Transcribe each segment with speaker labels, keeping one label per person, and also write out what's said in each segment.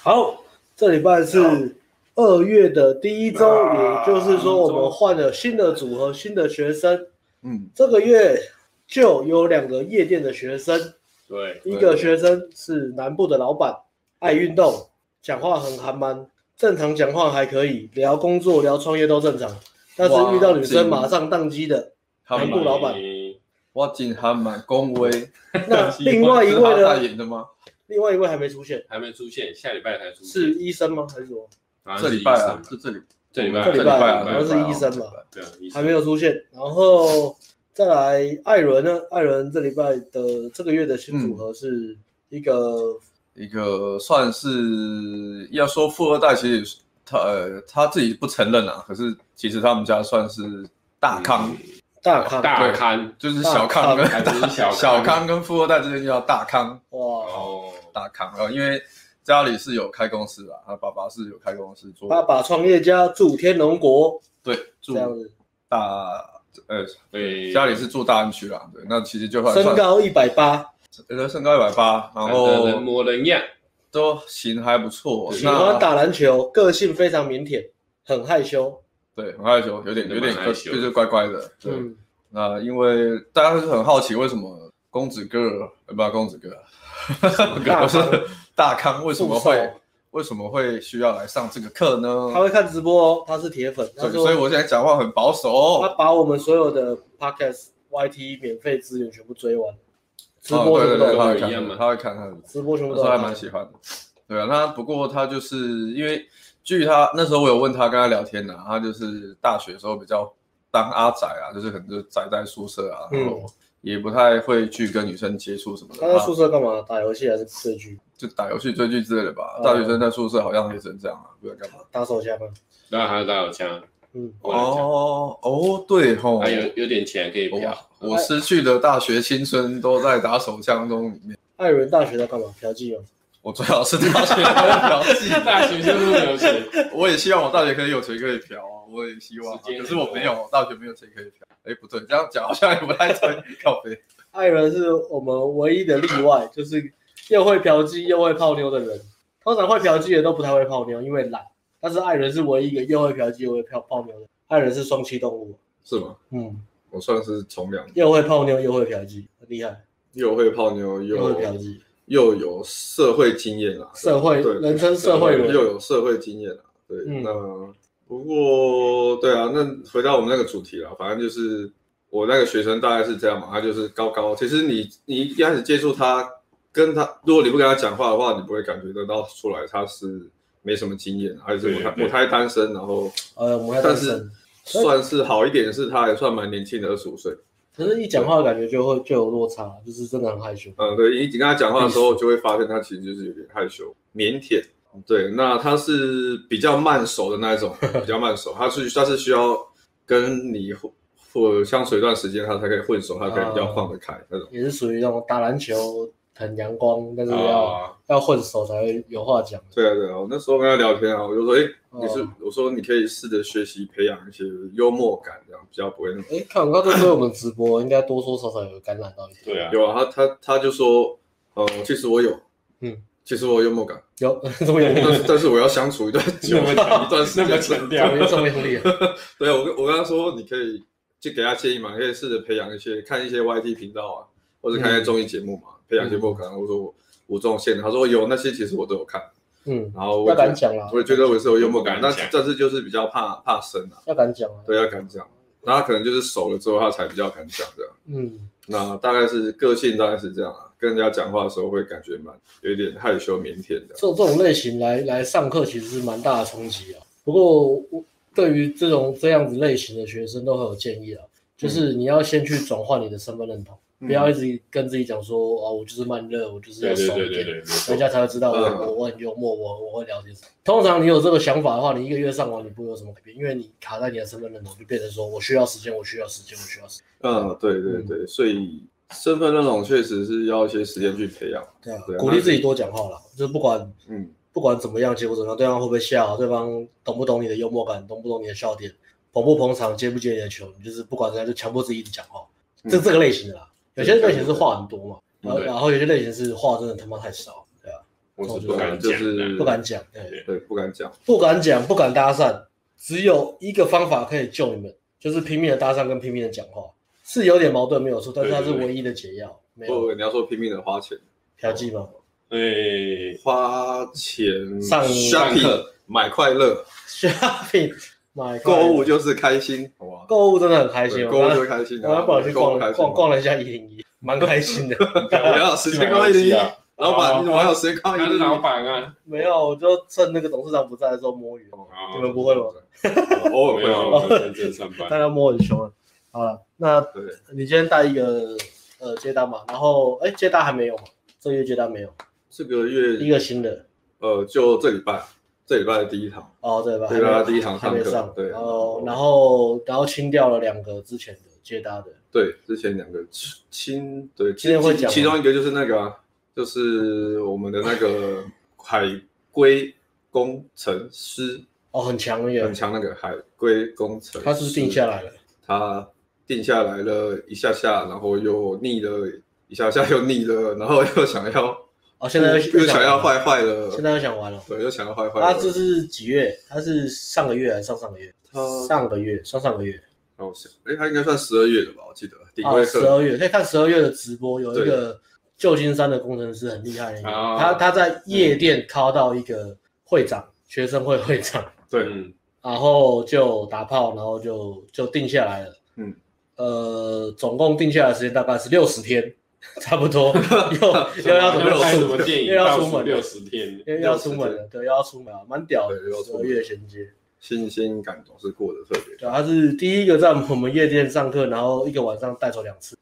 Speaker 1: 好，这礼拜是二月的第一周，也就是说我们换了新的组合、新的学生。
Speaker 2: 嗯，
Speaker 1: 这个月就有两个夜店的学生，
Speaker 3: 对，
Speaker 1: 一个学生是南部的老板，爱运动，讲话很含慢，正常讲话还可以，聊工作、聊创业都正常，但是遇到女生马上宕机的。
Speaker 2: 他
Speaker 1: 南
Speaker 2: 们
Speaker 1: 部老板
Speaker 2: 我警他们恭维，
Speaker 1: 那另外一
Speaker 2: 是
Speaker 1: 位
Speaker 2: 他代
Speaker 1: 呢？
Speaker 2: 言的吗？
Speaker 1: 另外一位还没出现，
Speaker 3: 还没出现，下礼拜才出现，
Speaker 1: 是医生吗？还是什么？
Speaker 3: 好
Speaker 2: 这
Speaker 3: 像是
Speaker 2: 礼拜
Speaker 3: 医
Speaker 2: 啊
Speaker 3: 生，
Speaker 2: 是这里，
Speaker 3: 这礼拜
Speaker 1: 这礼拜
Speaker 2: 啊
Speaker 1: 好像
Speaker 2: 这礼
Speaker 1: 是
Speaker 2: 拜啊
Speaker 1: 医生吧
Speaker 3: 对啊，医生
Speaker 1: 还没有出现。然后再来艾伦呢？艾伦这礼拜的这个月的新组合是一个
Speaker 2: 一个算是要说富二代，其实他呃他自己不承认啊，可是其实他们家算是大康，
Speaker 1: 大咖，
Speaker 3: 大刊
Speaker 2: 就是小康
Speaker 1: 大
Speaker 2: 跟
Speaker 3: 嗯还不是小
Speaker 2: 小康跟富二代之间叫大康
Speaker 1: 哇！
Speaker 3: 哦，
Speaker 2: 大康，然后因为家里是有开公司啦，啊他爸爸是有开公司做，
Speaker 1: 爸爸创业家住天龙国
Speaker 2: 对
Speaker 1: 这
Speaker 2: 住
Speaker 1: 样子，
Speaker 2: 大呃
Speaker 3: 对，
Speaker 2: 家里是住大安区啦，对，那其实就算
Speaker 1: 身高一百八，
Speaker 2: 呃身高一百八，然后
Speaker 3: 人模人样，
Speaker 2: 都行还不错，
Speaker 3: 喜
Speaker 1: 喜
Speaker 2: 哦那
Speaker 1: 欢打篮球，个性非常腼腆，很害羞。
Speaker 2: 对很害羞，有点有
Speaker 3: 真的
Speaker 2: 点
Speaker 3: 蛮害羞的
Speaker 2: 就是乖乖的，对。
Speaker 1: 嗯，
Speaker 2: 那因为大家就是很好奇，为什么公子哥呃不公子哥，
Speaker 1: 大
Speaker 2: 我是
Speaker 1: 康
Speaker 2: 大康为什么
Speaker 1: 副
Speaker 2: 会
Speaker 1: 手
Speaker 2: 为什么会需要来上这个课
Speaker 1: 他
Speaker 2: 呢？
Speaker 1: 会看直播哦，他是铁粉。他
Speaker 2: 所以
Speaker 1: 说
Speaker 2: 所以我现在讲话很保守
Speaker 1: 他
Speaker 2: 哦。
Speaker 1: 把我们所有的 podcast、YT 免费资源全部追完，直
Speaker 2: 哦
Speaker 1: 播
Speaker 2: 对
Speaker 1: 什么都
Speaker 2: 对对，
Speaker 1: 有
Speaker 2: 他
Speaker 1: 看，
Speaker 2: 会
Speaker 3: 一样
Speaker 2: 看
Speaker 3: 嘛
Speaker 2: 的，他会看他的，
Speaker 1: 直播全
Speaker 2: 那
Speaker 1: 部
Speaker 2: 时
Speaker 1: 都
Speaker 2: 候
Speaker 1: 有
Speaker 2: 还
Speaker 1: 看
Speaker 2: 蛮喜欢的。对啊，那不过他就是因为据他那时候我有问他跟他聊天呢、他就是大学的时候比较当阿宅啊，就是很就宅在宿舍啊，然后也不太会去跟女生接触什么的。
Speaker 1: 嗯他在
Speaker 2: 啊
Speaker 1: 宿舍干嘛？打游戏还是追剧？
Speaker 2: 就打游戏、追剧之类的吧。
Speaker 1: 哦
Speaker 2: 大学生在宿舍好像也只能这样啊，不知道干嘛。
Speaker 1: 打手枪啊？
Speaker 3: 然后还有打手枪，
Speaker 1: 嗯，
Speaker 3: 哦，
Speaker 2: 哦哦，对吼，
Speaker 3: 还有有点钱可以
Speaker 2: 哇
Speaker 3: 嫖，，
Speaker 1: 哎
Speaker 2: 我失去的大学青春都在打手枪中里面。
Speaker 1: 艾伦大学在干嘛？嫖妓哦。
Speaker 2: 我最好是大学 可以嫖
Speaker 3: 大学生都有钱，
Speaker 2: 妓， 我也希望我大学可以有钱可以嫖啊，我也希望啊、
Speaker 3: 时间
Speaker 2: 可是我没有，大学没有钱可以嫖。哎，不对，这样讲好像也不太对，靠背。
Speaker 1: 艾伦是我们唯一的例外，就是又会嫖妓又会泡妞的人。通常会嫖妓的都不太会泡妞，因为懒。但是艾伦是唯一一个又会嫖妓又会泡泡妞的。艾伦是双栖动物，
Speaker 2: 是吗？
Speaker 1: 嗯，
Speaker 2: 我算是从良，
Speaker 1: 又会泡妞又会嫖妓，很厉害，
Speaker 2: 又会泡妞，
Speaker 1: 又会嫖妓，
Speaker 2: 又有社会经验啦，
Speaker 1: 社会
Speaker 2: 对
Speaker 1: 人称社会人
Speaker 2: 又有社会经验啦，啊对，
Speaker 1: 嗯
Speaker 2: 那不过对啊，那回到我们那个主题啦，反正就是我那个学生大概是这样嘛，他就是高高，其实你你一开始接触他，跟他如果你不跟他讲话的话，你不会感觉得到出来他是没什么经验，啊还是
Speaker 3: 对
Speaker 2: 母胎
Speaker 3: 对
Speaker 2: 母胎单身，然后
Speaker 1: 呃，我们要单
Speaker 2: 但
Speaker 1: 身。
Speaker 2: 算是好一点，是他还算蛮年轻的，二十五岁。
Speaker 1: 可是，一讲话感觉就会就有落差，就是真的很害羞。
Speaker 2: 嗯，对，你你跟他讲话的时
Speaker 3: 哎
Speaker 2: 候，就会发现他其实就是有点害羞、腼腆。对，那他是比较慢熟的那一种，比较慢熟，他是他是需要跟你混或相处一段时间，他才可以混熟，他才比较放得
Speaker 3: 啊
Speaker 2: 开那种。
Speaker 1: 也是属于那种打篮球很阳光，但是要、
Speaker 2: 啊
Speaker 3: 哦，
Speaker 1: 要混熟才会有话讲。
Speaker 2: 对啊，对啊，我那时候跟他聊天啊，我就说，哎，你是
Speaker 1: 哦
Speaker 2: 我说你可以试着学习培养一些幽默感，这样比较不会那么。
Speaker 1: 哎、看我刚才对我们直播，应该多多少少有感染到一点。
Speaker 3: 对啊，
Speaker 2: 有啊，他他他就说，呃，其实我有，
Speaker 1: 嗯，
Speaker 2: 其实我有幽默感，
Speaker 1: 有 这么 严厉，
Speaker 2: 但是但是我要相处一段久
Speaker 3: 那么
Speaker 2: 一
Speaker 3: 强
Speaker 2: 段时
Speaker 3: 那么
Speaker 2: 间，
Speaker 3: 强调
Speaker 1: 这么这么严厉啊。
Speaker 2: 对我跟我跟他说，你可以就给他建议嘛，你可以试着培养一些看一些 YT 频道啊，或者看
Speaker 1: 嗯
Speaker 2: 一些综艺节目嘛，培养一些默感。我说我我这种线的，他说有那些其实我都有看，
Speaker 1: 嗯，
Speaker 2: 然后我
Speaker 1: 要
Speaker 2: 也觉
Speaker 1: 敢
Speaker 2: 得
Speaker 1: 讲啦，
Speaker 2: 我也觉得我是有幽默感，
Speaker 3: 不
Speaker 2: 但
Speaker 3: 敢讲
Speaker 2: 是但是就是比较怕怕生啊，
Speaker 1: 要敢讲啊。
Speaker 2: 对，要敢讲。那他可能就是熟了之后，他才比较敢讲这样。
Speaker 1: 嗯，
Speaker 2: 那大概是个性大概是这样啊，跟人家讲话的时候会感觉蛮有一点害羞腼腆的
Speaker 1: 这。种这种类型来来上课，其实是蛮大的冲击啊。不过我对于这种这样子类型的学生都很有建议啊，
Speaker 3: 嗯
Speaker 1: 就是你要先去转换你的身份认同，不要一直跟自己讲说啊，我就是慢热，我就是
Speaker 3: 对
Speaker 1: 要
Speaker 3: 对
Speaker 1: 爽
Speaker 3: 对
Speaker 1: 一
Speaker 3: 对
Speaker 1: 点。
Speaker 3: 对，没
Speaker 1: 人
Speaker 3: 错，
Speaker 1: 家才会知道我、
Speaker 2: 嗯
Speaker 1: 我我很幽默，我我会聊些什么。通常你有这个想法的话，你一个月上完你不会有什么改变，因为你卡在你的身份认同，就变成说我需要时间，我需要时间，我需要时间。
Speaker 2: 嗯，对对对，所以身份认同确实是要一些时间去培养。
Speaker 1: 对啊
Speaker 2: 对，啊
Speaker 1: 鼓励自己多讲话啦，就是不管
Speaker 2: 嗯。
Speaker 1: 不管怎么样，结果怎么样，对方会不会笑，啊对方懂不懂你的幽默感，懂不懂你的笑点，捧不捧场，接不接你的球，你就是不管怎样，就强迫自己一直讲话，
Speaker 2: 嗯
Speaker 1: 这这个类型的啦。有些
Speaker 2: 对
Speaker 1: 类型是话很多嘛，然后
Speaker 3: 对
Speaker 1: 然后有些类型是话真的他妈太少，对啊。
Speaker 3: 我是
Speaker 2: 对
Speaker 3: 不
Speaker 2: 啊
Speaker 3: 敢
Speaker 2: 就
Speaker 3: 讲
Speaker 2: 是
Speaker 3: 的。
Speaker 1: 不敢讲，对，
Speaker 2: 对，不敢讲，
Speaker 1: 不敢讲，不敢搭讪，只有一个方法可以救你们，就是拼命的搭讪跟拼命的讲话，是有点矛盾没有错，但是它是
Speaker 3: 对对对
Speaker 1: 唯一的解药，没
Speaker 2: 或
Speaker 1: 有
Speaker 2: 者你要说拼命的花钱，
Speaker 1: 调剂吗？
Speaker 3: 哎，
Speaker 2: 花钱
Speaker 1: 上
Speaker 2: shopping 买快乐，
Speaker 1: shopping 买快
Speaker 2: 购物就是开心，好吧？
Speaker 1: 购物真的很开心，
Speaker 2: 对
Speaker 1: 我
Speaker 2: 购物
Speaker 1: 刚
Speaker 2: 就是开心啊，
Speaker 1: 我刚跑去
Speaker 2: 购
Speaker 1: 逛
Speaker 2: 物开
Speaker 1: 了
Speaker 2: 心嘛
Speaker 1: 逛逛了一下一零一，蛮开心 的。
Speaker 2: 不要时间高一零一，老板你怎么还有时间高一
Speaker 3: 他
Speaker 2: 零
Speaker 3: 是
Speaker 2: 一？
Speaker 3: 老板啊，
Speaker 1: 没有，我就趁那个董事长不在的时候摸
Speaker 2: 哦
Speaker 1: 鱼，你们不会吗？
Speaker 2: 偶
Speaker 3: 我
Speaker 2: 尔
Speaker 3: 没
Speaker 2: 会
Speaker 3: 有，
Speaker 2: 偶尔
Speaker 3: 我
Speaker 2: 会，
Speaker 3: 在认真上
Speaker 1: 大
Speaker 3: 班。
Speaker 1: 家摸很凶了。好了，那
Speaker 2: 对，
Speaker 1: 你今天带一个呃接单嘛，然后哎接单还没有嘛，这个月接单没有，
Speaker 2: 这个
Speaker 1: 一
Speaker 2: 月
Speaker 1: 个新的
Speaker 2: 呃就这礼拜，这礼拜的第一堂，
Speaker 1: 哦对吧？
Speaker 2: 对吧？
Speaker 1: 还没
Speaker 2: 第一堂
Speaker 1: 还
Speaker 2: 上
Speaker 1: 没
Speaker 2: 课
Speaker 1: 上，，
Speaker 2: 对，嗯
Speaker 1: 哦，然后然后清掉了两个之前的接单的，
Speaker 2: 对，之前两个亲，对，
Speaker 1: 今天会讲吗
Speaker 2: 其中一个就是那个、啊，就是我们的那个海龟工程师，
Speaker 1: 哦很强的耶
Speaker 2: 很，强那个海龟工程师，
Speaker 1: 他是不是定下来了，
Speaker 2: 他定下来了一下下，然后又腻了一下下，又腻了，然后又想要，
Speaker 1: 哦现在又
Speaker 2: 又想要
Speaker 1: 玩了，
Speaker 2: 坏坏了，
Speaker 1: 现在又想玩了。
Speaker 2: 对，又想要坏坏了，
Speaker 1: 他这是几月？他是上个月还是上上个月？
Speaker 2: 他
Speaker 1: 上个月，上上个月，
Speaker 2: 让我想，哎，他应该算十二月的吧，我记得顶
Speaker 1: 啊，
Speaker 2: 规
Speaker 1: 十
Speaker 2: 课，
Speaker 1: 二月可以看十二月的直播，有一个旧金山的工程师很厉害的一个，
Speaker 2: 啊
Speaker 3: 哦
Speaker 1: 他他在
Speaker 2: 嗯
Speaker 1: 夜店敲到一个会长，学生会会长，
Speaker 2: 对，
Speaker 3: 嗯，
Speaker 1: 然后就打炮，然后就就定下来了。
Speaker 2: 嗯，
Speaker 1: 呃，总共定下来的时间大概是六十天， 差不 多，又又要怎
Speaker 3: 要
Speaker 1: 么
Speaker 3: 拍什么
Speaker 1: 出？
Speaker 3: 电影？
Speaker 1: 又要
Speaker 3: 倒
Speaker 1: 出
Speaker 3: 数
Speaker 1: 门
Speaker 3: 六十天，
Speaker 1: 又要出门了，对，又要出门了，蛮屌的
Speaker 2: 对又要。
Speaker 1: 十
Speaker 2: 出
Speaker 1: 二
Speaker 2: 门
Speaker 1: 月衔接，
Speaker 2: 新鲜感总是过得特别
Speaker 1: 对，他是第一个在我们夜店上课，然后一个晚上带走两次，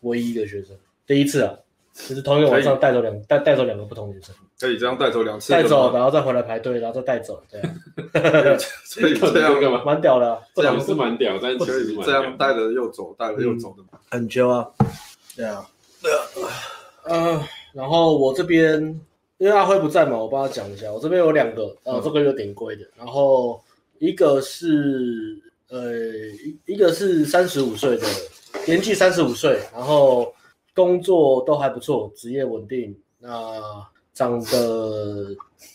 Speaker 1: 唯一一个学生，第一次啊，就是同一个晚上带走两带带走两个不同女生，
Speaker 2: 可以这样带走两次的
Speaker 1: 带
Speaker 2: 吗，
Speaker 1: 走，然后再回来排队，然后再带走，对啊，
Speaker 2: 所以这
Speaker 3: 这
Speaker 2: 样
Speaker 3: 样干嘛？
Speaker 1: 蛮屌 的啊、
Speaker 3: 这样是蛮屌，但其
Speaker 2: 所
Speaker 3: 实
Speaker 2: 以
Speaker 3: 蛮
Speaker 2: 这样
Speaker 3: 屌。
Speaker 2: 带了又走，带了又走的嘛。
Speaker 1: 很揪啊，对啊，对啊，呃，然后我这边因为阿辉不在嘛，我帮他讲一下，我这边有两个，呃，
Speaker 2: 嗯
Speaker 1: 这个有点贵的，然后一个是呃一一个是三十五岁的，年纪三十五岁，然后工作都还不错，职业稳定，那、长得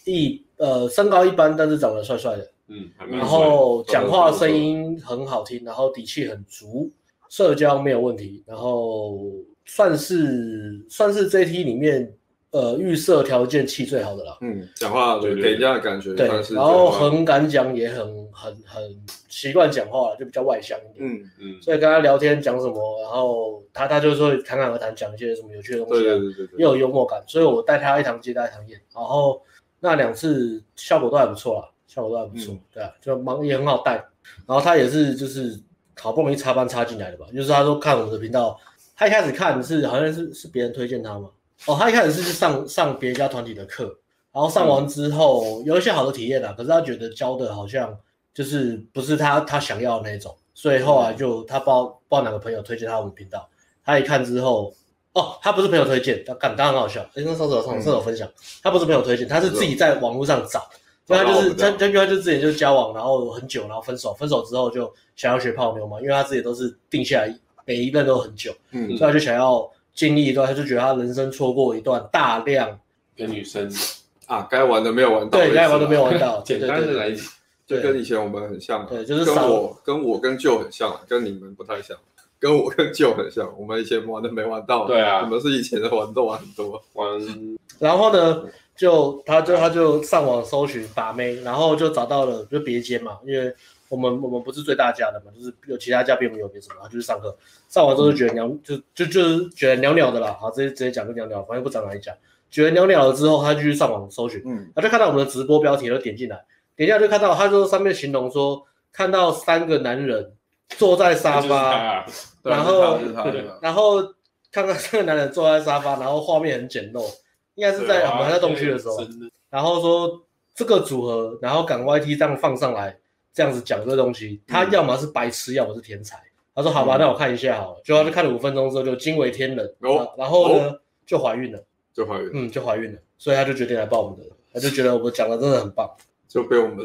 Speaker 1: 一呃身高一般，但是长得帅帅的，
Speaker 3: 嗯，还蛮
Speaker 1: 然
Speaker 3: 帅
Speaker 1: 后讲话声音很好听，然后底气很足，社交没有问题，然后算是算是这一梯里面呃预设条件气最好的啦。
Speaker 2: 嗯，讲话
Speaker 3: 对
Speaker 2: 给
Speaker 3: 对
Speaker 2: 人家的感觉
Speaker 1: 对
Speaker 2: 算，是
Speaker 1: 然后
Speaker 2: 这样吧
Speaker 1: 很敢讲，也很很很习惯讲话了，就比较外向一点。
Speaker 2: 嗯，
Speaker 3: 嗯，
Speaker 1: 所以跟他聊天讲什么，然后他他就说侃侃而谈，讲一些什么有趣的东
Speaker 2: 对
Speaker 1: 西啊
Speaker 2: 对，对对对，
Speaker 1: 又有幽默感，所以我带他一堂接待一堂演，然后那两次效果都还不错啦，效果都还不错，
Speaker 2: 嗯
Speaker 1: 对啊，就忙也很好带，然后他也是就是好不容易插班插进来的吧，就是他说看我们的频道，他一开始看是好像是是别人推荐他嘛，哦，他一开始是去上上别家团体的课，然后上完之后、有一些好的体验啊啦，可是他觉得教的好像就是不是他他想要的那种，所以后来就他不知道不知道哪个朋友推荐他我们频道，他一看之后，哦，他不是朋友推荐，他干，他很好笑，因为上次有上
Speaker 2: 嗯
Speaker 1: 上次有分享，他不是朋友推荐，他是自己在网络上找，所以他就是
Speaker 2: 找
Speaker 1: 他
Speaker 2: 到哦我们
Speaker 1: 他他就之前就交往，然后很久，然后分手，分手之后就想要学泡妞嘛，因为他自己都是定下来每一任都很久，
Speaker 2: 嗯
Speaker 1: 所以他就想要经历一段，他就觉得他人生错过一段大量
Speaker 3: 跟女生
Speaker 2: 啊，该玩的没有玩到，啊
Speaker 1: 对该玩都没有，玩到，
Speaker 3: 简
Speaker 1: 哦对
Speaker 3: 单的，来
Speaker 1: 对
Speaker 3: 讲，
Speaker 2: 就
Speaker 1: 对
Speaker 2: 跟以前我们很像啊，
Speaker 1: 对就是
Speaker 2: 跟
Speaker 1: 少
Speaker 2: 我跟我跟舅很像啊，跟你们不太像。跟我跟舅很像，我们以前玩的没玩到，
Speaker 3: 对啊
Speaker 2: 我们是以前的玩都玩很多，
Speaker 3: 玩
Speaker 1: 然后呢，就他就他就上网搜寻把妹，然后就找到了就别间嘛，因为我们我们不是最大家的嘛，就是有其他家比我们有名什么，他就是上课上完之后就觉得鸟就就就是觉得鸟鸟的啦，好直接直接讲就鸟鸟，反正不找哪一家，觉得鸟鸟了之后，他就去上网搜寻，
Speaker 2: 嗯，
Speaker 1: 他就看到我们的直播标题，就点进来，点进来就看到他就上面形容说看到三个男人坐在沙
Speaker 3: 就是他
Speaker 1: 发。
Speaker 3: 啊，
Speaker 2: 对啊啊
Speaker 1: 然后
Speaker 2: 是他是他是他
Speaker 1: 然后看到这个男人坐在沙发，然后画面很简陋，应该是在我们还在东区的时候，啊
Speaker 3: 真的
Speaker 1: 然后说这个组合，然后赶 YT 这样放上来，这样子讲这个东西，他要么是白痴，要么是天才。他说好吧，
Speaker 2: 嗯
Speaker 1: 那我看一下好了，就他就看了五分钟之后就惊为天人，
Speaker 2: 哦
Speaker 1: 然后呢就怀孕了，
Speaker 2: 就怀孕，
Speaker 1: 嗯，就怀孕了，所以他就决定来报我们的，他就觉得我们讲的真的很棒，
Speaker 2: 就被我们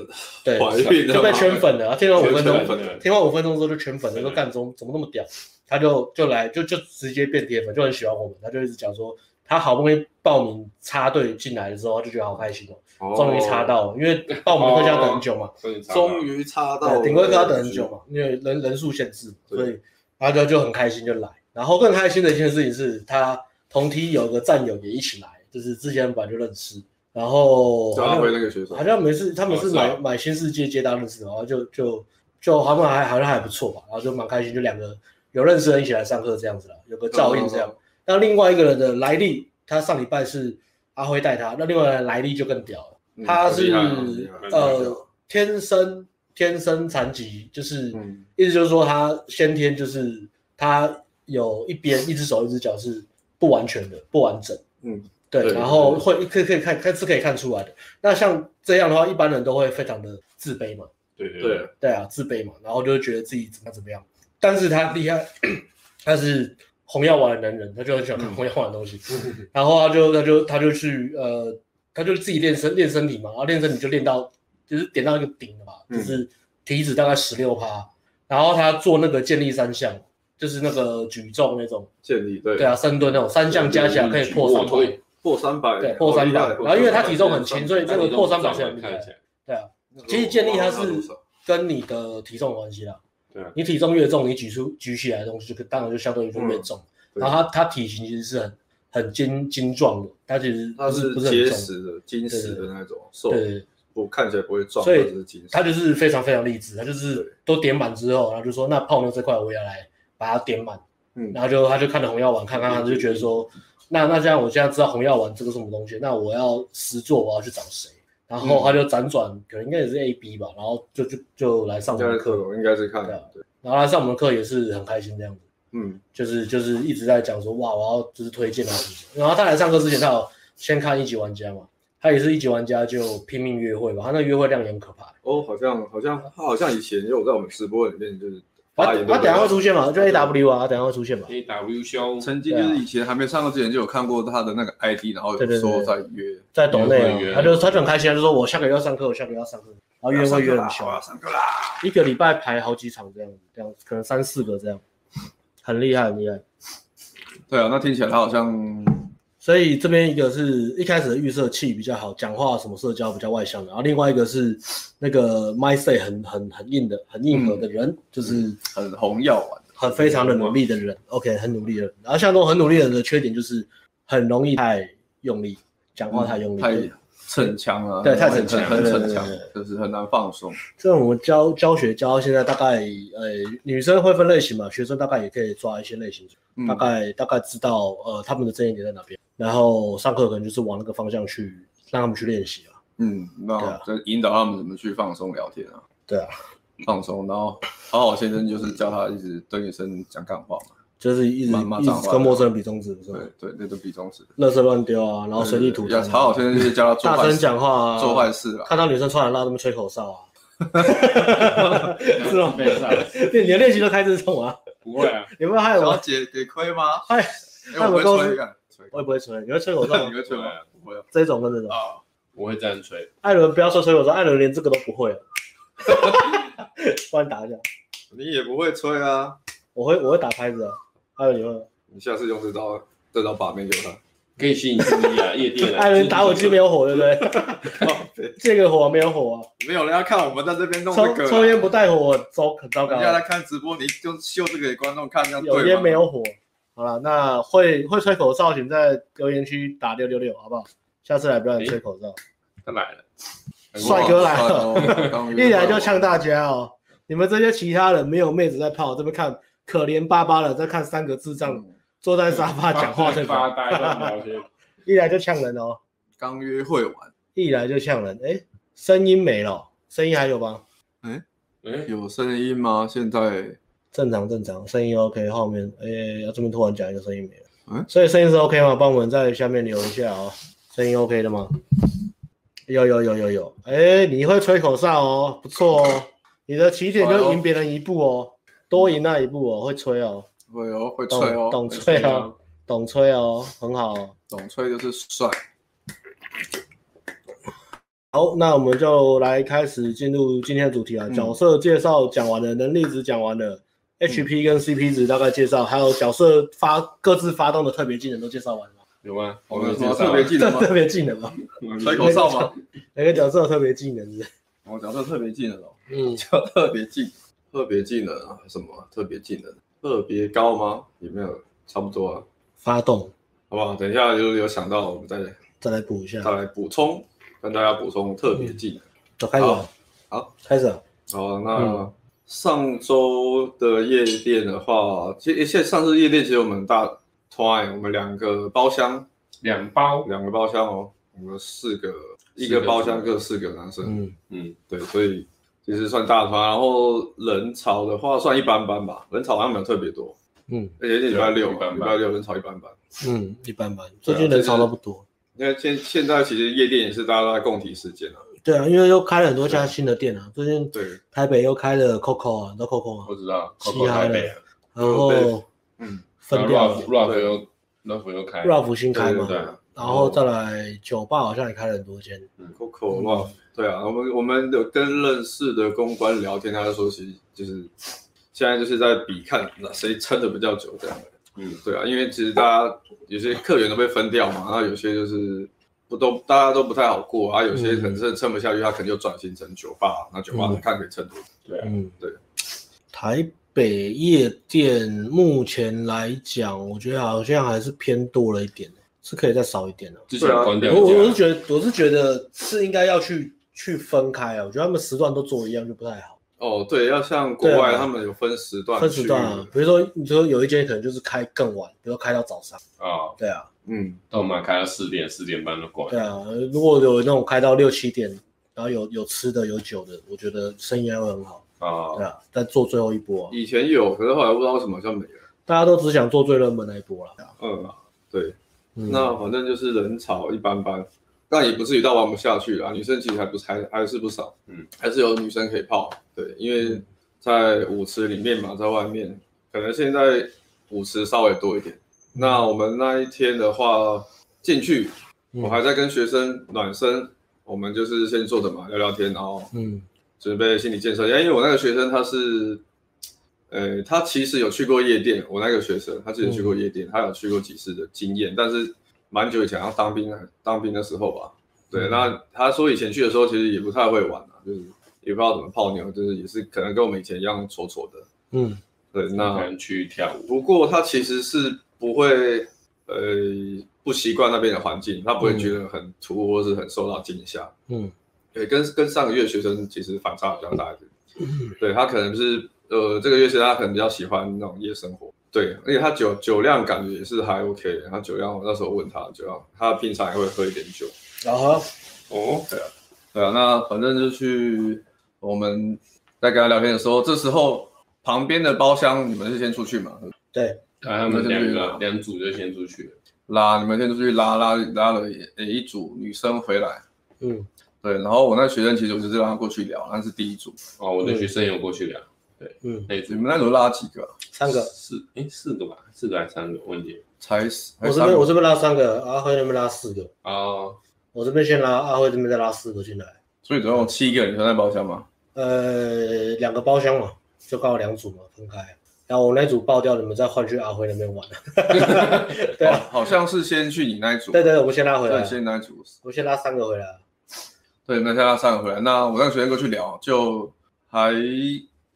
Speaker 1: 对，
Speaker 2: 怀孕了，
Speaker 1: 就被圈粉了，他听完五分钟
Speaker 2: 圈
Speaker 3: 真的
Speaker 1: 听完五分钟之后就圈粉了，
Speaker 3: 对
Speaker 1: 说干怎么怎么那么屌，他就就来就就直接变铁粉，就很喜欢我们，他就一直讲说他好不容易报名插队进来的时候，他就觉得好开心哦，
Speaker 3: 哦
Speaker 1: 终于插，到了，因为报名课就要等很久嘛，
Speaker 3: 终于插到
Speaker 2: 终于插到
Speaker 1: 对，顶规课要等很久嘛，因为人人数限制，
Speaker 2: 对
Speaker 1: 所以他就就很开心就来。然后更开心的一件事情是他同梯有个战友也一起来，就是之前本来就认识，然后
Speaker 2: 就
Speaker 1: 好
Speaker 2: 阿
Speaker 1: 像
Speaker 2: 辉啊那个学生
Speaker 1: 好，像每次他们是
Speaker 3: 哦是啊
Speaker 1: 买、买新世界接单的时候，然后就就就他们还好像还不错吧，然后就蛮开心，就两个有认识的人一起来上课这样子啦，有个照应这样
Speaker 2: 哦。
Speaker 1: 那另外一个人的来历，他上礼拜是阿辉带他，那另外一个人来历就更屌了，
Speaker 2: 嗯
Speaker 1: 他是、
Speaker 2: 很厉害很厉害
Speaker 1: 呃天生天生残疾，就是、
Speaker 2: 嗯
Speaker 1: 意思就是说他先天就是他有一边一只手一只脚是不完全的不完整。
Speaker 2: 嗯，
Speaker 1: 对，
Speaker 2: 对
Speaker 1: 然后
Speaker 2: 对
Speaker 1: 会可以可以看看是可以看出来的。那像这样的话，一般人都会非常的自卑嘛，
Speaker 3: 对对
Speaker 2: 对，
Speaker 1: 对啊，自卑嘛，然后就会觉得自己怎么样怎么样。但是他厉害，他是红药丸的男人，他就很喜欢看红药丸的东西，然后他就他就他就去呃，他就自己练身练身体嘛，然后练身体就练到就是点到一个顶了嘛，
Speaker 2: 嗯
Speaker 1: 就是体脂大概十六趴，然后他做那个健力三项，就是那个举重那种，
Speaker 2: 建立对
Speaker 1: 对啊，深蹲那种三项加起来可以破三
Speaker 3: 卧
Speaker 1: 百
Speaker 3: 推。
Speaker 2: 破三百，
Speaker 1: 对破三百
Speaker 2: 好厉害
Speaker 1: 然后因为他体重很轻所以这个破三百
Speaker 3: 那你
Speaker 1: 是很厉
Speaker 3: 看
Speaker 1: 害
Speaker 3: 一下，
Speaker 1: 对啊，
Speaker 2: 那时候
Speaker 1: 其实建立它是
Speaker 2: 我忘了多少
Speaker 1: 跟你的体重有关系啦。
Speaker 3: 对啊
Speaker 1: 你体重越重，你举出举起来的东西就当然就相对就越重。
Speaker 2: 对
Speaker 1: 然后它它体型其实是很很精精壮的，它其实
Speaker 2: 它
Speaker 1: 不是
Speaker 2: 是
Speaker 1: 不是
Speaker 2: 结
Speaker 1: 很重，
Speaker 2: 实的、金石的那种，瘦
Speaker 1: 对对，对
Speaker 2: 不看起来不会壮，
Speaker 1: 所以
Speaker 2: 但是金
Speaker 1: 它
Speaker 2: 石。
Speaker 1: 就是非常非常励志，它就是
Speaker 2: 对
Speaker 1: 都点满之后，然后就说那泡妞这块我也要来把它点满，
Speaker 2: 嗯
Speaker 1: 然后就他就看着红药丸，看看他就觉得说，那那这样我现在知道红药丸这个是什么东西，那我要实做，我要去找谁？然后他就辗转，可能应该也是 A B 吧，然后就就就来上我
Speaker 2: 应该
Speaker 1: 们的
Speaker 2: 是
Speaker 1: 课，
Speaker 2: 克隆，应该是看
Speaker 1: 对啊
Speaker 2: 对，
Speaker 1: 然后他上我们的课也是很开心这样子。
Speaker 2: 嗯，
Speaker 1: 就是就是一直在讲说哇，我要就是推荐他什么。然后他来上课之前，他有先看一级玩家嘛，他也是一级玩家就拼命约会吧，他那约会量也很可怕。
Speaker 2: 哦，好像好像他好像以前也有在我们直播里面就是
Speaker 1: 他
Speaker 2: 发言，
Speaker 1: 他等一下会出现嘛，就
Speaker 2: 啊对
Speaker 1: A W 啊，他等一下会出现嘛。
Speaker 3: A W 胸，
Speaker 2: 曾经就是以前还没上课之前就有看过他的那个 ID，然后
Speaker 1: 对对对
Speaker 2: 说在约，
Speaker 1: 在懂内啊
Speaker 3: 约会约，
Speaker 1: 他就他就很开心，他就说我下个月要上课，我下个月要上课，然后约会约得很凶
Speaker 2: 我，要上课啦，
Speaker 1: 一个礼拜排好几场这样，这样可能三四个这样，很厉害很厉害。
Speaker 2: 对啊，那听起来他好像
Speaker 1: 所以这边一个是一开始的预设器比较好，讲话什么社交比较外向的，然后另外一个是那个 mindset 很很很硬的、很硬
Speaker 2: 嗯
Speaker 1: 核的人，就是
Speaker 2: 很红药丸，
Speaker 1: 很非常的努力的人。OK，很努力的人。然后像这种很努力的人的缺点就是很容易太用力，讲话太用力。
Speaker 2: 嗯太
Speaker 1: 对
Speaker 2: 逞强了，
Speaker 1: 对太
Speaker 2: 很
Speaker 1: 逞强
Speaker 2: 很
Speaker 1: 对对
Speaker 2: 逞强
Speaker 1: 对对，
Speaker 2: 就是很难放松。
Speaker 1: 这种我们教教学教到现在，大概呃女生会分类型嘛，学生大概也可以抓一些类型，
Speaker 2: 嗯
Speaker 1: 大概大概知道呃他们的争议点在哪边，然后上课可能就是往那个方向去让他们去练习啊。
Speaker 2: 嗯，
Speaker 1: 对
Speaker 2: 那
Speaker 1: 啊
Speaker 2: 就引导他们怎么去放松聊天啊，
Speaker 1: 对啊。
Speaker 2: 放松，然后好好先生就是教他一直对女生讲干话嘛，
Speaker 1: 就是一直
Speaker 2: 骂骂
Speaker 1: 一
Speaker 2: 脏话
Speaker 1: 直跟陌生人比中指，不是吗
Speaker 2: 对？对，那都比中指，
Speaker 1: 垃圾乱丢啊，然后随地吐痰
Speaker 2: 要
Speaker 1: 啊，
Speaker 2: 好好先生就是教他做
Speaker 1: 大
Speaker 2: 坏
Speaker 1: 声
Speaker 2: 事，
Speaker 1: 讲话啊，
Speaker 2: 做坏事啦，
Speaker 1: 看到女生穿很辣，他们吹口哨啊， 是吗？
Speaker 3: 没事啊，
Speaker 1: 你的练习都开这种啊？
Speaker 3: 不会啊，
Speaker 1: 你会害
Speaker 2: 小
Speaker 1: 哎我？
Speaker 2: 姐给亏吗？
Speaker 1: 害我
Speaker 2: 哎我
Speaker 1: 哦
Speaker 2: 会
Speaker 1: 们公司
Speaker 2: 吹啊，吹
Speaker 1: 我也不会吹，你会吹口哨吗？
Speaker 2: 你会吹吗？不会啊
Speaker 1: 这种跟这种，
Speaker 2: 啊，
Speaker 3: 我会这样吹，
Speaker 1: 艾伦不要说吹口哨，艾伦连这个都不会啊。不然打一下，
Speaker 2: 你也不会吹啊，
Speaker 1: 我会我会打拍子啊。艾伦你会吗？
Speaker 2: 你下次用这招这招把妹给 他。
Speaker 3: 可以吸引注意啊，夜店啊，
Speaker 1: 艾伦打火机没有火，对不对？
Speaker 2: 靠北
Speaker 1: 这个火没有火啊，
Speaker 2: 没有人要看我们在这边弄这
Speaker 1: 抽
Speaker 2: 个啊，
Speaker 1: 抽烟不带火，糟很糟糕
Speaker 2: 人
Speaker 1: 啊。
Speaker 2: 家来看直播，你就秀这个给观众看，这样对吗
Speaker 1: 有烟没？有火。好了，那会会吹口哨，请在留言区打六六六，好不好？下次来不要你吹口哨，
Speaker 3: 他来了，
Speaker 2: 哎
Speaker 1: 帅哥来了
Speaker 2: 了
Speaker 1: 一来就呛大家哦。你们这些其他人没有妹子在泡，这边看可怜巴巴的在看三个智障
Speaker 2: 嗯
Speaker 1: 坐在沙发讲话的 人，
Speaker 3: 发呆乱聊天，
Speaker 1: 一来就呛人哦，
Speaker 2: 刚约会完，
Speaker 1: 一来就呛人。哎，声音没了哦，声音还有吗？
Speaker 3: 哎，
Speaker 2: 有声音吗？现在
Speaker 1: 正常正常，声音 OK。后面哎，这边突然讲一个声音没了，
Speaker 2: 嗯
Speaker 1: 所以声音是 OK 吗？帮我们在下面留一下哦，声音 OK 的吗？有有有有有，哎，你会吹口哨哦，不错哦，你的起点就赢别人一步哦，多赢那一步哦，会吹哦，
Speaker 2: 会哦，会
Speaker 1: 懂
Speaker 2: 吹哦，
Speaker 1: 懂吹哦，懂吹哦，很好哦、
Speaker 2: 懂吹就是帅。
Speaker 1: 好，那我们就来开始进入今天的主题啊。
Speaker 2: 嗯
Speaker 1: 角色介绍讲完了，能力值讲完了，HP 跟 CP 值大概介绍，还有角色发各自发动的特别技能都介绍完了。
Speaker 3: 有吗？
Speaker 2: 我
Speaker 3: 我
Speaker 2: 们
Speaker 3: 们啊
Speaker 2: 有什么特别技能吗？
Speaker 1: 特别技能嘛，
Speaker 2: 吹口哨 吗？
Speaker 1: 哪个角色有特别技能是不是？
Speaker 2: 我讲说特别技能哦，
Speaker 1: 嗯，
Speaker 2: 叫特别技，特别技能啊，什么啊特别技能？特别高吗？也没有，差不多啊，
Speaker 1: 发动
Speaker 2: 好不好？等一下就是有想到，我们再
Speaker 1: 再来补一下
Speaker 2: 再，来补充，跟大家补充特别技能。
Speaker 1: 走开始啊，
Speaker 2: 好，
Speaker 1: 开始啊，
Speaker 2: 好，那上周的夜店的话，其实现在上次夜店其实我们大 twine，我们两个包厢，
Speaker 3: 两包，
Speaker 2: 两个包厢哦，我们四个，一个包厢各四个男生，
Speaker 1: 嗯，
Speaker 3: 嗯，
Speaker 2: 对，所以其实算大团。然后人潮的话算一般般吧，人潮好像没有特别多，
Speaker 1: 嗯
Speaker 2: 而且礼拜六
Speaker 3: 啊一
Speaker 2: 嘛，
Speaker 3: 般
Speaker 2: 礼
Speaker 3: 般
Speaker 2: 拜六人潮一般般。
Speaker 1: 嗯，一般般，最近人潮都不多。
Speaker 2: 因为现现在其实夜店也是大家都在共体时间啊，
Speaker 1: 对啊，因为又开了很多家新的店啊，最近
Speaker 2: 对，
Speaker 1: 台北又开了 COCO 啊，你知道 COCO
Speaker 3: 我
Speaker 1: 吗？
Speaker 3: 知道
Speaker 1: 嘻哈
Speaker 3: ，Coco 台北啊，
Speaker 1: 然后
Speaker 2: 嗯，
Speaker 1: 分
Speaker 3: 然
Speaker 1: 掉
Speaker 3: 后
Speaker 1: 了
Speaker 3: Ralph Ralph 又 Ralph 又开
Speaker 1: Ralph 新开嘛
Speaker 3: 对
Speaker 2: 对，对
Speaker 3: 啊
Speaker 1: 然后再来酒吧好像也开了很多间，
Speaker 3: 嗯
Speaker 2: Coco 哇，对啊，我们我们有跟认识的公关聊天，他就说其实就是现在就是在比看那谁撑的比较久这样。
Speaker 3: 嗯，
Speaker 2: 对啊，因为其实大家有些客源都被分掉嘛，然后有些就是不都大家都不太好过啊，有些可能真的撑不下去，他可能就转型成酒吧，那酒吧
Speaker 1: 嗯
Speaker 2: 看可以撑多久。
Speaker 3: 对啊，
Speaker 1: 嗯，
Speaker 2: 对。
Speaker 1: 台北夜店目前来讲，我觉得好像还是偏多了一点，是可以再少一点的。
Speaker 3: 之前关掉
Speaker 1: 我啊我是
Speaker 3: 一家，
Speaker 1: 觉得，我是觉得是应该要去去分开啊。我觉得他们时段都做一样就不太好，
Speaker 2: 哦，对，要像国
Speaker 1: 对
Speaker 2: 外
Speaker 1: 啊
Speaker 2: 他们有分时段
Speaker 1: 分时段啊
Speaker 2: 去。
Speaker 1: 比如说，你说有一间可能就是开更晚，比如说开到早上，
Speaker 3: 啊，
Speaker 1: 对啊，
Speaker 2: 嗯，
Speaker 3: 都蛮开到四点四点半都关
Speaker 1: 对，啊。如果有那种开到六七点，然后有有吃的有酒的，我觉得生意还会很好，对
Speaker 3: 啊，
Speaker 1: 啊。再做最后一波啊、
Speaker 2: 以前有，可是后来不知道为什么好像没了。
Speaker 1: 大家都只想做最热门那一波了。
Speaker 2: 嗯，对，
Speaker 1: 嗯
Speaker 2: 那反正就是人潮一般般，但也不至于到玩不下去啦。女生其实还不还还是不少，
Speaker 3: 嗯，
Speaker 2: 还是有女生可以泡。对，因为
Speaker 1: 嗯
Speaker 2: 在舞池里面嘛，在外面，可能现在舞池稍微多一点。那我们那一天的话，进去
Speaker 1: 嗯
Speaker 2: 我还在跟学生暖身，我们就是先坐着嘛，聊聊天，然后
Speaker 1: 嗯
Speaker 2: 准备心理建设。因为我那个学生他是，呃，他其实有去过夜店。我那个学生他之前去过夜店，他有去过几次的经验，但是蛮久以前，他当兵当兵的时候吧。对，
Speaker 1: 嗯
Speaker 2: 那他说以前去的时候其实也不太会玩啊，就是也不知道怎么泡妞，就是也是可能跟我们以前一样挫挫的。
Speaker 1: 嗯
Speaker 2: 对，
Speaker 3: 可
Speaker 2: 那
Speaker 3: 能去跳舞，
Speaker 2: 不过他其实是不会呃不习惯那边的环境，他不会
Speaker 1: 嗯
Speaker 2: 觉得很突兀或是很受到惊吓。
Speaker 1: 嗯
Speaker 2: 对，跟跟上个月学生其实反差比较大一点。
Speaker 1: 嗯
Speaker 2: 对他可能是呃，这个月生他可能比较喜欢那种夜生活，对，而且他酒酒量感觉也是还 OK。然后酒量，我那时候问他酒量，他平常也会喝一点酒。
Speaker 1: 然后
Speaker 3: 哦，
Speaker 2: 对啊，那反正就去我们在跟他聊天的时候，这时候旁边的包厢你们是先出去嘛？
Speaker 1: 对，
Speaker 3: 那啊他们两个两组就先出去了，
Speaker 2: 拉你们先出去拉拉拉了也也一组女生回来，
Speaker 1: 嗯
Speaker 2: 对，然后我那学生其实我就是让他过去聊，那是第一组。
Speaker 3: 哦，我的学生有过去聊，
Speaker 1: 嗯，
Speaker 3: 那一组
Speaker 2: 你们那组拉几个啊？
Speaker 1: 三个，
Speaker 3: 四哎四个吧，四个还是三个？问题
Speaker 2: 才
Speaker 1: 我这边我这边拉三个，阿辉那边拉四个，
Speaker 3: 哦，
Speaker 1: 我这边先拉，阿辉这边再拉四个进来，
Speaker 2: 所以总共有七个女生在包厢吗？
Speaker 1: 呃，两个包厢嘛，就刚好两组嘛，分开。然后我那组爆掉，你们再换去阿辉那边 玩。对啊，
Speaker 2: 哦好像是先去你那一组，
Speaker 1: 对对对，我先拉回来
Speaker 2: 对，，先那一组，
Speaker 1: 我先拉三个回来。
Speaker 2: 对，那现在上回来，那我让学生过去聊，就还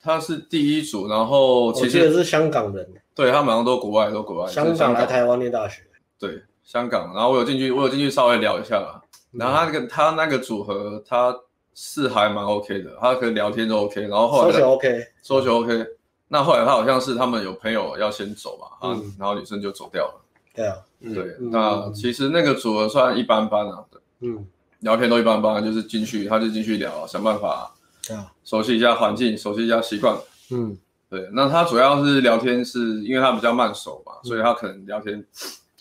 Speaker 2: 他是第一组，然后
Speaker 1: 我
Speaker 2: 哦其
Speaker 1: 记得
Speaker 2: 实
Speaker 1: 是香港人，
Speaker 2: 对他们好像都国外，都国外，
Speaker 1: 香
Speaker 2: 是香
Speaker 1: 港来
Speaker 2: 港，
Speaker 1: 台湾念大学。
Speaker 2: 对香港，然后我有进去，我有进去稍微聊一下啦，然后他
Speaker 1: 嗯
Speaker 2: 那个他那个组合他是还蛮 OK 的，他可能聊天都 OK，然后后
Speaker 1: 搜
Speaker 2: 来
Speaker 1: 球 OK，
Speaker 2: 搜球 OK，那后来他好像是他们有朋友要先走嘛，啊
Speaker 1: 嗯，
Speaker 2: 然后女生就走掉了，
Speaker 1: 对啊，
Speaker 3: 嗯
Speaker 2: 对，
Speaker 1: 嗯
Speaker 2: 那其实那个组合算一般般啊，对。
Speaker 1: 嗯，
Speaker 2: 聊天都一般般，就是进去他就进去聊，啊想办法
Speaker 1: 对啊，
Speaker 2: 熟悉一下环境，熟悉一下习惯。
Speaker 1: 嗯
Speaker 2: 对，那他主要是聊天是，因为他比较慢熟嘛，所以他可能聊天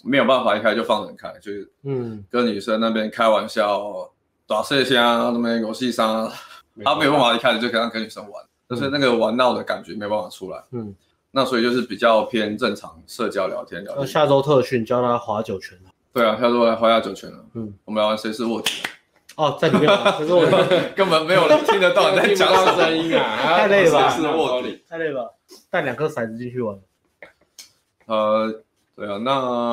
Speaker 2: 没有办法一开就放得很开，就是
Speaker 1: 嗯，
Speaker 2: 跟女生那边开玩笑、打射下那边游戏商，他啊没有办法一嗯开始就跟他跟女生玩，就是那个玩闹的感觉没有办法出来。
Speaker 1: 嗯，
Speaker 2: 那所以就是比较偏正常社交聊天聊
Speaker 1: 那
Speaker 2: 天。
Speaker 1: 呃下周特训教他划酒拳
Speaker 2: 对啊，下周来花下酒泉了。
Speaker 1: 嗯，
Speaker 2: 我们来玩谁是卧底啊，
Speaker 1: 哦，在里面玩，可是我
Speaker 2: 根本没有人听得到你在
Speaker 3: 听不
Speaker 2: 讲什
Speaker 3: 到
Speaker 2: 么。
Speaker 3: 声音啊，
Speaker 1: 太累了吧
Speaker 3: 是卧底，
Speaker 1: 太累了，带两颗骰子进去玩。
Speaker 2: 呃，对啊，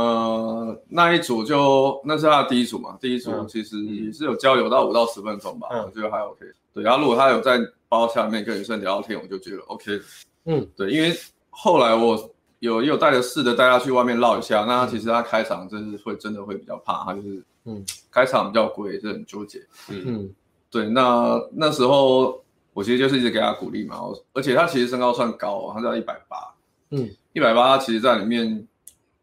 Speaker 2: 那那一组就那是他的第一组嘛，第一组
Speaker 1: 嗯
Speaker 2: 其实也是有交流到五到十分钟吧，
Speaker 1: 嗯
Speaker 2: 我觉得还 OK。对，然后如果他有在包下面跟女生聊到天，我就觉得 OK。
Speaker 1: 嗯，
Speaker 2: 对，因为后来我有也有带着试着带他去外面绕一下，那
Speaker 3: 嗯
Speaker 2: 他其实他开场真是会真的会比较怕，他就是
Speaker 1: 嗯
Speaker 2: 开场比较贵，也是很纠结。
Speaker 1: 嗯
Speaker 2: 对，那那时候我其实就是一直给他鼓励嘛，我而且他其实身高算高哦，他在一百八，
Speaker 1: 嗯，
Speaker 2: 一百八他其实在里面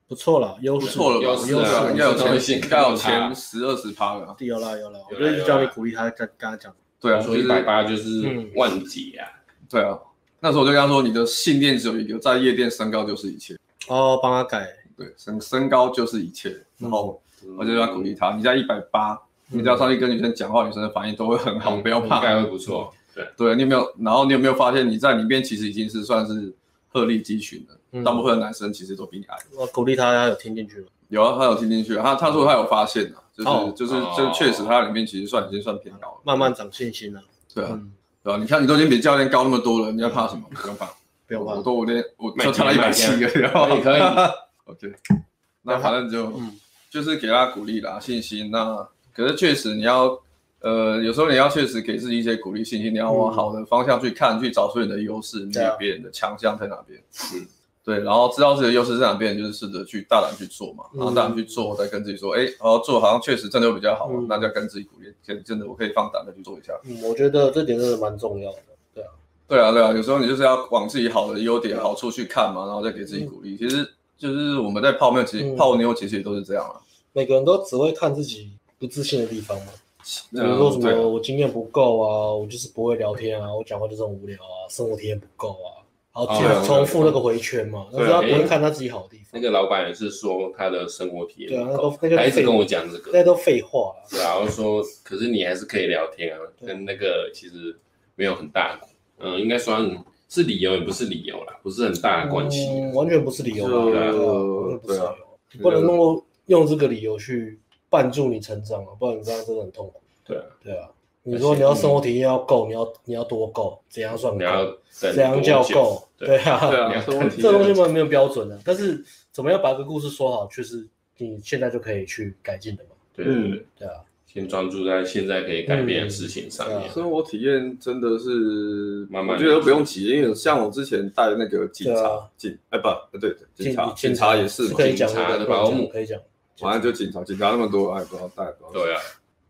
Speaker 1: 不错了，优
Speaker 2: 不
Speaker 1: 势
Speaker 2: 错了吧？
Speaker 1: 有
Speaker 2: 对
Speaker 1: 啊
Speaker 2: 啊应该有
Speaker 1: 有
Speaker 2: 前应该有前十二十趴了啊。
Speaker 1: 有啦有啦，我
Speaker 3: 有啦
Speaker 1: 就一直叫你鼓励他，跟跟他讲，
Speaker 2: 对啊，
Speaker 3: 说
Speaker 2: 就
Speaker 3: 一百
Speaker 2: 是
Speaker 3: 八
Speaker 1: 嗯
Speaker 3: 就是万几啊，
Speaker 2: 对啊。那时候我就跟他说，你的信念只有一个，在夜店身高就是一切。
Speaker 1: 哦，帮他改，
Speaker 2: 对，身身高就是一切。
Speaker 1: 嗯
Speaker 2: 然后我就要鼓励他，你在一百八，你只要上去跟女生讲话，女生的反应都会很好，不要
Speaker 3: 应
Speaker 2: 怕。
Speaker 3: 该会不错。对，
Speaker 2: 对，你有没有？然后你有没有发现，你在里面其实已经是算是鹤立鸡群了。
Speaker 1: 嗯
Speaker 2: 大部分的男生其实都比你矮。
Speaker 1: 我鼓励他，他有听进去了，
Speaker 2: 有啊，他有听进去，他他说他有发现啊，就是、
Speaker 1: 哦
Speaker 2: 就是
Speaker 3: 哦
Speaker 2: 就确实他里面其实算已经算偏高了。
Speaker 1: 慢慢长信心了，
Speaker 2: 对啊，
Speaker 1: 嗯，
Speaker 2: 对啊，你看你都已经比教练高那么多了，你要怕什么？不用怕，
Speaker 1: 不要怕
Speaker 2: 我，都我连我
Speaker 3: 麦
Speaker 2: 就
Speaker 3: 田
Speaker 2: 跳到一百七个， 然后
Speaker 3: 可以 可以
Speaker 2: OK，那反正就
Speaker 1: 嗯
Speaker 2: 就是给他鼓励啦，信心。那可是确实你要呃，有时候你要确实给自己一些鼓励信心，你要
Speaker 1: 嗯
Speaker 2: 往好的方向去看，去找出你的优势，你
Speaker 1: 对啊
Speaker 2: 别人的强项在哪边。
Speaker 3: 嗯，
Speaker 2: 对，然后知道自己的优势在哪边，就是试着去大胆去做嘛，
Speaker 1: 嗯
Speaker 2: 然后大胆去做，再跟自己说，哎，然后做好像确实真的有比较好
Speaker 1: 嗯，
Speaker 2: 那就跟自己鼓励，真真的我可以放胆的去做一下。
Speaker 1: 嗯，我觉得这点真的蛮重要的，对啊，
Speaker 2: 对啊，对啊，有时候你就是要往自己好的优点、好处去看嘛，然后再给自己鼓励。其实就是我们在泡面，其实
Speaker 1: 嗯
Speaker 2: 泡妞其实也都是这样啊。
Speaker 1: 每个人都只会看自己不自信的地方嘛，比
Speaker 2: 嗯
Speaker 1: 如说什
Speaker 2: 对啊
Speaker 1: 么我经验不够啊，我就是不会聊天啊，我讲话就是很无聊啊，生活体验不够啊，然后
Speaker 3: 对啊
Speaker 1: 重重复那个回圈嘛，但是他不会看他自己好的地
Speaker 3: 那
Speaker 1: 方，
Speaker 3: 个老板也是说他的生活体验
Speaker 1: 对啊，
Speaker 3: 不
Speaker 1: 那
Speaker 3: 够，
Speaker 1: 都那个
Speaker 3: 他一直
Speaker 1: 废
Speaker 3: 跟我讲这
Speaker 1: 那
Speaker 3: 个，
Speaker 1: 都废话了，
Speaker 3: 对啊，我就说可是你还是可以聊天啊，
Speaker 1: 对
Speaker 3: 跟那个其实没有很大，嗯，应该算是理由也不是理由啦，不是很大的关系。啊
Speaker 1: 嗯完全不是理由吧，
Speaker 2: 就
Speaker 1: 对啊完全不是理
Speaker 2: 对啊
Speaker 1: 由，你不能够用这个理由去绊住你成长啊，不然你这样真的很痛苦，
Speaker 3: 对啊，
Speaker 1: 对啊，你说你要生活体验要够，你要你要多够，怎样算
Speaker 3: 你要
Speaker 1: 够，
Speaker 3: 等
Speaker 1: 怎样
Speaker 3: 多
Speaker 1: 叫
Speaker 3: 久
Speaker 1: 够，对
Speaker 3: 对，
Speaker 1: 啊，
Speaker 2: 对
Speaker 3: 你
Speaker 2: 啊，
Speaker 3: 要
Speaker 2: 生活体
Speaker 1: 这东西
Speaker 2: 验。
Speaker 1: 嘛没有标准的、但是怎么样把个故事说好，却是你现在就可以去改进的嘛，
Speaker 3: 对对
Speaker 2: 嗯
Speaker 3: 对，
Speaker 1: 对啊，嗯
Speaker 3: 先专注在现在可以改变的事情上面。
Speaker 2: 生活体验真的是，
Speaker 3: 慢慢
Speaker 2: 我觉得不用急，因为像我之前带那个警
Speaker 1: 对
Speaker 2: 察
Speaker 1: 啊，
Speaker 2: 警哎不呃对，警察
Speaker 1: 警
Speaker 2: 警察也是
Speaker 1: 是
Speaker 2: 嘛
Speaker 1: 可，以讲
Speaker 3: 警察
Speaker 1: 那个
Speaker 3: 的保姆
Speaker 1: 可以讲，
Speaker 2: 反正就警察，警察那么多，哎不知道带不知道，
Speaker 3: 对啊，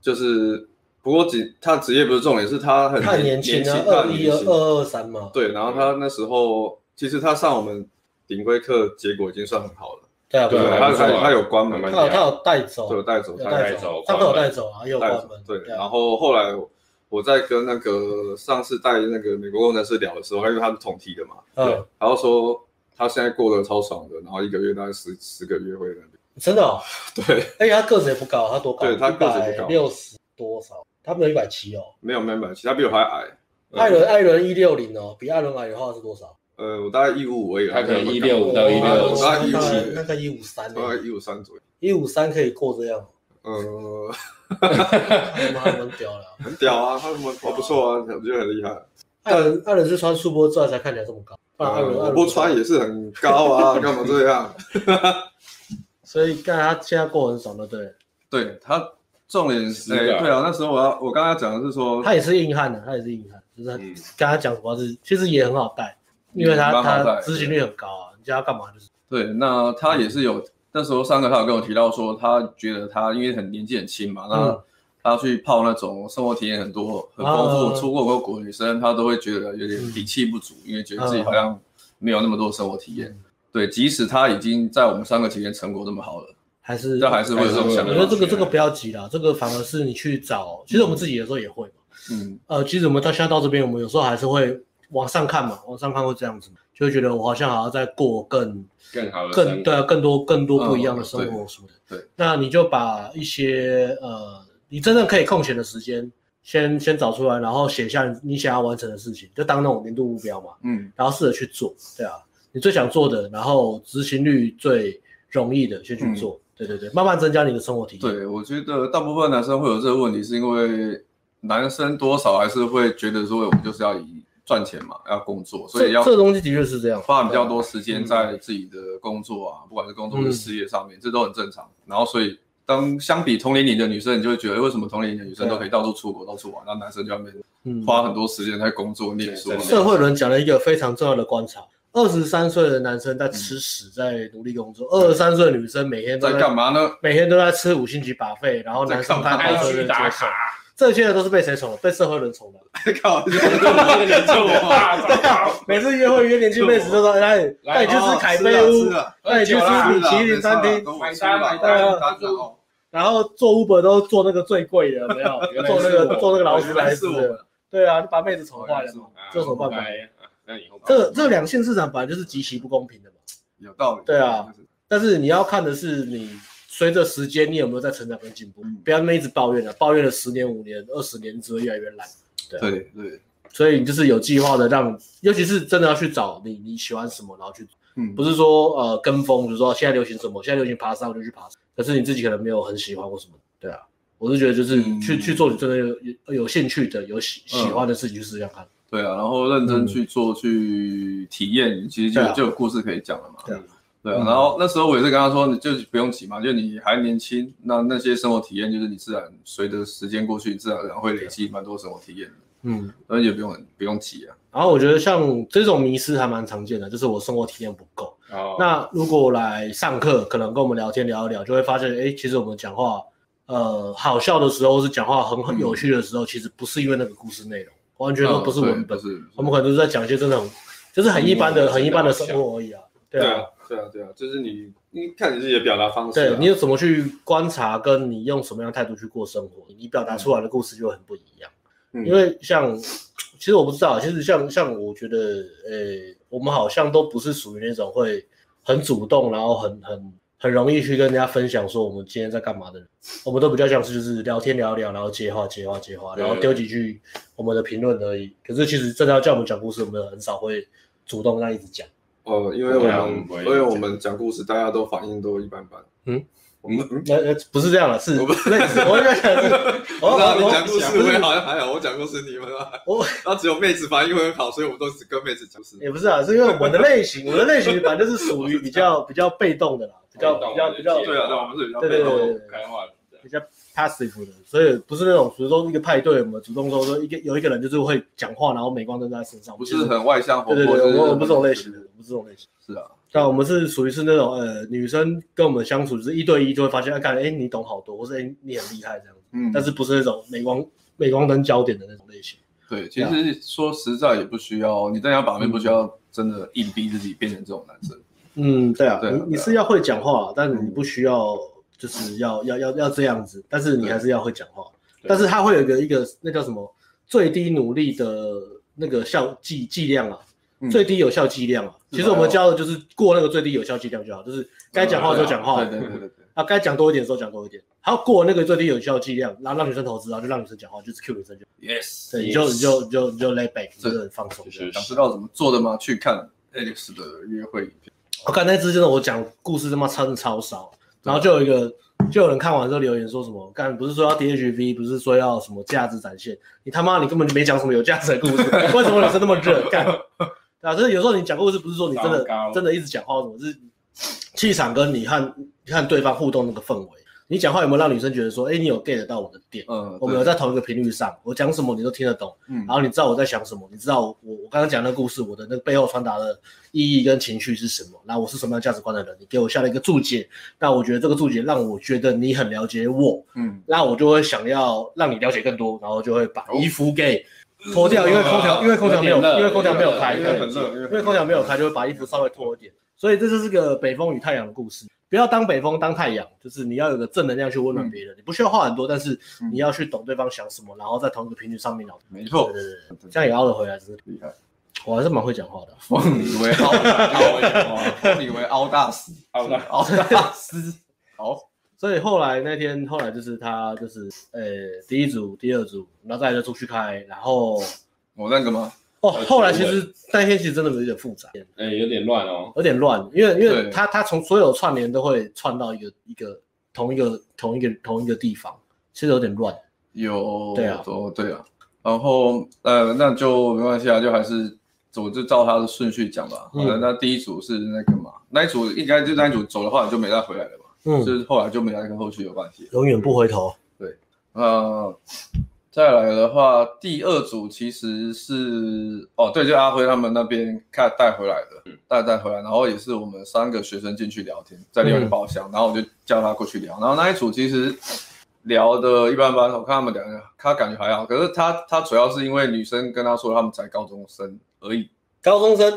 Speaker 2: 就是不过警他职业不是重点，是他很
Speaker 1: 看年
Speaker 2: 轻
Speaker 1: 轻
Speaker 2: 他
Speaker 1: 啊，
Speaker 2: 很
Speaker 1: 二
Speaker 2: 年
Speaker 1: 一二
Speaker 2: 轻
Speaker 1: 二二三嘛，
Speaker 2: 对，然后他那时候其实他上我们顶规课结果已经算很好了，
Speaker 1: 对啊，
Speaker 3: 对
Speaker 1: 不
Speaker 3: 啊
Speaker 1: 是
Speaker 2: 他
Speaker 3: 不错
Speaker 2: 他
Speaker 3: 啊
Speaker 2: 他有关门，
Speaker 1: 他
Speaker 3: 慢慢
Speaker 1: 有他有带走，啊
Speaker 2: 对，有带走，
Speaker 1: 哦有
Speaker 2: 他
Speaker 3: 带
Speaker 1: 带
Speaker 3: 走
Speaker 1: 上课有
Speaker 3: 关门
Speaker 1: 带走啊，也有
Speaker 2: 带
Speaker 1: 关
Speaker 2: 走
Speaker 1: 门，，
Speaker 2: 对。
Speaker 1: 啊
Speaker 2: 然后后来我在跟那个上次带那个美国工程师聊的时候，因为他们同梯的嘛，
Speaker 1: 嗯，
Speaker 2: 然后说他现在过得超爽的，然后一个月大概十十个约会那边，
Speaker 1: 真的、哦，
Speaker 2: 对，
Speaker 1: 而且他个子也不高，他多高？
Speaker 2: 对他个子不高
Speaker 1: 六十多少？他没有一百七哦，
Speaker 2: 没有没有没有，其他比我还矮，
Speaker 1: 艾伦艾伦一六零哦，比艾伦矮的话是多少？
Speaker 2: 呃，我大概一五五而已
Speaker 3: 他
Speaker 2: 啦，
Speaker 3: 可能
Speaker 2: 没
Speaker 3: 一
Speaker 2: 有那么
Speaker 3: 六五到一六
Speaker 1: 哦
Speaker 2: 我大
Speaker 1: 那
Speaker 2: 概157
Speaker 1: 那个一五三欸
Speaker 2: 高，大概一五三左右，
Speaker 1: 一五三可以过这样哦，他
Speaker 2: 呃，
Speaker 1: 妈蛮屌了。
Speaker 2: 很屌啊，他们我不错啊，我觉得很厉害。呃
Speaker 1: 艾伦艾伦是穿束波钻才看起来这么高，不然艾伦、艾
Speaker 2: 啊我
Speaker 1: 伦
Speaker 2: 不穿，也是很高啊，干嘛这样？
Speaker 1: 所以看他现在过得很爽的，对，
Speaker 2: 对他重点是，
Speaker 3: 是的
Speaker 2: 哎对啊，那时候我要我刚刚讲的是说，
Speaker 1: 他也是硬汉的，啊他也是硬汉，就是他
Speaker 3: 嗯
Speaker 1: 跟他讲什么是，其实也很好带，因为他
Speaker 2: 嗯蛮好带
Speaker 1: 他执行率很高啊，你叫他干嘛就是
Speaker 2: 对，那他也是有那时候上课他有跟我提到说，他觉得他因为很年纪很轻嘛，那、
Speaker 1: 嗯
Speaker 2: 他去泡那种生活体验很多很丰富、
Speaker 1: 啊嗯
Speaker 2: 出过很多国的女生，他都会觉得有点底气不足，因为觉得自己好像没有那么多生活体验。
Speaker 1: 嗯
Speaker 2: 对，即使他已经在我们上个期间成果这么好了，
Speaker 1: 还是
Speaker 2: 但还是会有这种想
Speaker 1: 我觉得
Speaker 2: 法。
Speaker 1: 这个这个不要急啦，这个反而是你去找，其实我们自己有时候也会嘛，
Speaker 2: 嗯，
Speaker 1: 呃，其实我们到现在到这边，我们有时候还是会往上看嘛，往上看会这样子嘛，就会觉得我好像还要再过更
Speaker 3: 更好的
Speaker 1: 更
Speaker 3: 生
Speaker 1: 对
Speaker 3: 活
Speaker 1: 啊，更多更多不一样的生活什么的。
Speaker 2: 嗯对对，
Speaker 1: 那你就把一些呃，你真正可以空闲的时间，先先找出来，然后写下你想要完成的事情，就当那种年度目标嘛，
Speaker 2: 嗯，
Speaker 1: 然后试着去做，对啊，你最想做的，然后执行率最容易的先去做，对对对，慢慢增加你的生活体验。
Speaker 2: 嗯对，我觉得大部分男生会有这个问题，是因为男生多少还是会觉得说，我们就是要以赚钱嘛，要工作，所
Speaker 1: 这
Speaker 2: 以要
Speaker 1: 这东西的确是这样，啊
Speaker 2: 花比较多时间在自己的工作
Speaker 1: 嗯
Speaker 2: 啊，不管是工作或是事业上面，这都很正常。然后所以当相比同龄龄的女生，你就会觉得为什么同龄龄的
Speaker 1: 啊
Speaker 2: 女生都可以到处出国、到处玩，那男生就要每天
Speaker 1: 嗯
Speaker 2: 花很多时间在工作、念书
Speaker 3: 对。对
Speaker 1: 社会人讲了一个非常重要的观察：二十三岁的男生在
Speaker 2: 嗯
Speaker 1: 吃屎，在努力工作；二十三岁的女生每天都
Speaker 2: 在
Speaker 1: 在
Speaker 2: 干嘛呢？
Speaker 1: 每天都在吃五星级把费，然后男生
Speaker 2: 在干
Speaker 1: 拍
Speaker 2: 嘛
Speaker 1: 拍车
Speaker 3: ，IG
Speaker 1: 人
Speaker 3: 打
Speaker 1: 接受，
Speaker 3: 卡，
Speaker 1: 这些都是被谁宠的？被社会人宠的。
Speaker 2: 靠！
Speaker 3: 那个脸就我啊，操
Speaker 1: 每次约会约年轻妹子都说：“哎，带你去吃凯菲
Speaker 2: 哦
Speaker 1: 屋
Speaker 2: 吃，了
Speaker 1: 带你去
Speaker 2: 吃
Speaker 1: 吃
Speaker 2: 了
Speaker 1: 米其林餐厅，
Speaker 3: 买单买
Speaker 1: 单
Speaker 2: 单哦，
Speaker 1: 然后做 Uber 都做那个最贵的，有没 有做那个做那个劳斯莱斯
Speaker 2: 原来是
Speaker 1: 的。对啊，就把妹子宠坏
Speaker 2: 原来
Speaker 1: 了
Speaker 2: 是
Speaker 1: 嘛
Speaker 2: 我。
Speaker 1: 这有什么办
Speaker 2: 哎
Speaker 1: 法
Speaker 3: 啊拜拜啊那以后吧
Speaker 1: 这这两性市场本来就是极其不公平的嘛。
Speaker 2: 有道理。
Speaker 1: 对啊，但是你要看的是你随着时间你有没有在成长跟进步，
Speaker 2: 嗯
Speaker 1: 不要那么一直抱怨了，抱怨了十年、五年、二十年，你只会越来越懒。
Speaker 2: 对对，
Speaker 1: 所以你就是有计划的让，尤其是真的要去找你你喜欢什么，然后去，
Speaker 2: 嗯
Speaker 1: 不是说呃跟风，就是说现在流行什么，现在流行爬山我就去爬山，可是你自己可能没有很喜欢或什么，对啊，我是觉得就是
Speaker 2: 嗯
Speaker 1: 去、去做你真的有有有兴趣的、有喜
Speaker 2: 嗯
Speaker 1: 喜欢的事情去试试看，
Speaker 2: 对啊，然后认真去做、去体验，其实就、
Speaker 1: 嗯对啊
Speaker 2: 就有故事可以讲了嘛。
Speaker 1: 对啊
Speaker 2: 对啊，
Speaker 1: 嗯
Speaker 2: 然后那时候我也是跟他说，你就不用急嘛，就你还年轻，那那些生活体验就是你自然随着时间过去，自然而然
Speaker 1: 啊
Speaker 2: 会累积蛮多生活体验的，
Speaker 1: 嗯。
Speaker 2: 所以也不用很不用急啊。
Speaker 1: 然后我觉得像这种迷失还蛮常见的，就是我生活体验不够，
Speaker 3: 哦
Speaker 1: 那如果来上课，可能跟我们聊天聊一聊，就会发现，哎、其实我们讲话，呃，好笑的时候是讲话很很
Speaker 2: 嗯
Speaker 1: 有趣的时候，其实不是因为那个故事内容，完全都啊不是文本，
Speaker 2: 嗯对不是
Speaker 1: 我们可能就是在讲一些真的很，就是很一般的、
Speaker 3: 嗯
Speaker 1: 很一般的生活而已啊。对啊，，
Speaker 2: 对啊，对啊，就是你你看你自己的表达方啊
Speaker 1: 对你有怎么去观察，跟你用什么样的态度去过生活，你表达出来的故事就会很不一样。
Speaker 2: 嗯
Speaker 1: 因为像，其实我不知道，其实像像我觉得，呃、我们好像都不是属于那种会很主动，然后很很很容易去跟人家分享说我们今天在干嘛的人，我们都比较像是就是聊天聊聊，然后接话接话接话，然后
Speaker 3: 对
Speaker 1: 丢几句我们的评论而已。可是其实真的要叫我们讲故事，我们很少会主动那样一直讲。
Speaker 2: 哦，因为我
Speaker 3: 对啊我
Speaker 2: 们
Speaker 3: 们不会
Speaker 2: 因为我们讲故事，大家都反应都一般般。
Speaker 1: 嗯，
Speaker 2: 我们
Speaker 1: 那、呃不是这样了，是
Speaker 2: 我不
Speaker 1: 类似，我在想是， 我
Speaker 2: 不是啊，
Speaker 1: 我
Speaker 2: 你讲故
Speaker 1: 不
Speaker 2: 事
Speaker 1: 是
Speaker 2: 我也好像还好，我讲故事你们啊，
Speaker 1: 我
Speaker 2: 然后只有妹子反应会很好，所以我们都只跟妹子讲故事。
Speaker 1: 也不是啊，是因为我的类型，我的类型反正就是属于比较比较被动的啦，比较比较比较
Speaker 2: 对啊，对啊，我们是比较
Speaker 1: 对
Speaker 2: 被
Speaker 1: 对
Speaker 2: 动
Speaker 1: 对
Speaker 2: 的。
Speaker 1: 对对
Speaker 3: 开话题的，
Speaker 1: 比较 passive 的，所以不是那种主动一个派对，我们主动说说一个有一个人就是会讲话，然后镁光灯在他身上，
Speaker 2: 不
Speaker 1: 就是
Speaker 2: 很外向活
Speaker 1: 对
Speaker 2: 泼，
Speaker 1: 对
Speaker 2: 就
Speaker 1: 对，
Speaker 2: 是
Speaker 1: 我我不是这种类型的，我不是这种类型。
Speaker 2: 是啊，
Speaker 1: 但我们是属于是那种呃，女生跟我们相处就是一对一就会发现，哎，看，哎，你懂好多，或是哎，你很厉害这样子，
Speaker 2: 嗯，
Speaker 1: 但是不是那种镁光镁光灯焦点的那种类型。
Speaker 2: 对，其实说实在也不需要，你在家把妹不需要真的硬逼自己变成这种男生，
Speaker 1: 嗯，对啊，
Speaker 2: 对啊对啊
Speaker 1: 你你是要会讲话，啊但你不需要就是要要要要这样子，但是你还是要会讲话。
Speaker 3: 对
Speaker 1: 但是它会有一个一个那叫什么最低努力的那个效剂剂量啊，
Speaker 2: 嗯
Speaker 1: 最低有效剂量啊。
Speaker 2: 是哦
Speaker 1: 其
Speaker 2: 吧
Speaker 1: 实我们教的就是过那个最低有效剂量就好，就是该讲话的时候讲话，
Speaker 2: 嗯对对对对对，
Speaker 1: 啊该讲多一点的时候讲多一点，还要过那个最低有效剂量，然后让女生投资，然后就让女生讲话，就是 Q 女生就，
Speaker 2: ，yes，
Speaker 1: 对，
Speaker 3: Yes
Speaker 1: 你就你就你就你就 lay back，就是很放松
Speaker 3: 就
Speaker 1: 这样。
Speaker 3: 是
Speaker 2: 想知道怎么做的吗？去看 Alex 的约会影片，
Speaker 1: 我看哦那次真的，我讲故事他妈超超少，然后就有一个就有人看完之后留言说什么，干不是说要 DHV，不是说要什么价值展现，你他妈你根本就没讲什么有价值的故事，为什么女生那么热干？对啊，就是有时候你讲故事不是说你真的
Speaker 3: 糟糕
Speaker 1: 真的一直讲话，什么是气场跟你和你和对方互动那个氛围，你讲话有没有让女生觉得说，哎，你有 get 到我的点？
Speaker 2: 嗯，
Speaker 1: 我们有在同一个频率上，我讲什么你都听得懂，
Speaker 2: 嗯
Speaker 1: 然后你知道我在想什么，你知道我我我刚刚讲的那个故事，我的那个背后传达的意义跟情绪是什么，然后我是什么样价值观的人，你给我下了一个注解，那我觉得这个注解让我觉得你很了解我，
Speaker 2: 嗯，
Speaker 1: 那我就会想要让你了解更多，然后就会把衣服给脱掉，因为空调因为空调没有
Speaker 3: 有点热
Speaker 1: 因为空调没有开，
Speaker 2: 因
Speaker 1: 对
Speaker 2: 为很热，
Speaker 1: 因为空调没有开就会把衣服稍微脱一点，所以这就是个北风与太阳的故事。不要当北风当太阳，就是你要有个正能量去
Speaker 3: 嗯
Speaker 1: 温暖别人，你不需要话很多，但是你要去懂对方想什么，然后在同一个频率上面聊
Speaker 2: 没
Speaker 3: 哦
Speaker 2: 错
Speaker 1: 对，对对对，这样也熬得回来，只是
Speaker 2: 厉害，
Speaker 1: 我还是蛮会讲话的。
Speaker 2: 封你为凹，封你为凹大师，
Speaker 3: 好的，
Speaker 2: 凹大师，好，
Speaker 1: 所以后来那天，后来就是他就是呃第一组、第二组，然后再来就出去开，然后
Speaker 2: 我那个吗？
Speaker 1: 哦
Speaker 3: 呃
Speaker 1: 后来其
Speaker 3: 结尾
Speaker 1: 实那天其实真的有点复杂，
Speaker 3: 哎，有点乱哦，
Speaker 1: 有点乱，因为因为
Speaker 2: 对
Speaker 1: 他他从所有串联都会串到一个一个同一个同一个同一个地方，其实有点乱。
Speaker 2: 有，对啊，然后呃，那就没关系啊，就还是我就照他的顺序讲吧。好了，
Speaker 1: 嗯
Speaker 2: 那第一组是那个嘛，那一组应该就那一组走的话，你就没再回来了嘛，
Speaker 1: 嗯，
Speaker 2: 就是后来就没再跟后续有关系了。
Speaker 1: 永远不回头。
Speaker 2: 呃，再来的话，第二组其实是哦，对，就阿辉他们那边看带回来的，带带回来，然后也是我们三个学生进去聊天，在另外一个包厢，然后我就叫他过去聊，然后那一组其实聊的一般般，我看他们两个，他感觉还好，可是他他主要是因为女生跟他说他们才高中生而已
Speaker 1: 高中生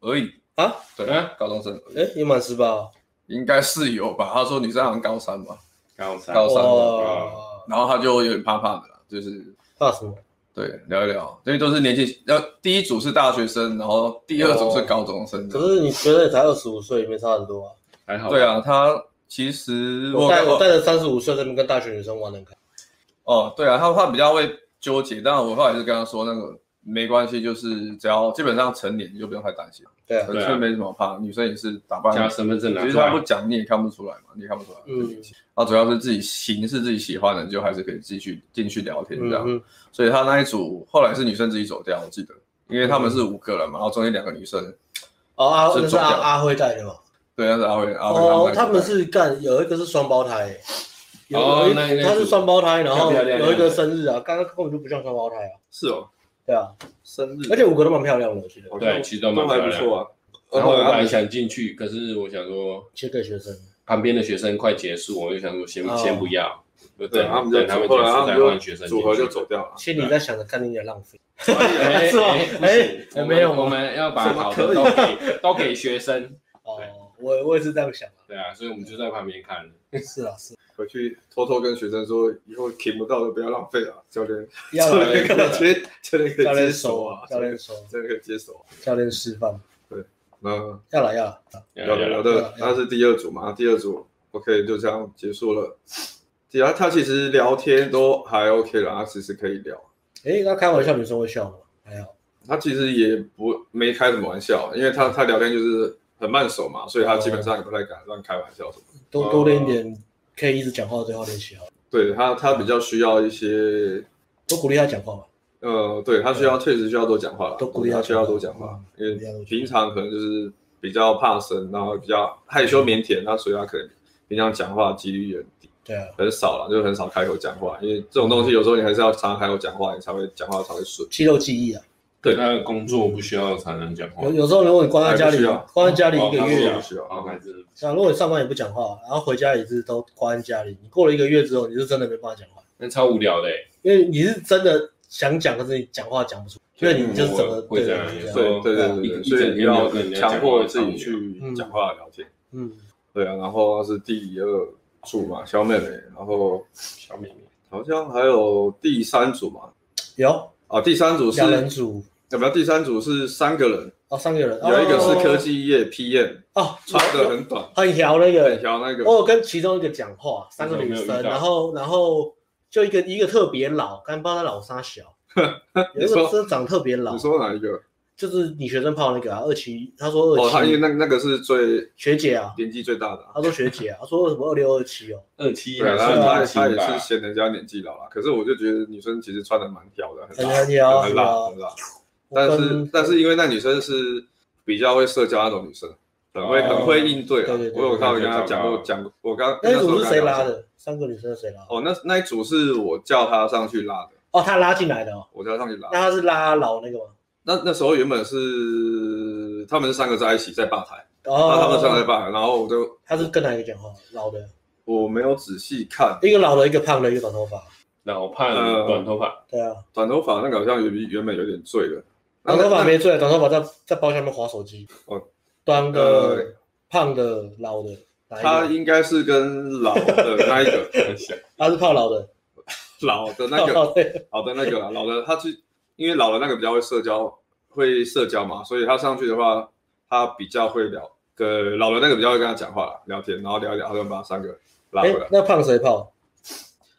Speaker 2: 而已，
Speaker 1: 啊，
Speaker 2: 对，
Speaker 3: 啊
Speaker 2: 高中生而已
Speaker 1: 哎，你满十八哦，
Speaker 2: 应该是有吧？他说女生好像高三吧，
Speaker 3: 高三
Speaker 2: 高三啊哦
Speaker 1: 哇，
Speaker 2: 然后他就有点怕怕的啦，就是
Speaker 1: 怕什么？
Speaker 2: 对，聊一聊，因为都是年纪，呃，第一组是大学生，然后第二
Speaker 1: 哦
Speaker 2: 组是高中生的。
Speaker 1: 可是你觉得才二十五岁，也没差很多啊。
Speaker 3: 还好，
Speaker 2: 对，啊，他其实
Speaker 1: 我带
Speaker 2: 看
Speaker 1: 我带着三十五岁这边跟大学女生玩的开，
Speaker 2: 哦，对啊，他他比较会纠结，但我后来是跟他说那个没关系，就是只要基本上成年你就不用太担心，
Speaker 1: 对啊，
Speaker 2: 所
Speaker 3: 对啊
Speaker 2: 以没什么怕。女生也是打扮，
Speaker 3: 加身份证拿
Speaker 2: 其实
Speaker 3: 出
Speaker 2: 他
Speaker 3: 来
Speaker 2: 不，讲你也看不出来嘛，你也看不出来。
Speaker 1: 嗯
Speaker 2: 啊，主要是自己形是自己喜欢的，就还是可以继续进去聊天这样。
Speaker 1: 嗯
Speaker 2: 所以他那一组后来是女生自己走掉，我记得，因为他
Speaker 1: 嗯
Speaker 2: 们是五个人嘛，然后中间两个女生。
Speaker 1: 哦阿
Speaker 2: 是
Speaker 1: 那是
Speaker 2: 走
Speaker 1: 阿
Speaker 2: 掉
Speaker 1: 阿辉带的嘛？
Speaker 2: 对，那是阿伟，阿伟
Speaker 1: 哦，
Speaker 2: 那
Speaker 1: 他
Speaker 2: 个
Speaker 1: 们是干有一个是双胞胎欸，有
Speaker 3: 哦
Speaker 1: 有一
Speaker 3: 那应该是
Speaker 1: 他是双胞胎，然后
Speaker 3: 漂亮
Speaker 1: 有一个生日啊，刚刚根本就不像双胞胎啊，
Speaker 2: 是哦，
Speaker 1: 对啊，
Speaker 2: 生日
Speaker 1: 而且五个都蛮漂亮的，我觉得
Speaker 2: 好像
Speaker 3: 对，其实都蛮
Speaker 2: 哎都还
Speaker 3: 漂
Speaker 2: 不
Speaker 3: 亮的。
Speaker 2: 错啊。
Speaker 3: 然后我
Speaker 2: 然
Speaker 3: 本
Speaker 2: 后
Speaker 3: 来想进去，可是我想说
Speaker 1: 切给学生，
Speaker 2: 啊
Speaker 3: 旁边的学生快结束，我就想说先
Speaker 1: 哦
Speaker 3: 先不要，就
Speaker 2: 对，
Speaker 3: 等
Speaker 2: 他们就
Speaker 3: 等他们结
Speaker 2: 后来他
Speaker 3: 束再
Speaker 2: 们
Speaker 3: 换
Speaker 2: 就
Speaker 3: 学生
Speaker 2: 组合就走。掉了。
Speaker 1: 心里在想着看你有点浪费，
Speaker 3: 哎
Speaker 1: 是吗哎
Speaker 3: 不行我们
Speaker 1: 没有吗
Speaker 3: 我们要把
Speaker 2: 怎么
Speaker 3: 好
Speaker 2: 可
Speaker 3: 的
Speaker 2: 以
Speaker 3: 都给都给学生。
Speaker 1: 哦，我我也是这样想啊，
Speaker 3: 对啊，所以我们就在旁边看了。
Speaker 1: 是啊是啊，
Speaker 2: 回去偷偷跟学生说，以后停不到的不要浪费啊，教练。
Speaker 1: 要
Speaker 2: 教
Speaker 1: 有
Speaker 2: 练
Speaker 1: 一
Speaker 2: 可以
Speaker 1: 个
Speaker 2: 接，教练可
Speaker 1: 教
Speaker 2: 以接
Speaker 1: 练
Speaker 2: 手
Speaker 1: 手
Speaker 2: 啊，
Speaker 1: 教练手，
Speaker 2: 教练可以接手啊。
Speaker 1: 教练示范，
Speaker 2: 那
Speaker 1: 要来要来，
Speaker 2: 聊的聊
Speaker 1: 对
Speaker 2: 的
Speaker 1: 啊，
Speaker 2: 那是第二组嘛，第二组 OK 就这样结束了。其他他其实聊天都还 OK 啦，他其实可以聊。
Speaker 1: 哎，那开玩笑女生会笑吗？哎还好，
Speaker 2: 他其实也不没开什么玩笑，因为他他聊天就是很慢手嘛，所以他基本上也不太敢乱开玩笑什么的。
Speaker 1: 多多
Speaker 2: 哦
Speaker 1: 练一点，可以一直讲话的对话练习好了，
Speaker 2: 对他，他比较需要一些，
Speaker 1: 多鼓励他讲话吧，
Speaker 2: 呃，对他需要确实需要多讲话啦，
Speaker 1: 都鼓励他
Speaker 2: 他需要多讲话，因
Speaker 1: 鼓励他多讲
Speaker 2: 为
Speaker 1: 话
Speaker 2: 平常可能就是比较怕生，然后比较害羞腼腆，那所以他可能平常讲话几率也很低，
Speaker 1: 对啊，
Speaker 2: 很少了，就很少开口讲话，因为这种东西有时候你还是要常常开口讲话，你才会讲话才会顺。
Speaker 1: 肌肉记忆啊。
Speaker 3: 对，他的工作不需要常常讲话
Speaker 1: 哦有。有时候如果你关在家
Speaker 2: 还不需
Speaker 1: 里
Speaker 2: 要，
Speaker 1: 关在家里一个
Speaker 2: 哦
Speaker 1: 月，
Speaker 2: 还
Speaker 1: 啊
Speaker 2: 不需要
Speaker 3: 哦还是
Speaker 1: 如果你上班也不讲话，然后回家也是都关在家里，你过了一个月之后，你是真的没办法讲话，
Speaker 3: 那超无聊的欸。
Speaker 1: 因为你是真的想讲，可是你讲话讲不出，因为你就是整个
Speaker 3: 嗯会
Speaker 1: 对
Speaker 3: 这样
Speaker 1: 就是
Speaker 3: 有时候
Speaker 2: 对对
Speaker 3: 一
Speaker 2: 对对
Speaker 3: 一
Speaker 2: 对，
Speaker 3: 整
Speaker 2: 所以
Speaker 3: 天
Speaker 2: 你
Speaker 3: 没有
Speaker 2: 要
Speaker 3: 跟人家
Speaker 2: 强迫自
Speaker 3: 讲话
Speaker 2: 己去
Speaker 1: 嗯
Speaker 2: 讲话聊天。
Speaker 1: 嗯，
Speaker 2: 对啊，然后是第二组嘛，小妹妹，然后
Speaker 3: 小妹妹，
Speaker 2: 好像还有第三组嘛，
Speaker 1: 有
Speaker 2: 啊，第三组是
Speaker 1: 两人组
Speaker 2: 有没有？第三组是三个人，
Speaker 1: 哦，三个人，
Speaker 2: 有一个是科
Speaker 1: 技
Speaker 2: 技业 PM，
Speaker 1: 哦，
Speaker 2: 穿的很短，
Speaker 1: 很摇那
Speaker 2: 很
Speaker 1: 个，
Speaker 2: 条那个，
Speaker 1: 我有跟其中一个讲话，三个女
Speaker 3: 为什么没有
Speaker 1: 生，
Speaker 3: 遇到
Speaker 1: 然后然后就一个一个特别老，干不知道他老啥 小，有一个
Speaker 2: 你说
Speaker 1: 真的长得特别老
Speaker 2: 你，说哪一个？
Speaker 1: 就是你学生泡那个啊，二期，他说
Speaker 2: 哦，他
Speaker 1: 二
Speaker 2: 因为
Speaker 1: 期
Speaker 2: 那那个是最
Speaker 1: 学姐啊，
Speaker 2: 年纪最大的啊，
Speaker 1: 他说学姐啊，他说什么二六二七哦，
Speaker 3: 二七
Speaker 2: 对啊，
Speaker 3: 还
Speaker 2: 他
Speaker 3: 算
Speaker 2: 他
Speaker 3: 大
Speaker 2: 也
Speaker 3: 七
Speaker 2: 他也
Speaker 3: 吧
Speaker 2: 是？嫌人家年纪老了，可是我就觉得女生其实穿的蛮条的，很
Speaker 1: 很
Speaker 2: 辣
Speaker 1: 很聊
Speaker 2: 很辣很辣，但
Speaker 1: 我
Speaker 2: 是
Speaker 1: 跟
Speaker 2: 但是因为那女生是比较会社交那种女生，很会很会应对啊
Speaker 1: 哦对对。对
Speaker 2: 我有看到跟她讲过讲过，我刚
Speaker 1: 那一组是谁拉？
Speaker 2: 那时候跟她聊
Speaker 1: 的？三个女生是谁拉的？
Speaker 2: 哦，那那一组是我叫她上去拉的，
Speaker 1: 哦，他拉进来的哦。
Speaker 2: 我叫她上去拉
Speaker 1: 那。他是拉老那个吗？
Speaker 2: 那那时候原本是他们是三个在一起在吧台，
Speaker 1: 哦
Speaker 2: 那，他们三个在吧台，然后我就
Speaker 1: 他是跟哪一个讲话？老的，
Speaker 2: 我没有仔细看，
Speaker 1: 一个老的，一个胖的，一个短头发。
Speaker 3: 老胖
Speaker 2: 呃
Speaker 3: 短头发，
Speaker 1: 对啊，
Speaker 2: 短头发那个好像原原本有点醉了，那
Speaker 1: 短头发
Speaker 2: 那
Speaker 1: 没醉，短头发在在包厢里面划手机。
Speaker 2: 哦，
Speaker 1: 短的
Speaker 2: 呃、
Speaker 1: 胖的、老的，哪一
Speaker 2: 他
Speaker 1: 个？
Speaker 2: 应该是跟老的那一个，
Speaker 3: 很小
Speaker 1: 他是泡老的，
Speaker 2: 老的那
Speaker 1: 泡老
Speaker 2: 个，
Speaker 1: 的。
Speaker 2: 老的那个啦，老的他去，因为老的那个比较会社交，会社交嘛，所以他上去的话，他比较会聊，跟老的那个比较会跟他讲话啦，聊天，然后聊一聊，他就把他三个拉
Speaker 1: 哎
Speaker 2: 回来，，
Speaker 1: 那胖谁泡？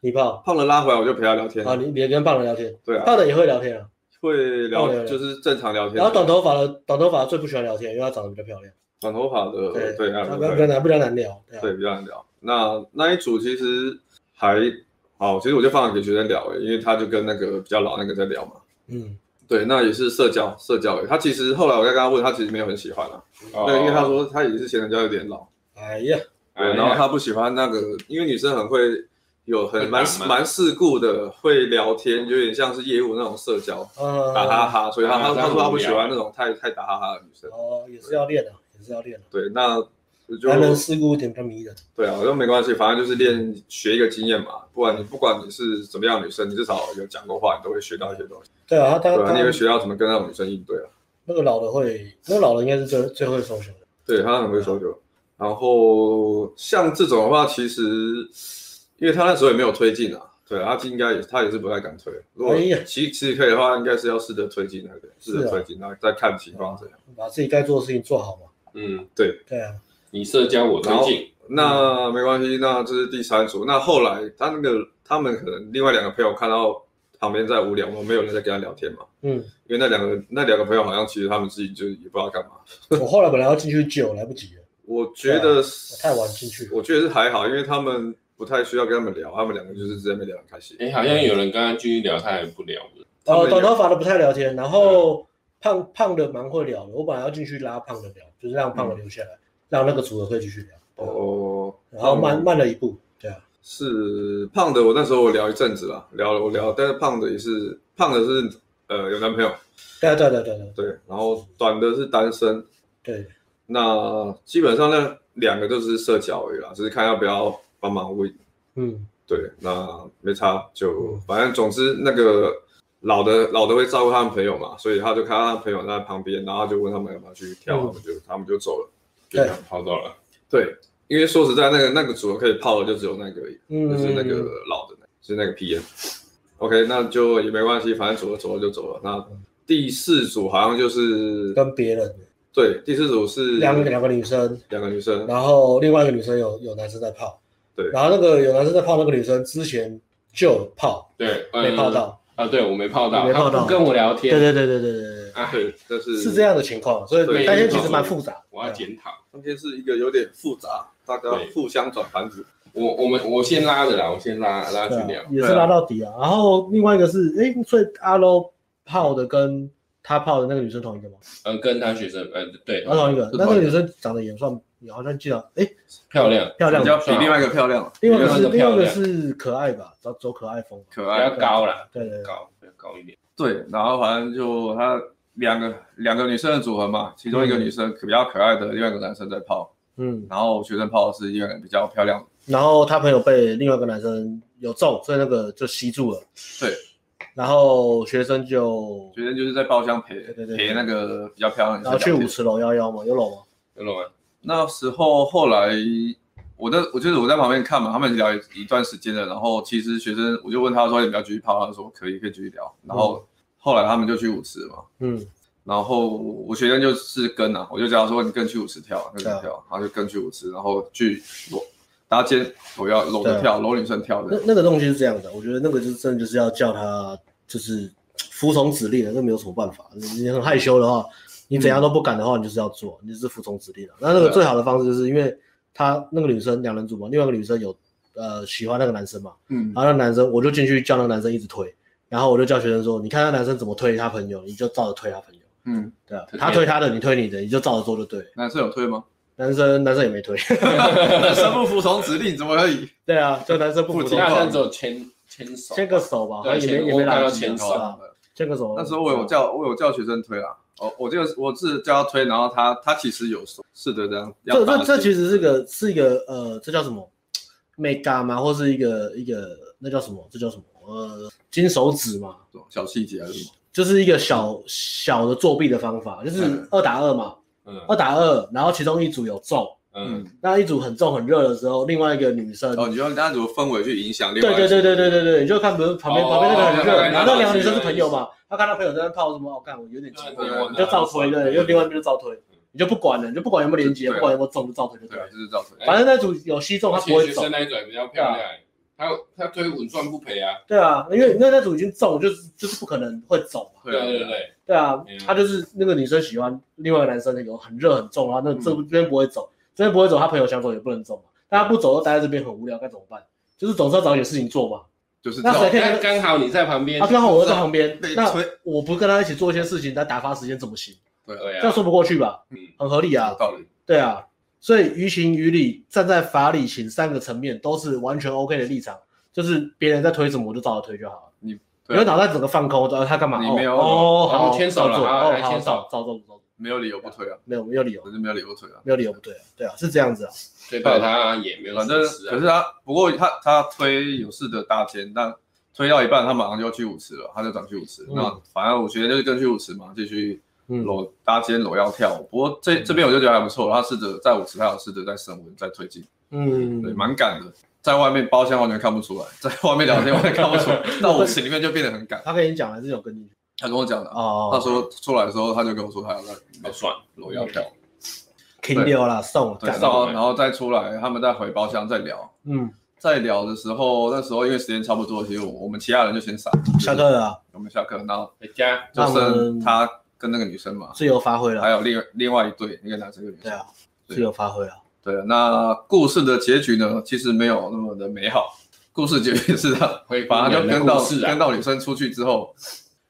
Speaker 1: 你泡？
Speaker 2: 胖的拉回来，我就陪他聊天，
Speaker 1: 啊，你你跟胖的聊天，
Speaker 2: 对啊，
Speaker 1: 胖的也会聊天啊。
Speaker 2: 会聊
Speaker 1: 胖的
Speaker 2: 就是正常聊天，
Speaker 1: 然后短头发的，短头发最不喜欢聊天，因为她长得比较漂亮。
Speaker 2: 短头发的，对
Speaker 1: 他
Speaker 2: 啊，
Speaker 1: 比较比较
Speaker 2: 对
Speaker 1: 难比较难聊。对啊
Speaker 2: 对比较难聊。那那一组其实还好，其实我就放给学生聊、欸，因为他就跟那个比较老那个在聊嘛。
Speaker 1: 嗯，
Speaker 2: 对，那也是社交社交、欸。他其实后来我在跟他问，他其实没有很喜欢啊。 对，因为
Speaker 3: 哦
Speaker 2: 他说他也是嫌人家有点老，
Speaker 1: 哎呀，
Speaker 2: 对，然
Speaker 3: 哎
Speaker 2: 后他不喜欢那个，因为女生很会有很蛮
Speaker 3: 会打嘛
Speaker 2: 蛮世故的，会聊天，有点像是业务那种社交，
Speaker 1: 呃，
Speaker 2: 打哈哈，所以他
Speaker 3: 啊
Speaker 2: 他
Speaker 3: 这样
Speaker 2: 他说他
Speaker 3: 很无
Speaker 2: 不喜欢
Speaker 3: 聊
Speaker 2: 那种太太打哈哈的女生。
Speaker 1: 哦，也是要练的，也是要练的，
Speaker 2: 对，那我就
Speaker 1: 男人世故一点比较迷人。
Speaker 2: 对啊，我说没关系，反正就是练学一个经验嘛。不管你不管你是怎么样的女生，你至少有讲过话，你都会学到一些东西。
Speaker 1: 对啊，他
Speaker 2: 对
Speaker 1: 他
Speaker 2: 啊，你也
Speaker 1: 他
Speaker 2: 会学到怎么跟那种女生应对啊。
Speaker 1: 那个老的会，那个老的应该是最最会 social 的。
Speaker 2: 对他很会说酒。然后像这种的话，其实因为他那时候也没有推进啊，对啊，他应该也他也是不太敢推。啊如果
Speaker 1: 哎呀啊
Speaker 2: 其其实可以的话，应该是要试着推进才对，试着推进，然后再看情况怎样。
Speaker 1: 把自己该做的事情做好嘛。
Speaker 3: 嗯，
Speaker 2: 对，
Speaker 1: 对啊，
Speaker 3: 你社交我推进，
Speaker 2: 那没关系，那这是第三组。那后来他那个他们可能另外两个朋友看到旁边在无聊嘛，没有人在跟他聊天嘛，
Speaker 1: 嗯，
Speaker 2: 因为那两个那两个朋友好像其实他们自己就也不知道干嘛。
Speaker 1: 我后来本来要进去救，来不及了，
Speaker 2: 我觉
Speaker 1: 啊
Speaker 2: 得
Speaker 1: 我
Speaker 2: 是
Speaker 1: 太晚进去了。
Speaker 2: 我觉得是还好，因为他们不太需要跟他们聊，他们两个就是在那边聊得很开心。
Speaker 1: 啊
Speaker 3: 哎，好像有人跟他继续聊，他还不聊了，
Speaker 2: 他
Speaker 1: 哦，
Speaker 2: 们有
Speaker 1: 短头发的不太聊天，然后胖胖的蛮会聊的。我本来要进去拉胖的聊，就是让胖的留下来，让那个组合可以继续聊。对啊，
Speaker 2: 哦，
Speaker 1: 然后慢
Speaker 2: 胖
Speaker 1: 慢了一步，对啊，
Speaker 2: 是胖的，我那时候我聊一阵子啦，聊了我聊，但是胖的也是胖的是呃有男朋友，
Speaker 1: 对啊，对啊对啊对啊对啊
Speaker 2: 对，然后短的是单身，
Speaker 1: 对，
Speaker 2: 那基本上那两个就是社交而已啦，只是看要不要帮忙问。
Speaker 1: 嗯，
Speaker 2: 对，那没差，就反正总之那个老的老的会照顾他们朋友嘛，所以他就看到他朋友在旁边，然后他就问他们要不要去跳，
Speaker 1: 嗯
Speaker 2: 他们就他们就走了。
Speaker 1: 对，
Speaker 3: 跑到了，
Speaker 2: 对，因为说实在，那个那个组合可以泡的就只有那个而已，
Speaker 1: 嗯
Speaker 2: 就是那个老的，就是那个 PM。OK，那就也没关系，反正组合走了就走了。那第四组好像就是
Speaker 1: 跟别人
Speaker 2: 对，第四组是
Speaker 1: 两个两个女生，
Speaker 2: 两个女生，
Speaker 1: 然后另外一个女生有有男生在泡，
Speaker 2: 对
Speaker 1: 然后那个有男生在泡那个女生之前就泡，
Speaker 3: 对，呃
Speaker 1: 没泡到，
Speaker 3: 啊，对我没泡到，
Speaker 1: 你没泡到
Speaker 3: 他不跟我聊
Speaker 1: 对
Speaker 3: 天，
Speaker 1: 对对对对对对，
Speaker 3: 啊，
Speaker 2: 对，但是
Speaker 1: 是这。样的情况，所以
Speaker 2: 对
Speaker 1: 那天其实蛮复杂，
Speaker 3: 我要检讨。
Speaker 2: 中间是一个有点复杂，大家
Speaker 3: 对
Speaker 2: 互相转盘子。
Speaker 3: 我我们我先拉着啦，我先拉拉去
Speaker 1: 对啊
Speaker 3: 聊，
Speaker 1: 也是拉到底啊。然后另外一个是，哎，所以阿 l 泡的跟他泡的那个女生同一个吗？
Speaker 3: 嗯，跟他学生，呃，对，
Speaker 1: 啊，同一个。
Speaker 3: 是
Speaker 1: 那
Speaker 3: 同
Speaker 1: 那个
Speaker 3: 一个
Speaker 1: 女生长得也算，好像记得，哎，
Speaker 3: 漂亮，
Speaker 1: 漂亮
Speaker 2: 比。较比另外一个漂亮，
Speaker 1: 另外一个是
Speaker 3: 比
Speaker 1: 另
Speaker 3: 较
Speaker 1: 外一个
Speaker 3: 漂
Speaker 1: 是可爱吧，走走可爱风吧。
Speaker 2: 可
Speaker 3: 比较
Speaker 2: 爱。
Speaker 3: 高啦，
Speaker 1: 对对对，
Speaker 3: 高，比较高一点，
Speaker 2: 对，然后反正就他两个两个女生的组合嘛，其中一个女生比较可爱的，另外一个男生在泡，
Speaker 1: 嗯。
Speaker 2: 然后学生泡的是一个比较漂亮的。
Speaker 1: 然后他朋友被另外一个男生有中，所以那个就吸住了。
Speaker 2: 对，
Speaker 1: 然后学生就，
Speaker 2: 学生就是在包厢陪
Speaker 1: 对对对
Speaker 2: 陪那个比较漂亮的
Speaker 1: 然后去
Speaker 2: 女生聊
Speaker 1: 舞
Speaker 2: 天。
Speaker 1: 池龙幺幺嘛，有龙吗？
Speaker 3: 有啊懂吗？
Speaker 2: 那时候后来，我在我就是我在旁边看嘛，他们聊一段时间了，然后其实学生我就问他说要不要继续泡，他说可以可以继续聊，然后后来他们就去舞池了嘛。
Speaker 1: 嗯，
Speaker 2: 然后我学生就是跟啊，我就叫他说你跟去舞池跳啊，
Speaker 1: 对
Speaker 2: 跟着
Speaker 1: 啊
Speaker 2: 跳，然后就跟去舞池，然后去搂搭肩，我要搂
Speaker 1: 对
Speaker 2: 着
Speaker 1: 啊
Speaker 2: 跳，搂女生跳
Speaker 1: 那
Speaker 2: 的。
Speaker 1: 那个东西是这样的，我觉得那个就是真的就是要叫他就是服从指令的，那没有什么办法。你很害羞的话，你怎样都不敢的话，你就是要做，你就是服从指令的。那那个
Speaker 2: 对啊
Speaker 1: 最好的方式就是因为他那个女生两人组嘛，另外一个女生有呃喜欢那个男生嘛，
Speaker 2: 嗯，
Speaker 1: 然后那男生我就进去叫那个男生一直推，然后我就叫学生说，你看那男生怎么推他朋友，你就照着推他朋友。
Speaker 2: 嗯，
Speaker 1: 对啊，
Speaker 3: 推
Speaker 1: 他推他的，你推你的，你就照着做就对了。
Speaker 2: 男生有 推吗？
Speaker 1: 男生男生也没推，
Speaker 2: 男生不服从指令怎么可以？
Speaker 1: 对啊，就男生不服
Speaker 2: 不
Speaker 1: 从
Speaker 2: 知道
Speaker 3: 那
Speaker 1: 吧，
Speaker 3: 他只有牵牵手，
Speaker 1: 牵个手吧，好
Speaker 3: 对啊
Speaker 1: 像也
Speaker 3: 牵
Speaker 1: 没也没
Speaker 3: 我看
Speaker 1: 来
Speaker 3: 到
Speaker 1: 得及
Speaker 3: 牵手啊
Speaker 1: 是吧啊牵个手。
Speaker 2: 那时候我有叫我有叫学生推啊，哦，我这个我是叫他推，然后他他其实有手试着这样。
Speaker 1: 这这这其
Speaker 2: 实
Speaker 1: 实是个是一个呃，这叫什么？mega 嘛，或是一个一个那叫什么？这叫什么？呃，金手指嘛，
Speaker 2: 小细节还是什么？
Speaker 1: 就是一个小小的作弊的方法，就是
Speaker 2: 嗯
Speaker 1: 二打二嘛，
Speaker 3: 嗯
Speaker 1: 二打二，然后其中一组有中，
Speaker 3: 嗯，
Speaker 1: 那一组很重很热的时候，另外一个女生
Speaker 2: 哦，你就那组氛围去影响另外
Speaker 1: 对
Speaker 2: 一
Speaker 1: 对
Speaker 2: 组。
Speaker 1: 对对对对对，你就看比如旁边、旁边那个很热，
Speaker 3: 哦
Speaker 1: 然后那两个
Speaker 3: 了解
Speaker 1: 女生是朋友嘛，他看他朋友在那泡什么，我、哦、干我有点奇怪，
Speaker 3: 对
Speaker 1: 你就照推，对，就另外一边就照推，你就不管了，你就不管有没有连接，
Speaker 2: 对啊
Speaker 1: 不管有没有中就照推就对
Speaker 2: 对啊，
Speaker 1: 了。
Speaker 2: 就是造成。
Speaker 1: 反正那组有吸中，
Speaker 3: 而
Speaker 1: 他
Speaker 3: 且
Speaker 1: 不会
Speaker 3: 学
Speaker 1: 走
Speaker 3: 生。那一转比较漂亮，他他推稳赚不赔啊，
Speaker 1: 对啊，因为那那组已经中，就是就是不可能会走嘛。
Speaker 3: 对对对，
Speaker 1: 对啊
Speaker 3: 嗯，
Speaker 1: 他就是那个女生喜欢另外一个男生，有很热很重啊，那这边不会走，这边不会走，他朋友想走也不能走嘛。但他不走，又待在这边很无聊，该怎么办？就是总是要找点事情做嘛。
Speaker 3: 就是
Speaker 1: 那谁可以
Speaker 3: 刚刚好你在旁边
Speaker 1: 啊，，刚好我又在旁边
Speaker 2: 被，
Speaker 1: 那
Speaker 2: 催
Speaker 1: 我不跟他一起做一些事情，来打发时间怎么行？
Speaker 3: 对
Speaker 1: 这样
Speaker 3: 啊，
Speaker 1: 说不过去吧？
Speaker 3: 嗯
Speaker 1: 很合理啊
Speaker 2: 有，道理。
Speaker 1: 对啊。所以于情于理，站在法理情三个层面都是完全 OK 的立场，就是别人在推什么我就照着推就好了。
Speaker 3: 你
Speaker 1: 不
Speaker 3: 对啊
Speaker 1: 要脑袋整个放空，呃，他干嘛？
Speaker 2: 你没有
Speaker 1: 哦，哦
Speaker 3: 然后
Speaker 1: 好
Speaker 3: 牵手了
Speaker 1: 照做
Speaker 3: 然后
Speaker 1: 哦
Speaker 3: 还
Speaker 1: 好
Speaker 3: 牵手
Speaker 1: 照照做照做，
Speaker 2: 没有理由不推啊，
Speaker 1: 没有没有理由
Speaker 2: 可，是没有理由不推啊。
Speaker 1: 没有理由不对啊，对啊，是这样子啊。
Speaker 3: 对到他也没有
Speaker 2: 反
Speaker 3: 损
Speaker 2: 正
Speaker 3: 失
Speaker 2: 可
Speaker 3: 啊
Speaker 2: 是。他，不过他他推有事的大天，但推到一半他马上就要去舞池了，他就转去舞池。
Speaker 1: 嗯
Speaker 2: 那反正我学生就是跟去舞池嘛，继续
Speaker 1: 嗯
Speaker 2: 搂搭肩搂腰跳舞。不过这这边我就觉得还不错，他试着在舞池，他有试着在升温，在推进，对，
Speaker 1: 嗯，
Speaker 2: 蛮赶的。在外面包厢完全看不出来，在外面聊天完全看 不出来，到舞池里面就变得很赶。
Speaker 1: 他跟你讲还是有跟进去
Speaker 2: 他跟我讲的啊，
Speaker 1: 哦。
Speaker 2: 他说出来的时候他就跟我说他要在
Speaker 3: 好算，
Speaker 2: 搂腰跳舞，
Speaker 1: 嗯停留啦，送
Speaker 2: 对，
Speaker 1: 干
Speaker 2: 然
Speaker 3: 上
Speaker 2: 后然后再出来，他们再回包厢再聊。
Speaker 1: 嗯，
Speaker 2: 在聊的时候，那时候因为时间差不多，其实我我们其他人就先散，
Speaker 1: 下课了啊，
Speaker 2: 我们下课，然后
Speaker 3: 回家
Speaker 2: 就
Speaker 1: 那我
Speaker 2: 剩
Speaker 1: 们
Speaker 2: 他跟那个女生嘛，
Speaker 1: 自由发挥
Speaker 2: 还
Speaker 1: 了，
Speaker 2: 有另另外一对一个男生一个女
Speaker 1: 嗯啊对
Speaker 2: 生。
Speaker 1: 啊，自由发挥了，
Speaker 2: 对，啊那故事的结局呢，其实没有那么的美好。故事结局是他
Speaker 3: 灰姑
Speaker 2: 反
Speaker 3: 娘
Speaker 2: 正
Speaker 3: 的
Speaker 2: 就跟到
Speaker 3: 故事啊
Speaker 2: 跟到女生出去之后，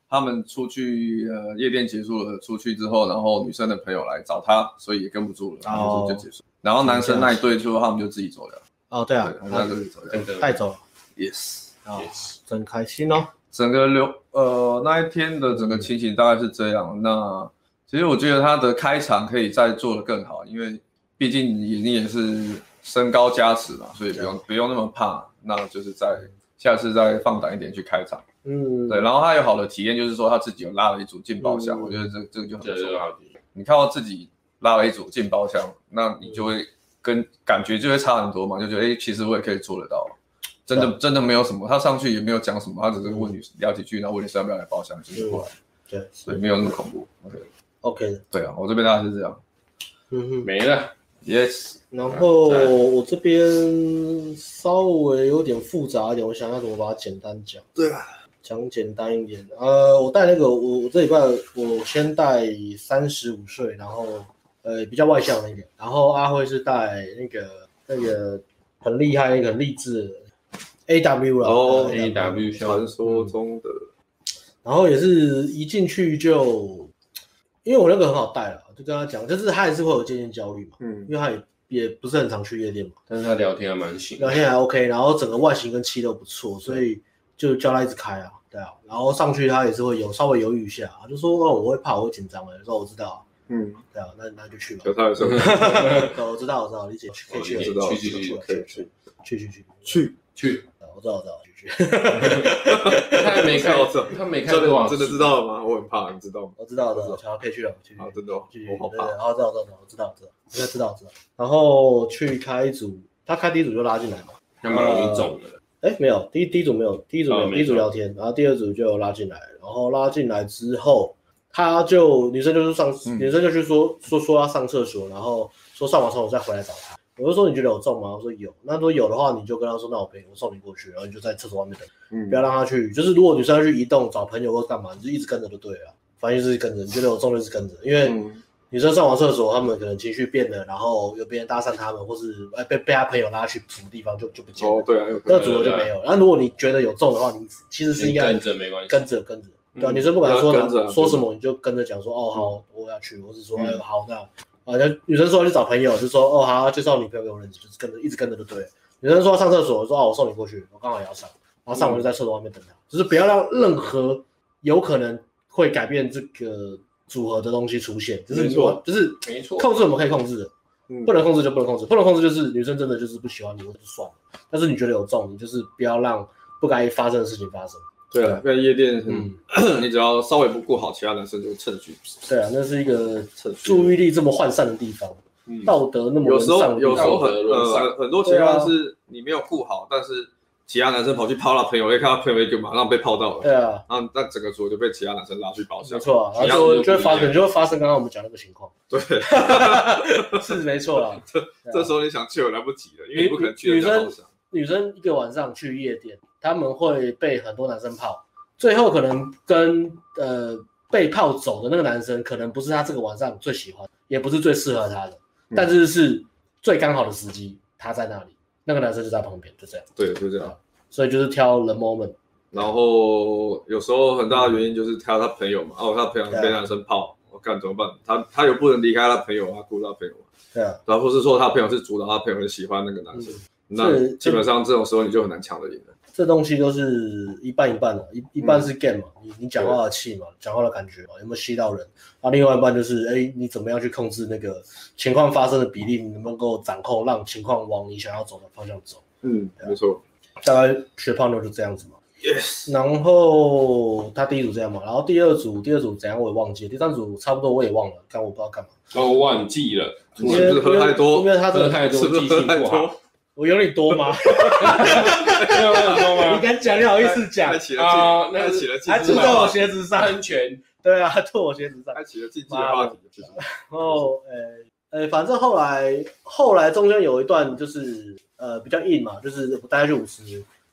Speaker 2: 他们出去呃夜店结束了，出去之后，然后女生的朋友来找他，所以也跟不住了，然后就
Speaker 1: 哦
Speaker 2: 就结束。然后男生那一对就他们就自己走了，
Speaker 1: 哦，对啊
Speaker 2: 对，，他们就自己走了
Speaker 3: 真的
Speaker 1: 带走了，
Speaker 2: ，yes。
Speaker 1: 啊
Speaker 3: 也，是
Speaker 1: 真开心哦，
Speaker 2: 整个流呃那一天的整个情形大概是这样。那其实我觉得他的开场可以再做得更好，因为毕竟你你也是身高加持嘛，所以不用不用那么怕。那就是在下次再放胆一点去开场。
Speaker 1: 嗯，
Speaker 2: 对，然后他有好的体验，就是说他自己有拉了一组进包厢，
Speaker 1: 嗯
Speaker 2: 我觉得这这个就很
Speaker 3: 啊这
Speaker 2: 不
Speaker 3: 就
Speaker 2: 错。
Speaker 3: 好听。
Speaker 2: 你看到自己拉了一组进包厢，那你就会跟感觉就会差很多嘛，就觉得哎、诶其实我也可以做得到，真
Speaker 1: 啊
Speaker 2: 的真的没有什么，他上去也没有讲什么，他只是问你聊几句，然后问你是要不要来包厢，就是过来，
Speaker 1: 对
Speaker 2: 所以没有那么恐怖。OK，
Speaker 1: ，OK 的，
Speaker 2: 对啊，我这边大概是这样。
Speaker 1: 嗯哼。
Speaker 3: 没了，
Speaker 2: Yes，
Speaker 1: 然后我这边稍微有点复杂一点，我想要怎么把它简单讲。对啊，讲简单一点。呃，我带那个，我我这礼拜我先带三十五岁，然后呃比较外向的一点，然后阿辉是带那个那个很厉害、那个很励志的 AW 啦。
Speaker 2: 哦
Speaker 1: 呃
Speaker 3: AW
Speaker 2: 传说中的
Speaker 1: 然后也是一进去就，因为我那个很好带了，就跟他讲，就是他也是会有渐渐焦虑嘛，
Speaker 2: 嗯
Speaker 1: 因为他也也不是很常去夜店嘛。
Speaker 3: 但是他聊天还蛮行的
Speaker 1: 表，现还 OK，然后整个外形跟气都不错，所以就叫他一直开啊，对啊，然后上去他也是会有稍微犹豫一下，他就说哦我会怕，我会紧张的，我说我知道，
Speaker 2: 嗯，
Speaker 1: 对啊，那那就去 吧
Speaker 2: 有，他的声音，
Speaker 1: 对，我知道我知道，理解，可以去
Speaker 2: 我
Speaker 1: 了
Speaker 2: 知道，
Speaker 3: 去
Speaker 2: 知道
Speaker 3: 去
Speaker 2: 可以去
Speaker 1: 去去去，
Speaker 2: 去，
Speaker 3: 去，
Speaker 1: 对啊我知道我知道，去去，
Speaker 3: 他还没看
Speaker 2: 我知道，
Speaker 3: 他没看
Speaker 2: 真
Speaker 3: 多
Speaker 2: 的
Speaker 3: 少，
Speaker 2: 真的知道了吗？我很怕，你知道吗？
Speaker 1: 我知道我知道，想可以去了，去去
Speaker 2: 啊，真的哦，
Speaker 1: 去去，
Speaker 2: 我好
Speaker 1: 对对，
Speaker 2: 怕。
Speaker 1: 然后知道知道我知道知道，应该知道知道，然后去开一组，他开第一组就拉进来嘛。
Speaker 3: 他蛮容易中的，
Speaker 1: 哎，没有，第一第一组没有，第一组没有，
Speaker 3: 哦没
Speaker 1: 第一组聊天，然后第二组就拉进来，然后拉进来之后，他就女生就是上，
Speaker 2: 嗯
Speaker 1: 女生就去说说说要上厕所，然后说上完厕所再回来找他。我就说你觉得有中吗？我说有，那如果有的话，你就跟他说，那我陪我送你过去，然后你就在厕所外面等，
Speaker 2: 嗯
Speaker 1: 不要让他去。就是如果女生要去移动找朋友或干嘛，你就一直跟着就对了，啊反正就是跟着，你觉得有中就是跟着，因为。
Speaker 2: 嗯
Speaker 1: 女生上完厕所，她们可能情绪变了，然后有别人搭讪她们，或是哎被被她朋友拉去什么地方就就不见了
Speaker 2: 哦，。对啊，有可
Speaker 1: 那
Speaker 2: 能
Speaker 1: 个组合就没有。那如果你觉得有中的话，你其实是应
Speaker 3: 你
Speaker 1: 该
Speaker 3: 跟着没关系，
Speaker 1: 跟着跟着，对啊，
Speaker 2: 嗯
Speaker 1: 女生不管说
Speaker 2: 要跟着啊
Speaker 1: 说什么，你就跟着讲说哦好，我要去，或是说
Speaker 2: 嗯
Speaker 1: 哎好那啊，那女生说要去找朋友，就说哦好，介绍女朋友给我认识，就是跟着一直跟着就对了。女生说要上厕所，我说哦我送你过去，我刚好也要上，然后上完就在厕所外面等
Speaker 2: 嗯
Speaker 1: 她，就是不要让任何有可能会改变这个组合的东西出现，就是
Speaker 2: 没
Speaker 1: 你
Speaker 2: 错
Speaker 1: 要就是
Speaker 3: 没错，
Speaker 1: 控制我们可以控制的。
Speaker 2: 嗯
Speaker 1: 不能控制就不能控制，不能控制就是女生真的就是不喜欢你，就算了。但是你觉得有中，你就是不要让不该发生的事情发生。
Speaker 2: 对啊，在夜店很
Speaker 1: 嗯，
Speaker 2: 你只要稍微不顾好，其他男生就会趁虚
Speaker 1: 对啊，那是一个
Speaker 2: 趁虚。
Speaker 1: 注意力这么涣散的地方，
Speaker 2: 嗯
Speaker 1: 道德那么
Speaker 2: 有时候
Speaker 1: 沦丧的地
Speaker 2: 有时
Speaker 1: 方
Speaker 2: 候很
Speaker 3: 道德沦丧
Speaker 2: 呃很多情况是你没有顾好，但是其他男生跑去泡他朋友，一看他朋友一个马上被泡到了，
Speaker 1: 对啊，
Speaker 2: 然后那整个组就被其他男生拉去包
Speaker 1: 没
Speaker 2: 厢。
Speaker 1: 错啊，
Speaker 3: 其
Speaker 1: 然
Speaker 3: 他
Speaker 1: 后
Speaker 3: 人
Speaker 1: 就
Speaker 3: 就
Speaker 1: 就会发，
Speaker 3: 不一样
Speaker 1: 可能就会发生刚刚我们讲那个情况，
Speaker 2: 对，
Speaker 1: 是没错啊啦。
Speaker 2: 这时候你想去也来不及了，因为
Speaker 1: 女
Speaker 2: 你不可能去人家包厢。
Speaker 1: 女生一个晚上去夜店，他们会被很多男生泡，最后可能跟呃被泡走的那个男生，可能不是他这个晚上最喜欢，也不是最适合他的，
Speaker 2: 嗯
Speaker 1: 但是是最刚好的时机，他在那里，那个男生就在旁边，就这样。
Speaker 2: 对，就这样。
Speaker 1: 所以就是挑冷 moment。
Speaker 4: 然后有时候很大的原因就是他他朋友嘛，哦，他朋友
Speaker 1: 对啊
Speaker 4: 被男生泡，我干怎么办？他他又不能离开他朋友啊，顾他朋友啊，
Speaker 1: 对啊，
Speaker 4: 然后或是说他朋友是主导他朋友很喜欢那个男生，那
Speaker 1: 是
Speaker 4: 基本上这种时候你就很难抢得赢了。
Speaker 1: 这东西都是一半一半的，一一半
Speaker 4: 嗯
Speaker 1: 是 game 嘛，你你讲话的气嘛，讲话的感觉嘛，有没有吸到人？啊，另外一半就是，哎，你怎么样去控制那个情况发生的比例，你能不能够掌控，让情况往你想要走的方向走？
Speaker 4: 嗯，没 错。
Speaker 1: 大概学胖妞就这样子嘛。
Speaker 4: Yes，
Speaker 1: 然后他第一组这样嘛，然后第二组第二组怎样我也忘记了，第三组差不多我也忘了，但我不知道干嘛。
Speaker 3: 哦，我忘记了，
Speaker 4: 因
Speaker 1: 因
Speaker 4: 为
Speaker 1: 为
Speaker 4: 是不是喝太多
Speaker 1: 因为他真
Speaker 3: 喝
Speaker 1: 的
Speaker 3: 太多，
Speaker 4: 是不
Speaker 3: 记
Speaker 4: 是
Speaker 3: 性
Speaker 4: 喝太
Speaker 3: 不好，
Speaker 4: 多？
Speaker 1: 我有点多吗？
Speaker 3: 有很多
Speaker 1: 你
Speaker 3: 吗？
Speaker 1: 敢讲，你好意思 讲
Speaker 4: 开？启了竞，
Speaker 3: 啊，那
Speaker 4: 开启了竞
Speaker 1: 还吐
Speaker 4: 技
Speaker 1: 在
Speaker 4: 话
Speaker 1: 我
Speaker 4: 题，
Speaker 1: 鞋子上？
Speaker 3: 安全，
Speaker 1: 对啊，吐我鞋子上。
Speaker 4: 开启了竞技的话题，就是
Speaker 1: 然后呃呃，反正后来后来中间有一段就是呃比较硬嘛，就是我大概就五十，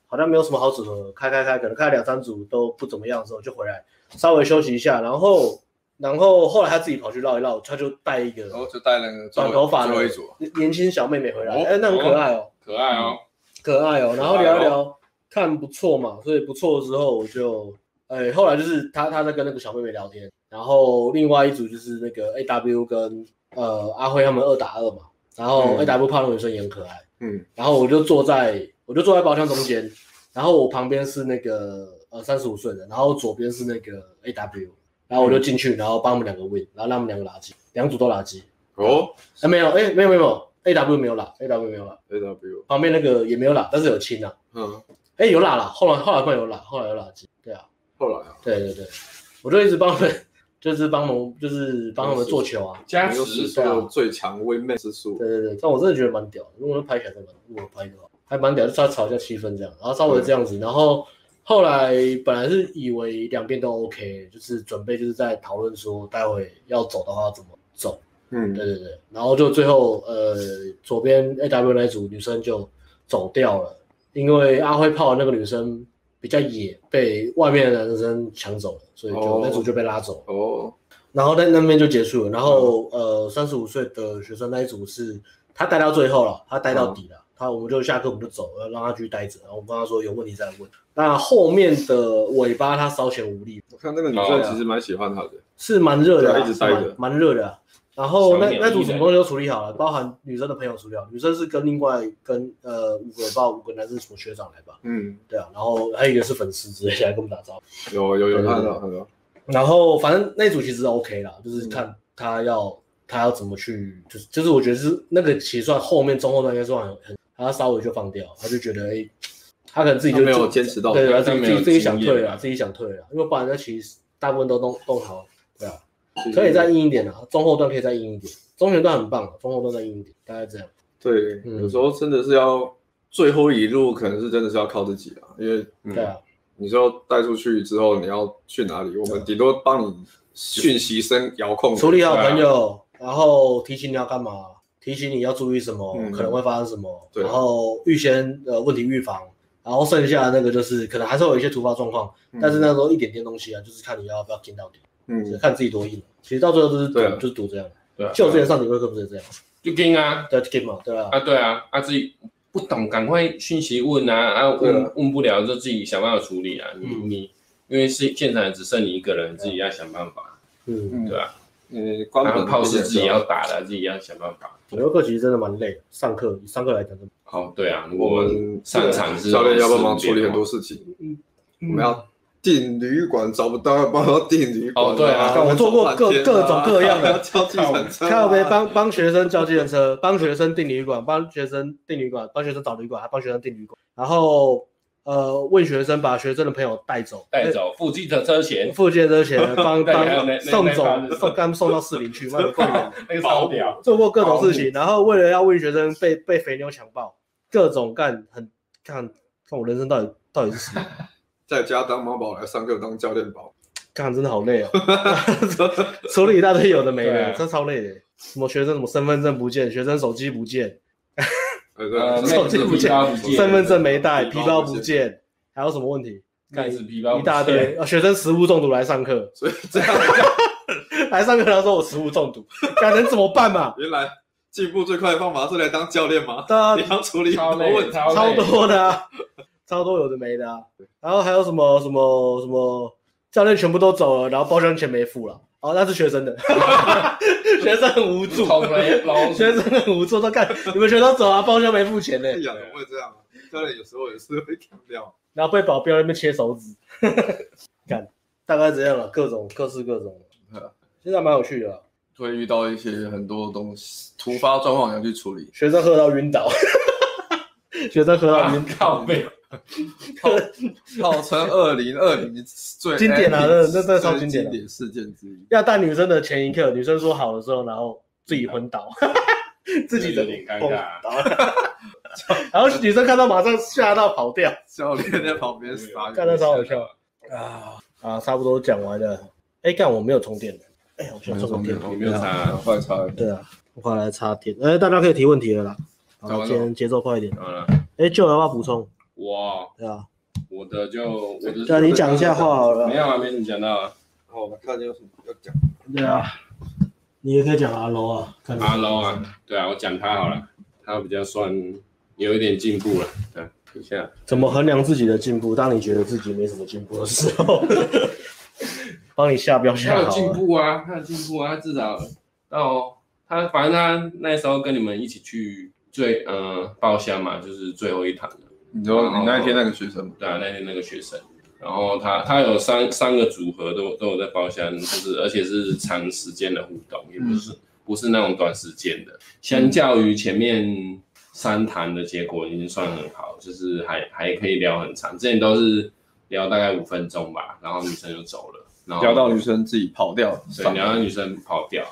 Speaker 1: 好像没有什么好组合，开开开，可能开两三组都不怎么样的时候就回来稍微休息一下，然后然后后来他自己跑去绕一绕，他就带一
Speaker 4: 然后
Speaker 2: 哦
Speaker 1: 个
Speaker 4: 就带那个最
Speaker 1: 短
Speaker 4: 后
Speaker 1: 头发的
Speaker 4: 最后一组，
Speaker 1: 年年轻小妹妹回来，
Speaker 3: 哦
Speaker 1: 哎、那很可爱哦，
Speaker 3: 可爱哦。
Speaker 1: 可爱哦，然后
Speaker 3: 可爱哦
Speaker 1: 聊一聊，看不错嘛，所以不错之后我就。哎，后来就是他他在跟那个小妹妹聊天，然后另外一组就是那个 A W 跟呃阿辉他们二打二嘛，然后
Speaker 4: 嗯
Speaker 1: A W 胖的女生也很可爱，
Speaker 4: 嗯，
Speaker 1: 然后我就坐在我就坐在包厢中间，然后我旁边是那个呃三十五岁的，然后左边是那个 A W，然后我就进去，然后帮他们两个 win，然后让他们两个垃圾，两组都垃圾，
Speaker 4: 哦
Speaker 1: 哎没有哎没有没有没有 A W 没有拉 A W 没有拉，
Speaker 4: ，A W，
Speaker 1: 旁边那个也没有拉，但是有亲啊，
Speaker 4: 嗯，
Speaker 1: 哎有拉了，后来后来快有拉，后来有垃圾，对啊。
Speaker 4: 后来啊，
Speaker 1: 对对对，我就一直帮他们，就是帮忙，就是帮他们做球啊。
Speaker 3: 加
Speaker 4: 你又是
Speaker 3: 持，
Speaker 4: 说最强微妹之术
Speaker 1: 对，对对，但我真的觉得蛮屌的，如果能拍起来真的蛮，如果拍的话还蛮屌，就稍微炒一下气氛这样，然后稍微这样子，然后后来本来是以为两边都 OK，就是准备就是在讨论说待会要走的话要怎么走。
Speaker 4: 嗯
Speaker 1: 对对对，然后就最后呃左边 A W 那一组女生就走掉了，因为阿辉泡的那个女生比较野，被外面的男生抢走了，所以就、
Speaker 4: 哦
Speaker 1: 那组就被拉走了。
Speaker 4: 哦，
Speaker 1: 然后在那边就结束了。然后、呃，三十五岁的学生那一组是他待到最后了，他待到底了。他我们就下课我们就走了，让他继续待着。然后我跟他说有问题再来问。那后面的尾巴他稍显无力，
Speaker 4: 我看那个女生
Speaker 3: 啊
Speaker 4: 其实蛮喜欢他的，
Speaker 1: 是蛮热的啊、
Speaker 4: 对啊一直待着
Speaker 1: 是蛮蛮热的啊、然后那
Speaker 3: 小鸟
Speaker 1: 那组
Speaker 3: 依
Speaker 1: 什
Speaker 3: 人
Speaker 1: 么东西都处理好了，包含女生的朋友处理好，女生是跟另外跟呃五个吧五个男生什么学长来吧，
Speaker 4: 嗯，
Speaker 1: 对啊，然后还有一个是粉丝之类的来跟我们打招呼。
Speaker 4: 有有有看到看到，
Speaker 1: 然后反正那组其实 OK 啦，就是看他要、他要怎么去，就是就是我觉得是那个其实算后面中后段应该算很很，他稍微就放掉，他就觉得哎、他可能自己就
Speaker 4: 他没有坚持到
Speaker 1: 对对，他自
Speaker 3: 他
Speaker 1: 己
Speaker 3: 没
Speaker 1: 自
Speaker 3: 有
Speaker 1: 己自己想
Speaker 3: 经验
Speaker 1: 退
Speaker 3: 啊
Speaker 1: 了，自己想退了，因为不然那其实大部分都弄弄好，对啊，可以再硬一点啊，中后段可以再硬一点，中前段很棒啊，中后段再硬一点，大概这样，
Speaker 4: 对，
Speaker 1: 嗯
Speaker 4: 有时候真的是要最后一路，可能是真的是要靠自己啊，因为
Speaker 3: 嗯
Speaker 1: 对啊，
Speaker 4: 你说带出去之后你要去哪里，我们顶多帮你讯息声遥控
Speaker 1: 啊处理好
Speaker 3: 对啊
Speaker 1: 朋友，然后提醒你要干嘛，提醒你要注意什么，
Speaker 4: 嗯
Speaker 1: 可能会发生什么，
Speaker 4: 对啊
Speaker 1: 然后预先呃问题预防，然后剩下的那个就是可能还是会有一些突发状况，
Speaker 4: 嗯
Speaker 1: 但是那时候一点点东西啊，就是看你要不要拼到底，就是
Speaker 4: 嗯，
Speaker 1: 看自己多硬。其实到最后就是赌，
Speaker 4: 对啊
Speaker 1: 就是赌这样。
Speaker 3: 对啊
Speaker 1: 就我之前上体会课不是这样，
Speaker 3: 就跟啊
Speaker 1: 对 game 嘛，对吧？
Speaker 3: 啊，对啊，啊自己不懂，赶快讯息问啊，啊
Speaker 4: 对啊
Speaker 3: 问问不了就自己想办法处理啊，你
Speaker 1: 嗯
Speaker 3: 你因为是现场只剩你一个人，自己要想办法，
Speaker 1: 嗯，
Speaker 4: 嗯
Speaker 3: 对吧？
Speaker 4: 你关
Speaker 3: 然后
Speaker 4: 门
Speaker 3: 炮是自己
Speaker 4: 啊，
Speaker 3: 要打的，自己要想办法。
Speaker 1: 体会课其实真的蛮累的，上课以上课来讲真的，
Speaker 3: 哦，对啊，
Speaker 4: 我
Speaker 3: 我
Speaker 4: 们
Speaker 3: 们擅长是
Speaker 4: 教练要帮忙处理很多事情，
Speaker 1: 我
Speaker 4: 我们要订旅馆找不到，帮忙订旅馆。
Speaker 3: 哦对啊
Speaker 1: 我做过各各
Speaker 4: 啊
Speaker 1: 种各样 的
Speaker 4: 交际程车啊，
Speaker 1: 靠呗，帮帮学生叫计程车，帮学生订旅馆，帮学生订旅馆，帮学生找旅馆，还帮学生订旅馆，然后呃问学生把学生的朋友带走，
Speaker 3: 带走付计程车
Speaker 1: 那，
Speaker 3: 钱，
Speaker 1: 付借这些 钱，帮
Speaker 3: 对还有
Speaker 1: 帮
Speaker 3: 那那
Speaker 1: 送
Speaker 3: 那班
Speaker 1: 走，
Speaker 3: 的
Speaker 1: 送刚送到市 林去，妈的疯了
Speaker 3: 那个
Speaker 4: 超
Speaker 3: 超屌，
Speaker 1: 做过各种事情，然后为了要问学生被被肥妞强暴，各种干，很看看我人生到底到底是什么，
Speaker 4: 在家当妈宝来上课当教练宝，
Speaker 1: 干真的好 累哦，处理一大堆有的没
Speaker 3: 对
Speaker 1: 的，
Speaker 3: 啊
Speaker 1: 这超累的，什么学生什么身份证不见，学生手机不见。
Speaker 4: 呃
Speaker 3: 呃，
Speaker 4: 对，
Speaker 3: 妹子皮包不见，
Speaker 1: 身份证没带，
Speaker 4: 皮
Speaker 1: 皮包
Speaker 4: 包不
Speaker 1: 不见，还有什么问题？
Speaker 3: 妹子皮包不
Speaker 1: 一大堆
Speaker 3: 见，。
Speaker 1: 啊学生食物中毒来上课，
Speaker 4: 所以这样这样
Speaker 1: 来上课他说我食物中毒，该能怎么办 嘛？
Speaker 4: 原来进步最快的方法是来当教练吗？
Speaker 1: 对啊，
Speaker 4: 你要处 理
Speaker 3: 超
Speaker 4: 很多
Speaker 3: 累
Speaker 4: 问，题，
Speaker 3: 超
Speaker 1: 超
Speaker 3: 累，
Speaker 1: 多的啊，超多有的没的啊。然后还有什么什么什么教练全部都走了，然后包厢钱没付了。哦，那是学 生的，学生很无助，
Speaker 3: 捅了老
Speaker 1: 学 生很无助，都干你们全都走啊，包厢没付钱呢、
Speaker 2: 养的会这样啊，教练有时候也是会砍掉。
Speaker 1: 然后被保镖那边切手指， 干，大概这样了，各种各式各种
Speaker 4: 对啊，
Speaker 1: 现在蛮有趣的啊、
Speaker 4: 会遇到一些很多东西突发状况要去处理。
Speaker 1: 学生喝到晕倒， 学生喝到晕倒，
Speaker 3: 啊靠背，
Speaker 4: 号称二零二零最
Speaker 1: 经典啊
Speaker 2: 哎
Speaker 1: 那
Speaker 4: epic
Speaker 1: 那真的超
Speaker 4: 最
Speaker 1: 经典
Speaker 4: 经
Speaker 1: 的
Speaker 4: 典事件之一。
Speaker 1: 要带女生的前一刻，女生说好的时候，然后自己昏倒，自己
Speaker 3: 有
Speaker 1: 的
Speaker 3: 点尴
Speaker 1: 崩
Speaker 3: 尬。
Speaker 1: 倒了， 然后女生看到马上吓到跑掉
Speaker 4: 教练在旁边傻眼，
Speaker 1: 干得超好笑啊啊，差不多讲完了。哎，干我没有充电了，哎，我需要充个电。
Speaker 3: 你没有插
Speaker 4: 赶快插。
Speaker 1: 对啊，我快来插电。哎，大家可以提问题了啦。
Speaker 4: 讲
Speaker 1: 好，
Speaker 4: 完了
Speaker 1: 今天节奏快一点。
Speaker 3: 好了，
Speaker 1: 哎，就有要不要补充？
Speaker 3: 我
Speaker 1: 对啊，
Speaker 3: 我的就我的，
Speaker 1: 对啊，你讲一下话好了
Speaker 3: 没。有啊，没你讲到啊。
Speaker 2: 然后我们看有什么要讲。
Speaker 1: 对啊，你也可以讲阿 low 啊，看你
Speaker 3: 阿 low 啊，对啊，我讲他好了，他比较算有一点进步了。对，等一下，
Speaker 1: 怎么衡量自己的进步？当你觉得自己没什么进步的时候， 帮你下标
Speaker 3: 他
Speaker 1: 下
Speaker 3: 有
Speaker 1: 好
Speaker 3: 进
Speaker 1: 了。
Speaker 3: 步啊，他有进步啊，他至少到哦他反正他那时候跟你们一起去最呃包厢嘛，就是最后一堂的，
Speaker 4: 你说你那天那个学生吗？
Speaker 3: 对啊，那天那个学生，然后他他有三三个组合都都有在包厢，就是而且是长时间的互动，也不
Speaker 4: 嗯
Speaker 3: 是、不是那种短时间的，相较于前面三堂的结果已经算很好，就是还还可以聊很长，之前都是聊大概五分钟吧，然后女生就走了，然后
Speaker 4: 聊到女生自己跑掉，
Speaker 3: 对，聊到女生跑掉，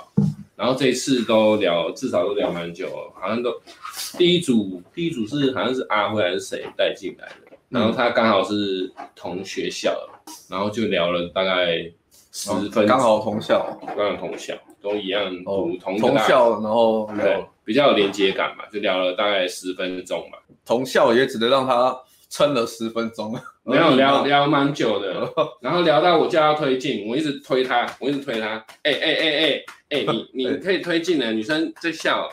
Speaker 3: 然后这一次都聊，至少都聊蛮久了，好像都第一组第一组是好像是阿辉还是谁带进来的，然后他刚好是同学校的，然后就聊了大概十分钟，
Speaker 4: 哦嗯刚好同校，
Speaker 3: 刚好同校，都一样
Speaker 4: 哦
Speaker 3: 读，同一个
Speaker 4: 同
Speaker 3: 大
Speaker 4: 校，然后
Speaker 3: 对
Speaker 4: 聊，
Speaker 3: 比较有连接感嘛，就聊了大概十分钟吧，
Speaker 4: 同校也只能让他撑了十分钟，
Speaker 3: 没有聊聊蛮久的，
Speaker 4: 哦
Speaker 3: 然后聊到我叫他推进，我一直推他，我一直推他，哎哎哎哎哎，你你可以推进的，女生在笑，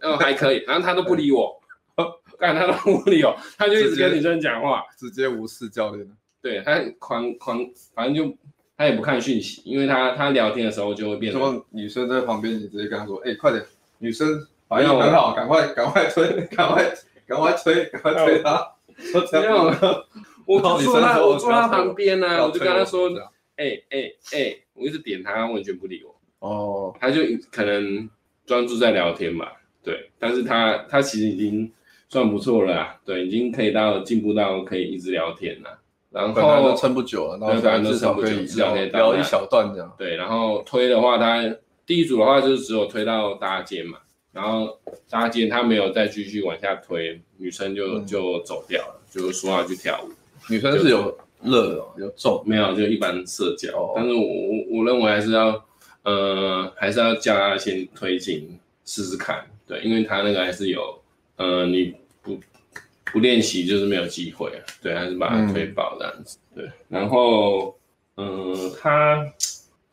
Speaker 3: 嗯还可以，然后他都不理 我，干他都不理我，他就一直跟女生讲话，
Speaker 4: 直接无视教练了。
Speaker 3: 对他狂狂，反正就他也不看讯息，因为他他聊天的时候就会变
Speaker 4: 什
Speaker 3: 得，
Speaker 4: 么女生在旁边，你直接跟他说：“哎，快点，女生反
Speaker 3: 没
Speaker 4: 应
Speaker 3: 有啊
Speaker 4: 很好，赶快赶快推，赶快赶快推，赶快推他。”说这
Speaker 3: 没有
Speaker 4: 样，，
Speaker 3: 我坐他我坐他旁边
Speaker 4: 不
Speaker 3: 呢，
Speaker 4: 要
Speaker 3: 我就
Speaker 4: 推
Speaker 3: 跟他说
Speaker 4: 这，样
Speaker 3: 哎哎哎，我一直点他，他完全不理我。
Speaker 4: 哦，
Speaker 3: 他就可能专注在聊天嘛，对，但是他他其实已经算不错了啦，对，已经可以到进步到可以一直聊天了。然
Speaker 4: 本来都
Speaker 3: 后
Speaker 4: 撑不久了，然后
Speaker 3: 对
Speaker 4: 现在
Speaker 3: 本来都
Speaker 4: 至少
Speaker 3: 撑不
Speaker 4: 可
Speaker 3: 久
Speaker 4: 以
Speaker 3: 至少可以
Speaker 4: 聊
Speaker 3: 到
Speaker 4: 聊一
Speaker 3: 那
Speaker 4: 小段这样。
Speaker 3: 对，然后推的话，他第一组的话就是只有推到搭肩嘛，然后搭肩他没有再继续往下推，女生就
Speaker 4: 嗯
Speaker 3: 就走掉了，就说要去跳舞，
Speaker 4: 女生是有热的哦，有重，
Speaker 3: 没有就一般社交，
Speaker 4: 哦
Speaker 3: 但是我我我认为还是要呃还是要叫他先推进试试看，对，因为他那个还是有呃你不不练习就是没有机会啊，对，还是把他
Speaker 4: 嗯
Speaker 3: 推爆这样子，对，然后嗯、呃他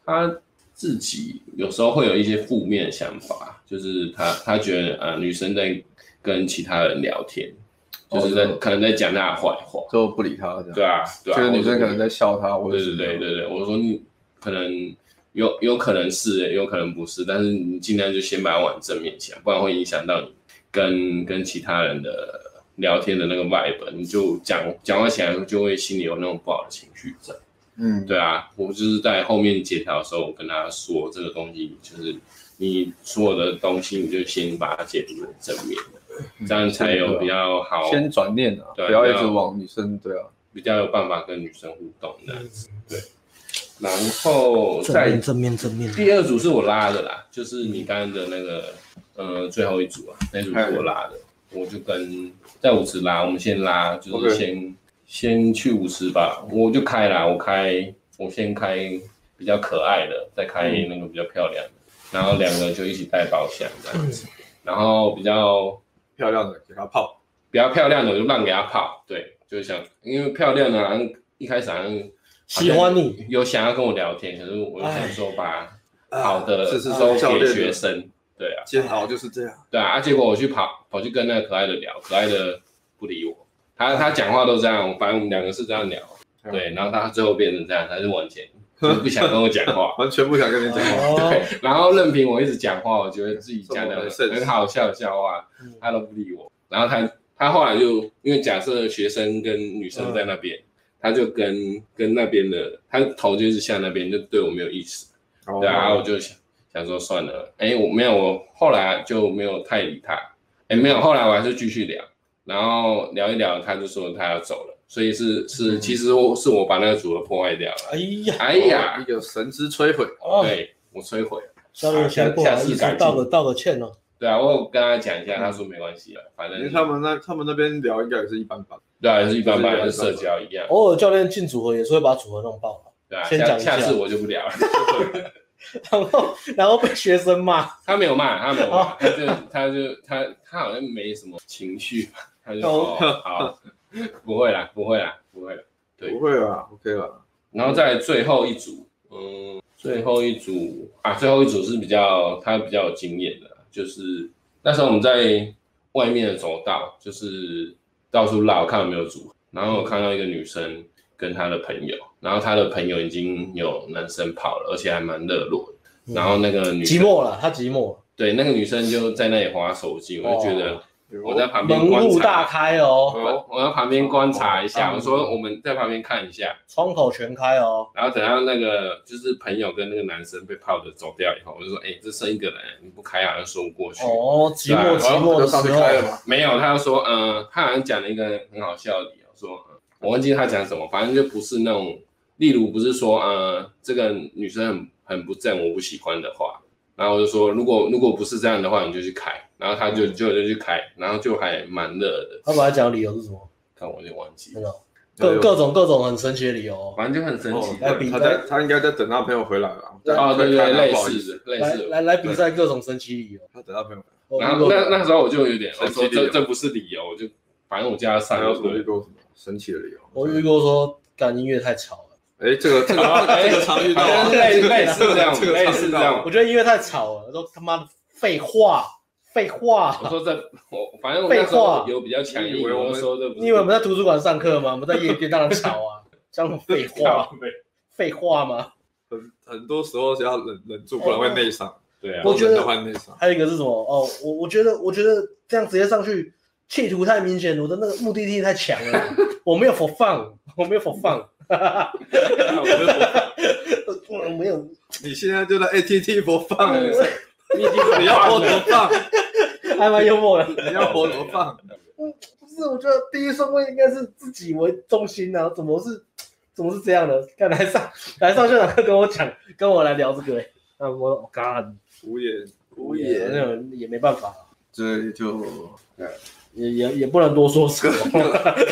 Speaker 3: 他自己有时候会有一些负面的想法，就是他他觉得呃女生在跟其他人聊天，就是在、
Speaker 4: 哦
Speaker 3: 可能在讲他的坏话，
Speaker 4: 就不理他这样。
Speaker 3: 对啊，对啊，
Speaker 4: 就是女生可
Speaker 3: 在。
Speaker 4: 能在笑他，或者
Speaker 3: 对
Speaker 4: 是
Speaker 3: 对对对对，我说你可能有有可能是，有可能不是，但是你尽量就先把它往正面想，不然会影响到你跟跟其他人的聊天的那个 vibe，你就讲讲话起来就会心里有那种不好的情绪在。
Speaker 4: 嗯，
Speaker 3: 对啊，我就是在后面检讨的时候，我跟他说这个东西就是你所有的东西，你就先把它解读为正面
Speaker 4: 嗯
Speaker 3: 的，这样才有比较好，
Speaker 4: 先转念啊，
Speaker 3: 对
Speaker 4: 不要一
Speaker 3: 不
Speaker 4: 直
Speaker 3: 要
Speaker 4: 往女生对啊，
Speaker 3: 比较有办法跟女生互动的。对，然后再
Speaker 1: 正面正面
Speaker 3: 第二组是我拉的啦，就是你刚刚的那个，呃，最后一组啊，那组是我拉的，我就跟在舞池拉，我们先拉，就是
Speaker 2: OK
Speaker 3: 先先去舞池吧，我就开啦，我开，我先开比较可爱的，再开那个比较漂亮的，然后两个就一起带包厢这样子，然后比较
Speaker 2: 漂亮的给他泡，
Speaker 3: 比较漂亮的我就让给她泡，对，就是想，因为漂亮的好像一开始好像
Speaker 1: 喜欢你，
Speaker 3: 有想要跟我聊天，可是我想说把好的
Speaker 2: 啊这是
Speaker 3: 都
Speaker 2: 说教
Speaker 3: 给
Speaker 2: 练
Speaker 3: 学
Speaker 2: 的
Speaker 3: 生，对啊，
Speaker 2: 煎熬就是这样。，
Speaker 3: 对啊，啊结果我去跑跑去跟那个可爱的聊，可爱的不理我，他他讲话都这样，反正我们两个是这样聊，对，然后他最后变成这样，他就往前，就是不想跟我讲话
Speaker 2: 完全不想跟你讲话。
Speaker 1: 哦，
Speaker 3: 然后任凭我一直讲话，我觉得自己讲的
Speaker 2: 这么回事
Speaker 3: 很好笑的笑话
Speaker 1: 嗯，
Speaker 3: 他都不理我。然后他他后来就因为假设学生跟女生在那边，
Speaker 2: 嗯
Speaker 3: 他就跟跟那边的，他头就是向那边，就对我没有意思。对啊，然后我就想想说算了，哎，我没有，我后来就没有太理他，哎，没有，后来我还是继续聊，然后聊一聊，他就说他要走了，所以是是，其实我是我把那个组合破坏掉了。
Speaker 1: 哎呀，
Speaker 3: 哎呀，
Speaker 2: 有神之摧毁，
Speaker 1: 哦，
Speaker 3: 对我摧毁了。
Speaker 1: 稍微先不好
Speaker 3: 下次
Speaker 1: 意思，
Speaker 3: 改进
Speaker 1: 道个道个歉哦。
Speaker 3: 对啊，我有跟他讲一下，他说没关系了，反
Speaker 2: 因为
Speaker 3: 正
Speaker 2: 他们那他们那边聊应该也是一般般。
Speaker 3: 对啊，是一般般，跟社交一样。
Speaker 1: 偶尔教练进组合也是会把组合弄爆
Speaker 3: 对啊，
Speaker 1: 先讲
Speaker 3: 下
Speaker 1: 一下
Speaker 3: 下次我就不 聊了。
Speaker 1: 然后 然后被学生骂，
Speaker 3: 他没有骂，他没有
Speaker 1: 哦
Speaker 3: 骂，他就他就他他好像没什么情绪吧，他就
Speaker 1: 哦
Speaker 3: 说哦好，不会啦，不会啦，不会啦。对
Speaker 2: 不会啦，OK 啦。
Speaker 3: 然后再来最后一组，嗯，最后一组啊，最后一组是比较他比较有经验的，就是那时候我们在外面的走道，就是到处绕，看有没有组。然后我看到一个女生跟她的朋友，然后她的朋友已经有男生跑了，而且还蛮热络的。然后那个女
Speaker 1: 寂
Speaker 3: 生
Speaker 1: 寞了，他寂寞了，
Speaker 3: 对那个女生就在那里划手机，我就觉得我在旁边
Speaker 1: 哦门
Speaker 3: 观
Speaker 1: 户大
Speaker 3: 察，
Speaker 1: 开哦，
Speaker 3: 我我在旁边观察一下，
Speaker 1: 哦
Speaker 3: 我说我们在旁边看一下。
Speaker 1: 窗口全开哦，
Speaker 3: 然后等到那个就是朋友跟那个男生被泡的走掉以后，我就说，哎、这剩一个人，你不开好像说不过去。
Speaker 1: 哦，寂
Speaker 3: 对
Speaker 1: 寞
Speaker 3: 啊
Speaker 1: 寂寞的时
Speaker 2: 上次开了
Speaker 1: 候，
Speaker 2: 嘛，
Speaker 3: 没有，他就说，呃，他好像讲了一个很好笑的理由，说，呃我忘记他讲什么，反正就不是那种，例如不是说，呃，这个女生很很不正，我不喜欢的话，然后我就说，如果如果不是这样的话，你就去开，然后他就就就去开，然后就还蛮热的，
Speaker 1: 他本来讲的理由是什么？
Speaker 3: 看我就忘记
Speaker 1: 真
Speaker 3: 了，
Speaker 1: 的哦各各种各种很神奇的理由哦，
Speaker 3: 反正就很神奇。
Speaker 1: 来比
Speaker 2: 他在他应该在等他朋友回来了。
Speaker 3: 哦，对对，类
Speaker 2: 不好意思
Speaker 3: 似的，类
Speaker 1: 来
Speaker 3: 似的。
Speaker 1: 来来比赛各种神奇理由。
Speaker 2: 他等他朋友回来。
Speaker 1: 我
Speaker 3: 然
Speaker 1: 如
Speaker 3: 后
Speaker 1: 果
Speaker 3: 那那时候我就有点，我
Speaker 2: 神奇
Speaker 3: 说
Speaker 2: 理
Speaker 3: 这
Speaker 2: 由
Speaker 3: 这不是理由，我就反正我叫他
Speaker 2: 他
Speaker 3: 上
Speaker 2: 有
Speaker 3: 就
Speaker 2: 什么
Speaker 3: 对
Speaker 2: 遇
Speaker 3: 了。
Speaker 2: 过什么神奇的理由？
Speaker 1: 我遇过说，干音乐太吵了，
Speaker 2: 哎，这个这
Speaker 1: 啊
Speaker 2: 个这个常遇到
Speaker 3: 好像
Speaker 2: 啊，
Speaker 3: 类类似 这样，
Speaker 2: 这个
Speaker 3: 类似这样。
Speaker 1: 我觉得音乐太吵了，我说他妈的废话，废话
Speaker 3: 我。说这我反正我那时
Speaker 1: 废
Speaker 3: 候
Speaker 1: 话
Speaker 3: 有比较强硬，
Speaker 2: 你以为我
Speaker 3: 我
Speaker 2: 们
Speaker 3: 就说这不是
Speaker 1: 你以为我 们在图书馆上课吗？我们在夜店当然吵啊，讲什么废 话？
Speaker 3: 靠背
Speaker 1: 废话吗？
Speaker 2: 很很多时候是要忍忍住，不然会内伤。
Speaker 3: 对啊
Speaker 1: 我，觉得
Speaker 2: 忍会内伤。
Speaker 1: 还有一个是什么？哦，我我觉得，我觉得这样直接上去，企图太明显，我的那个目的地太强了， 我没有 for fun，我没有 for fun，我没有，
Speaker 2: 你现在就在 ATT 播放，
Speaker 3: 嗯
Speaker 2: 你 你要活怎么放？
Speaker 1: 还蛮幽默的。
Speaker 2: 你要活怎么放？
Speaker 1: 不是，我觉得第一顺位应该是自己为中心啊，怎么是怎么是这样的？看来上 来上校长课跟我讲，跟我来聊这个、欸，那我我干，
Speaker 2: 无言无
Speaker 1: 那种也没办法，
Speaker 2: 这就
Speaker 1: 也也也不能多说什么，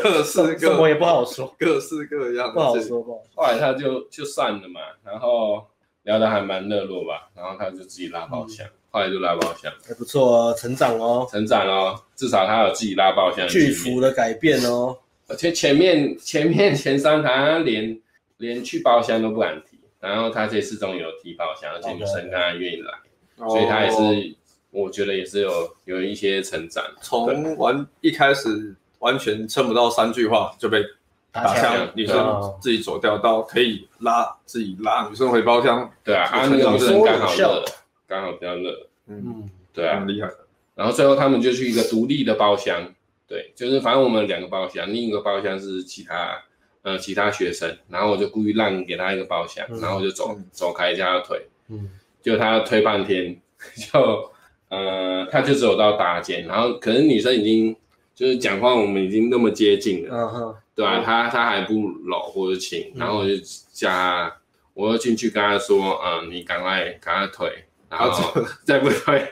Speaker 2: 各式
Speaker 1: 什么
Speaker 2: 各
Speaker 1: 也不好说，
Speaker 2: 各式各样
Speaker 1: 不好
Speaker 2: 的事情。
Speaker 1: 说不好说。
Speaker 3: 后来他就就散了嘛，然后聊得还蛮热络吧，然后他就自己拉
Speaker 1: 嗯
Speaker 3: 包厢，后来就拉包厢，
Speaker 1: 还不错哦，成长哦，
Speaker 3: 成长哦，至少他有自己拉包厢的经
Speaker 1: 巨
Speaker 3: 验。
Speaker 1: 幅的改变哦，
Speaker 3: 而且前面前面前三堂他连连去包厢都不敢提，然后他这次终于有提包厢，而且女
Speaker 1: 哦
Speaker 3: 生跟他愿意来，所以他也
Speaker 2: 哦
Speaker 3: 是我觉得也是有有一些成长。
Speaker 2: 从完一开始完全撑不到三句话就被打
Speaker 3: 枪
Speaker 2: 枪，女生自己走掉，到可以拉自己拉女生回包厢，
Speaker 3: 对啊，啊
Speaker 2: 这
Speaker 3: 那
Speaker 2: 个
Speaker 3: 个女
Speaker 2: 成
Speaker 3: 生
Speaker 1: 长
Speaker 3: 刚好
Speaker 1: 是有
Speaker 3: 热，刚好比较热，
Speaker 2: 嗯，
Speaker 1: 嗯，
Speaker 3: 对啊
Speaker 2: 很。厉害的。
Speaker 3: 然后最后他们就去一个独立的包厢，对，就是反正我们两个包厢，另一个包厢是其他呃其他学生，然后我就故意让给他一个包厢，
Speaker 1: 嗯
Speaker 3: 然后我就走
Speaker 2: 嗯
Speaker 3: 走开一下他的腿，
Speaker 1: 嗯，
Speaker 3: 就他推半天， 就呃，他就只有到搭肩，然后可能女生已经就是讲话，我们已经那么接近了，
Speaker 1: 嗯哼，
Speaker 3: 对吧、啊？他他还不搂或者亲，然后我就叫他，我就进去跟他说，嗯、你赶快赶快推，然后 再不推，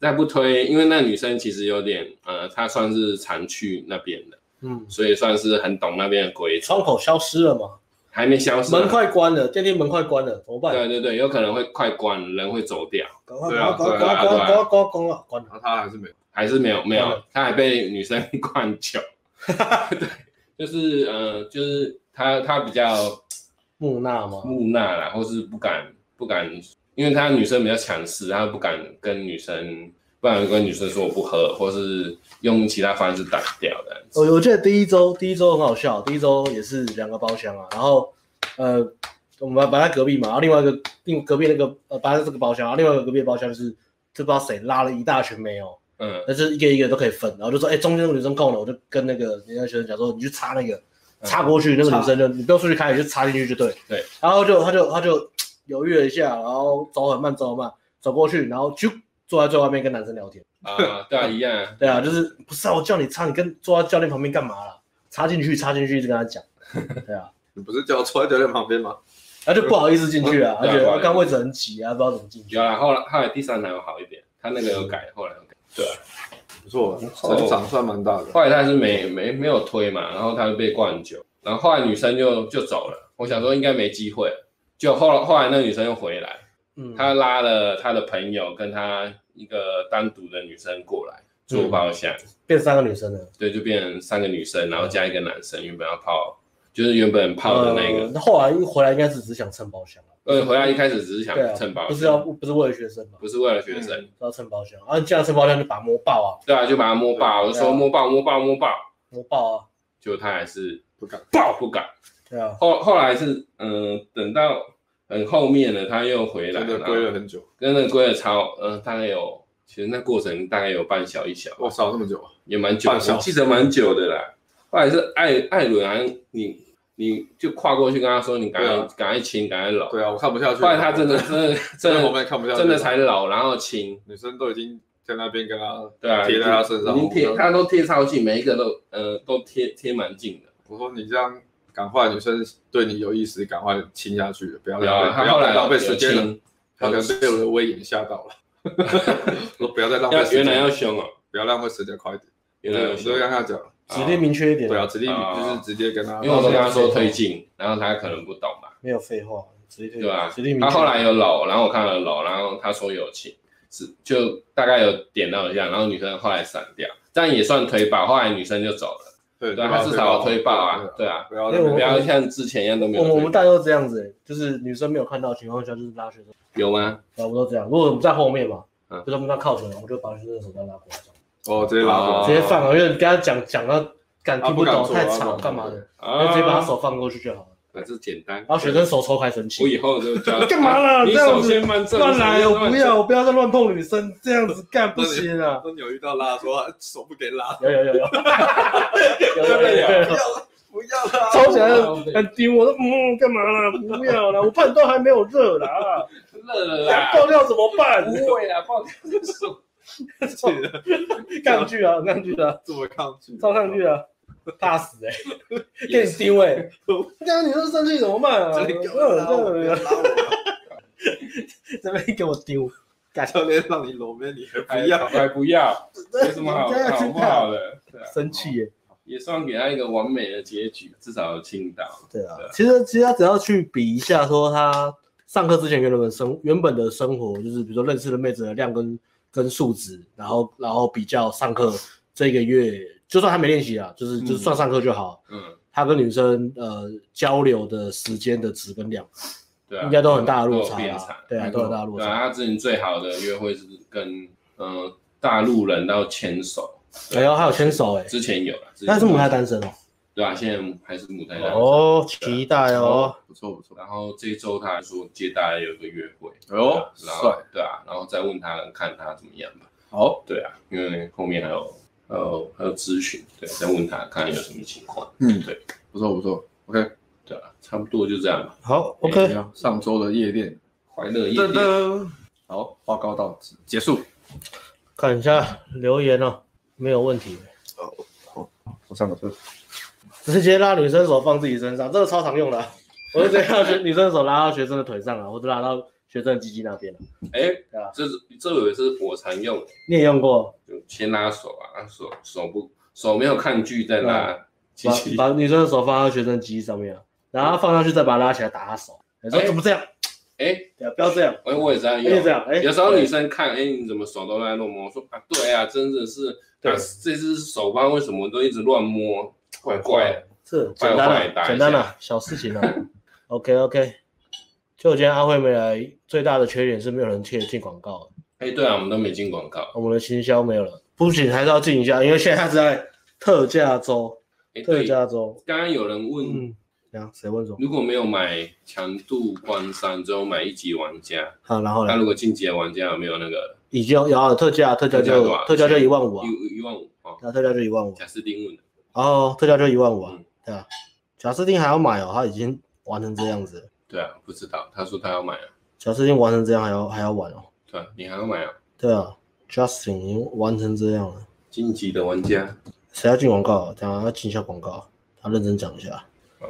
Speaker 3: 再不推，因为那女生其实有点呃，她算是常去那边的，
Speaker 1: 嗯，
Speaker 3: 所以算是很懂那边的规则，
Speaker 1: 窗口消失了嘛，
Speaker 3: 还没消失啊、
Speaker 1: 门快关了，电梯门快关了，怎么办？
Speaker 3: 对对对，有可能会快关，人会走掉。
Speaker 1: 赶快
Speaker 2: 对
Speaker 1: 赶
Speaker 2: 啊
Speaker 1: 快
Speaker 2: 对
Speaker 1: 赶
Speaker 3: 啊
Speaker 1: 快
Speaker 3: 对啊
Speaker 1: 赶快赶快赶快关了，
Speaker 2: 然后他还是没有，
Speaker 3: 还是没有没
Speaker 1: 嗯
Speaker 3: 有，他还被女生 灌酒。对，就是呃，就是他他比较
Speaker 1: 木讷吗？
Speaker 3: 木讷啦，或是不敢不敢，因为他女生比较强势，他不敢跟女生不然跟女生说我不喝，或是用其他方式挡掉的。
Speaker 1: 我我记得哦第一周，第一周很好笑，第一周也是两个包厢啊，然后呃，我们把把他隔壁嘛，然后另外一个另隔壁那个呃，把他这个包厢，然后另外一个隔壁的包厢就是就不知道谁拉了一大群哦没有，
Speaker 3: 嗯，
Speaker 1: 但是一个一个都可以分，然后就说哎、中间那个女生空了，我就跟那个人家学生讲说，你去插那个，插过去，那个女生就你不要出去开，你就插进去就对，
Speaker 3: 嗯对，
Speaker 1: 然后就他就他就犹豫了一下，然后走很慢走很慢走过去，然后就坐在最外面跟男生聊天。
Speaker 3: 啊，对啊，一样啊。
Speaker 1: 对啊，就是不是啊？我叫你插，你跟坐在教练旁边干嘛啦？插进去，插进去，一直跟他 讲。对啊，
Speaker 2: 你不是叫我坐在教练旁边吗？
Speaker 1: 然后就不好意思进去啊，而
Speaker 3: 对啊
Speaker 1: 且
Speaker 3: 不好
Speaker 1: 刚
Speaker 3: 意思
Speaker 1: 刚位置很挤啊，不知道怎么进去
Speaker 3: 有。啦，后来后来第三台有好一点，他那个有改，后来有改。对啊，
Speaker 2: 不错，成长算蛮大的。
Speaker 3: 后来他是没没没有推嘛，然后他就被灌酒，然后后来女生就就走了。我想说应该没机会，就后来后来那个女生又回来，
Speaker 1: 嗯，
Speaker 3: 她拉了她的朋友跟她一个单独的女生过来做包厢，
Speaker 1: 变三个女生了。
Speaker 3: 对，就变成三个女生，然后加一个男生，原本要泡，就是原本泡的那
Speaker 1: 呃
Speaker 3: 个，
Speaker 1: 那后来一回来应该是只想蹭包厢了。
Speaker 3: 呃，回来一开始只是想
Speaker 1: 对啊
Speaker 3: 蹭包，，
Speaker 1: 不是要不是为了学生嘛，
Speaker 3: 不是为了学生，
Speaker 1: 是要蹭包厢。啊，既然蹭包厢就把它摸爆啊，
Speaker 3: 对啊，就把他摸爆，我就
Speaker 1: 对
Speaker 3: 说
Speaker 1: 啊
Speaker 3: 摸爆摸爆摸爆，
Speaker 1: 摸爆啊，
Speaker 3: 结果他还是
Speaker 2: 不敢
Speaker 3: 爆不敢。
Speaker 1: 对啊，
Speaker 3: 后后来是嗯、呃等到很后面了，他又回来，
Speaker 2: 真的
Speaker 3: 然后
Speaker 2: 归了很久，
Speaker 3: 真的归了超，嗯、大概有，其实那过程大概有半小一小，
Speaker 2: 我操，这么久啊，
Speaker 3: 也蛮久的，
Speaker 2: 半小时
Speaker 3: 我记得蛮久的啦。后来是艾艾伦啊，你你就跨过去跟他说，你赶快、
Speaker 2: 对啊
Speaker 3: 赶快亲，赶快搂。
Speaker 2: 对啊，我看不下去。
Speaker 3: 后来他真的真的真
Speaker 2: 真的我
Speaker 3: 的
Speaker 2: 们也看不下去，
Speaker 3: 真的才搂，然后亲，
Speaker 2: 女生都已经在那边跟他，
Speaker 3: 对啊，
Speaker 2: 贴在他身上
Speaker 3: 已经贴他都贴超近，每一个都呃都贴贴蛮近的。
Speaker 2: 我说你这样，赶快女生对你有意思，赶快亲下去，不要
Speaker 3: 对啊，
Speaker 2: 浪费，
Speaker 3: 他
Speaker 2: 不
Speaker 3: 后
Speaker 2: 要
Speaker 3: 来
Speaker 2: 再浪费
Speaker 3: 有
Speaker 2: 时间了。
Speaker 3: 亲，
Speaker 2: 他可能被我的威严吓到了， 我不要再浪费
Speaker 3: 要
Speaker 2: 时
Speaker 3: 原来
Speaker 2: 间，
Speaker 3: 要凶哦，
Speaker 2: 不要浪费时间，快一点。
Speaker 3: 原来
Speaker 2: 我
Speaker 3: 要
Speaker 2: 就
Speaker 3: 凶。
Speaker 2: 跟他讲，
Speaker 1: 指令明确一点。
Speaker 2: 对啊，，指令
Speaker 3: 啊
Speaker 2: 就是直接跟他，
Speaker 3: 因为我都跟他说推进，然后他可能不懂吧，
Speaker 1: 没有废话，指令
Speaker 3: 对吧
Speaker 1: 指令？明
Speaker 3: 他
Speaker 1: 确。
Speaker 3: 后来有搂，然后我看了搂，然后他说有亲，是就大概有点到一下，然后女生后来闪掉，但也算推爆，后来女生就走了，
Speaker 2: 对，
Speaker 3: 对啊，他至少有推爆啊，对啊，
Speaker 2: 不要
Speaker 1: 因为我
Speaker 3: 不
Speaker 2: 不要
Speaker 3: 要像之前一样都没
Speaker 1: 我们我
Speaker 3: 有
Speaker 1: 们
Speaker 3: 推，
Speaker 1: 大家都这样子欸，就是女生没有看到的情况下，就是拉学生。
Speaker 3: 有吗？
Speaker 1: 啊，我都这样。如果我们在后面嘛，
Speaker 3: 嗯
Speaker 1: 就是我们在靠前，我们就把学生的手再拉过来，
Speaker 2: 哦，直接拉
Speaker 3: 哦
Speaker 2: 走，
Speaker 1: 直接放啊了，因为你跟他讲讲到感
Speaker 2: 啊
Speaker 1: 听不
Speaker 2: 不敢
Speaker 1: 懂，
Speaker 2: 做
Speaker 1: 太
Speaker 2: 啊
Speaker 1: 吵
Speaker 2: 不敢做
Speaker 1: 干嘛的，就
Speaker 3: 啊
Speaker 1: 直接把他手放过去就好了。
Speaker 3: 还是简单，
Speaker 1: 然后学生手抽开生
Speaker 3: 我
Speaker 1: 气，
Speaker 3: 以后就教
Speaker 1: 干嘛啦
Speaker 3: 你
Speaker 1: 这样
Speaker 3: 首
Speaker 1: 子
Speaker 3: 先慢正，
Speaker 1: 乱来，
Speaker 3: 手
Speaker 1: 我
Speaker 3: 先慢
Speaker 1: 不
Speaker 3: 正
Speaker 1: 要，，我不要再乱碰女生，这样子干不行 啊！
Speaker 2: 那你有遇到拉说手不给拉，
Speaker 1: 有有有有，有有有有有，
Speaker 2: 不要啦，
Speaker 1: 抽起来很丢，我说嗯，干嘛啦？不要啦，我怕你都还没有热啦，
Speaker 3: 热了啦，
Speaker 1: 爆料怎么办？
Speaker 3: 不会啦，爆掉手，
Speaker 1: 抗拒啊，抗拒啊，
Speaker 2: 这么抗拒，
Speaker 1: 照上去啊，怕死哎，给你丢哎，这样你说生气怎么办啊？
Speaker 2: 这里给我 拉我，不要拉我，
Speaker 1: 这边给我丢，
Speaker 2: 教练让你搂妹，你
Speaker 3: 还
Speaker 2: 还不要，
Speaker 3: 还哎不要，有什么好
Speaker 1: 你这样
Speaker 3: 好
Speaker 1: 去
Speaker 3: 不
Speaker 1: 看
Speaker 3: 好的？对啊
Speaker 1: 生气耶。
Speaker 3: 也算给他一个完美的结局，至少有亲到。
Speaker 1: 对啊
Speaker 3: 对啊，
Speaker 1: 其实其实他只要去比一下，说他上课之前原本生原本的生活，就是比如说认识的妹子的量跟跟数值，然后然后比较上课这个月，就算他没练习啊，就是就是算上课就好。
Speaker 3: 嗯，
Speaker 1: 他跟女生呃交流的时间的值跟量，
Speaker 3: 对啊，
Speaker 1: 应该都很大的落差
Speaker 3: 都有
Speaker 1: 啦
Speaker 3: 变差
Speaker 1: 对啊
Speaker 3: 嗯
Speaker 1: 都有大的落差
Speaker 3: 对啊，他之前最好的约会是跟呃大陆人到牵手，
Speaker 1: 哎呦还有牵手哎、
Speaker 3: 之前有了，之前有
Speaker 1: 但是母胎单身哦、
Speaker 3: 对啊，现在还是母胎单身。
Speaker 1: 哦，期待哦，
Speaker 2: 不错不错，
Speaker 3: 然后这一周他还说接大家有一个约会，
Speaker 2: 哎呦
Speaker 1: 哦
Speaker 3: 对啊然后
Speaker 2: 帅
Speaker 3: 对啊，然后再问他看他怎么样吧。
Speaker 2: 好，
Speaker 3: 对啊，因为后面还有还有还有咨询，对，再问他看有什么情况。
Speaker 2: 嗯
Speaker 3: 对
Speaker 2: 不错不错，OK，
Speaker 3: 对啊，差不多就这样吧。
Speaker 1: 好
Speaker 2: 你
Speaker 1: ，OK，
Speaker 2: 好上周的夜店，
Speaker 3: 快乐一
Speaker 2: 噔
Speaker 3: 点。
Speaker 2: 噔，好，报告到此结束，
Speaker 1: 看一下留言哦，没有问题。
Speaker 2: 我上个厕所。
Speaker 1: 直接拉女生手放自己身上，这个超常用的啊、 我就直接让学女生手拉到学生的腿上了，或者拉到学生的鸡鸡那边了。
Speaker 3: 哎
Speaker 1: 对啊，
Speaker 3: 这是这也是我常用的。
Speaker 1: 你也用过，
Speaker 3: 就先拉手啊，手手不手没有抗拒再 拉机
Speaker 1: 啊把
Speaker 3: 器，
Speaker 1: 把女生的手放到学生的鸡鸡上面啊，然后放上去再把她拉起来打她手。你说
Speaker 3: 哎
Speaker 1: 怎么这样？
Speaker 3: 哎
Speaker 1: 对啊，不要这样，
Speaker 3: 哎，我也这样
Speaker 1: 你也这
Speaker 3: 用。
Speaker 1: 样，哎，
Speaker 3: 有时候女生看，哎，你怎么手都在乱摸？我说啊，对啊，真的是，
Speaker 1: 对
Speaker 3: 啊，这只手腕为什么都一直乱摸？怪怪的。
Speaker 1: 这简单
Speaker 3: 坏坏
Speaker 1: 了、
Speaker 3: 打一下
Speaker 1: 简单了、啊小事情 了、OK OK，就今天阿慧没来，最大的缺点是没有人贴进广告。
Speaker 3: 哎，对啊，我们都没进广告。
Speaker 1: 我们的行销没有了，不仅还是要进一下，因为现在它是在特价周，
Speaker 3: 哎，
Speaker 1: 特
Speaker 3: 对，
Speaker 1: 价周，
Speaker 3: 刚刚有人问，
Speaker 1: 嗯，然后谁问什么？
Speaker 3: 如果没有买强度关山，只有买一级玩家，
Speaker 1: 好，然后
Speaker 3: 那
Speaker 1: 呢，
Speaker 3: 如果晋级的玩家有没有那个
Speaker 1: 已经有啊特价，特价
Speaker 3: 特价
Speaker 1: 就
Speaker 3: 多少
Speaker 1: 特价就一万五啊，
Speaker 3: 一一万五啊？
Speaker 1: 那特价就一万五，
Speaker 3: 贾斯汀问的，
Speaker 1: 哦，特价就一万五啊
Speaker 3: 嗯，
Speaker 1: 对啊，贾斯汀还要买哦，他已经玩成这样子了，
Speaker 3: 对啊，不知道，他说他要买啊，
Speaker 1: 贾斯汀玩成这样还要还要玩哦，
Speaker 3: 对啊，你还要买啊？
Speaker 1: 对啊，Justin 已经玩成这样了，
Speaker 3: 晋级的玩家，
Speaker 1: 谁要进广告啊？等一下要进一下广告，他认真讲一下。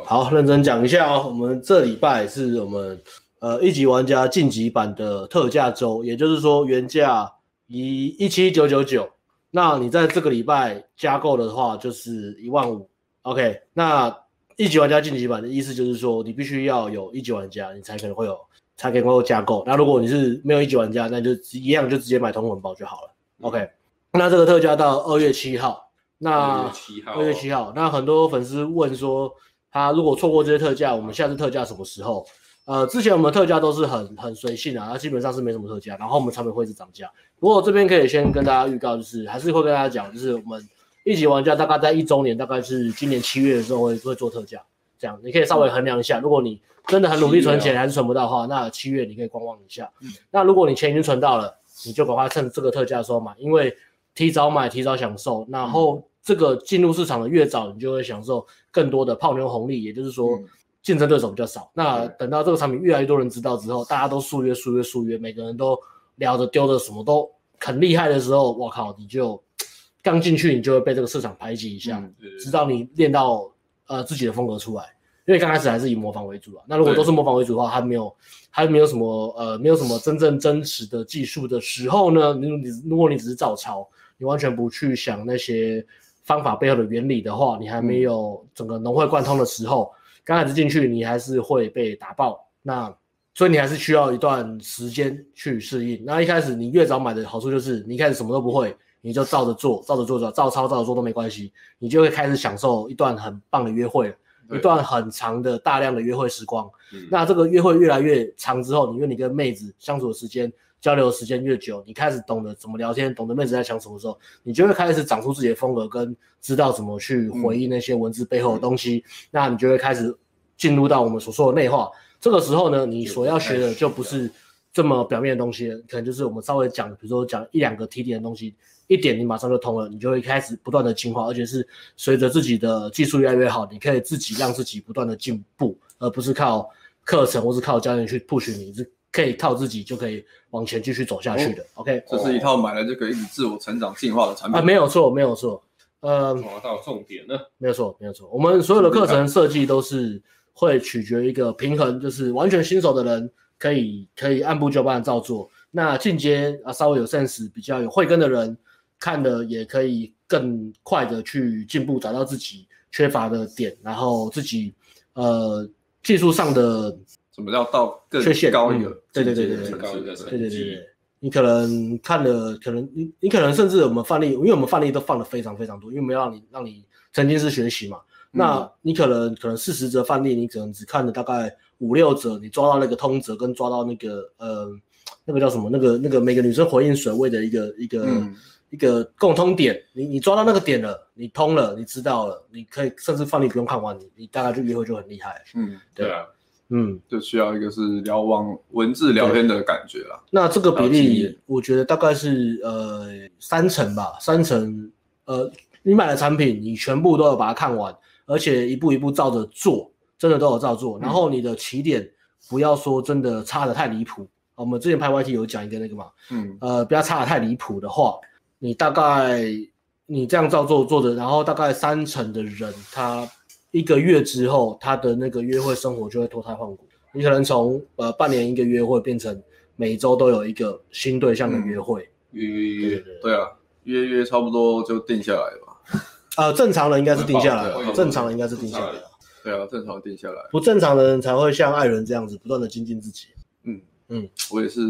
Speaker 3: 好，
Speaker 1: 好，认真讲一下哦。我们这礼拜是我们呃一级玩家晋级版的特价周，也就是说原价一一七九九九，那你在这个礼拜加购的话就是一万五。OK，那一级玩家晋级版的意思就是说你必须要有一级玩家，你才可能会有才可能会有加购。那如果你是没有一级玩家，那就一样就直接买同捆包就好了。OK，那这个特价到二月七号。那
Speaker 3: 七号，啊
Speaker 1: 二啊月七号。那很多粉丝问说，他如果错过这些特价，我们下次特价什么时候？呃，之前我们特价都是很很随性啊，它基本上是没什么特价，然后我们产品会一直涨价。不过这边可以先跟大家预告，就是还是会跟大家讲，就是我们一级玩家大概在一周年，大概是今年七月的时候会会做特价，这样你可以稍微衡量一下。如果你真的很努力存
Speaker 3: 七月
Speaker 1: 钱还是存不到的话，那七月你可以观望一下。那如果你钱已经存到了，你就赶快趁这个特价的时候买，因为提早买提早享受，然后这个进入市场的越早，你就会享受更多的泡妞红利，也就是说
Speaker 4: 嗯
Speaker 1: 竞争对手比较少。那等到这个产品越来越多人知道之后，大家都速约速约速约，每个人都聊着丢着什么都很厉害的时候，我靠，你就刚进去你就会被这个市场排挤一下。
Speaker 4: 嗯
Speaker 3: 对对对
Speaker 1: 直到你练到呃自己的风格出来。因为刚开始还是以模仿为主啊，那如果都是模仿为主的话，还没有还没有什么呃没有什么真正真实的技术的时候呢，你你如果你只是照抄，你完全不去想那些方法背后的原理的话，你还
Speaker 3: 嗯
Speaker 1: 没有整个融会贯通的时候，刚开始进去你还是会被打爆。那所以你还是需要一段时间去适应。那一开始你越早买的好处就是，你一开始什么都不会，你就照着做，照着做，照照抄，照着做都没关系，你就会开始享受一段很棒的约会了，
Speaker 3: 对
Speaker 1: 一段很长的大量的约会时光。
Speaker 3: 嗯
Speaker 1: 那这个约会越来越长之后，你因为你跟妹子相处的时间、交流的时间越久，你开始懂得怎么聊天，懂得妹子在想什么时候，你就会开始长出自己的风格，跟知道怎么去回应那些文字背后的东西。那你就会开始进入到我们所说的内化。这个时候呢，你所要学的就不是这么表面的东西了，可能就是我们稍微讲，比如说讲一两个提点的东西，一点你马上就通了，你就会开始不断的进化，而且是随着自己的技术越来越好，你可以自己让自己不断的进步，而不是靠课程或是靠教练去 push 你，是可以靠自己就可以往前继续走下去的。OK
Speaker 4: 哦这是一套买了就可以一直自我成长进化的产
Speaker 1: 啊，
Speaker 4: 品。
Speaker 1: 没有错，没有错，呃，
Speaker 3: 划到重点 了，
Speaker 1: 没有错，没有错。我们所有的课程设计都是会取决于一个平衡，就是完全新手的人可以可以按部就班的照做，那进阶啊稍微有 sense、比较有慧根的人看的也可以更快的去进步，找到自己缺乏的点，然后自己呃技术上的
Speaker 4: 什么叫到更
Speaker 1: 缺陷
Speaker 4: 高一
Speaker 1: 嗯
Speaker 4: 个
Speaker 1: 对
Speaker 4: 境
Speaker 1: 对
Speaker 4: 界？
Speaker 1: 对对
Speaker 3: 更高一个
Speaker 1: 对
Speaker 3: 层
Speaker 1: 对对
Speaker 3: 级
Speaker 1: 对，，你可能看了，可能你你可能甚至我们范例，因为我们范例都放的非常非常多，因为我们要让你让你曾经是学习嘛，
Speaker 4: 嗯
Speaker 1: 那你可能可能四十则范例，你可能只看了大概五六则，你抓到那个通则跟抓到那个呃那个叫什么那个那个每个女生回应水位的一个一个、
Speaker 4: 嗯
Speaker 1: 一个共通点，你你抓到那个点了，你通了，你知道了，你可以甚至范例不用看完，你你大概就约会就很厉害了，
Speaker 4: 嗯，
Speaker 3: 对啊，
Speaker 1: 嗯。
Speaker 4: 就需要一个是聊往文字聊天的感觉啦。
Speaker 1: 那这个比
Speaker 3: 到期
Speaker 1: 例，我觉得大概是呃三成吧，三成。呃，你买的产品，你全部都有把它看完，而且一步一步照着做，真的都有照做。然后你的起点不要说真的差的太离谱。哦我们之前拍 YT 有讲一个那个嘛，
Speaker 4: 嗯，
Speaker 1: 呃，不要差的太离谱的话，你大概你这样照做做着，然后大概三成的人，他一个月之后，他的那个约会生活就会脱胎换骨。你可能从呃半年一个约会变成每周都有一个新对象的约会。
Speaker 3: 约约约，
Speaker 1: 对
Speaker 4: 对啊，约约差不多就定下来了吧。
Speaker 1: 呃，正常人应该是定下来
Speaker 3: 会
Speaker 1: 了，
Speaker 3: 爆
Speaker 1: 正常人应该是定下来
Speaker 3: 会
Speaker 1: 了
Speaker 3: 爆，
Speaker 4: 对啊，正常定下来。
Speaker 1: 不正常的人才会像艾伦这样子不断的精进自己。
Speaker 4: 我也是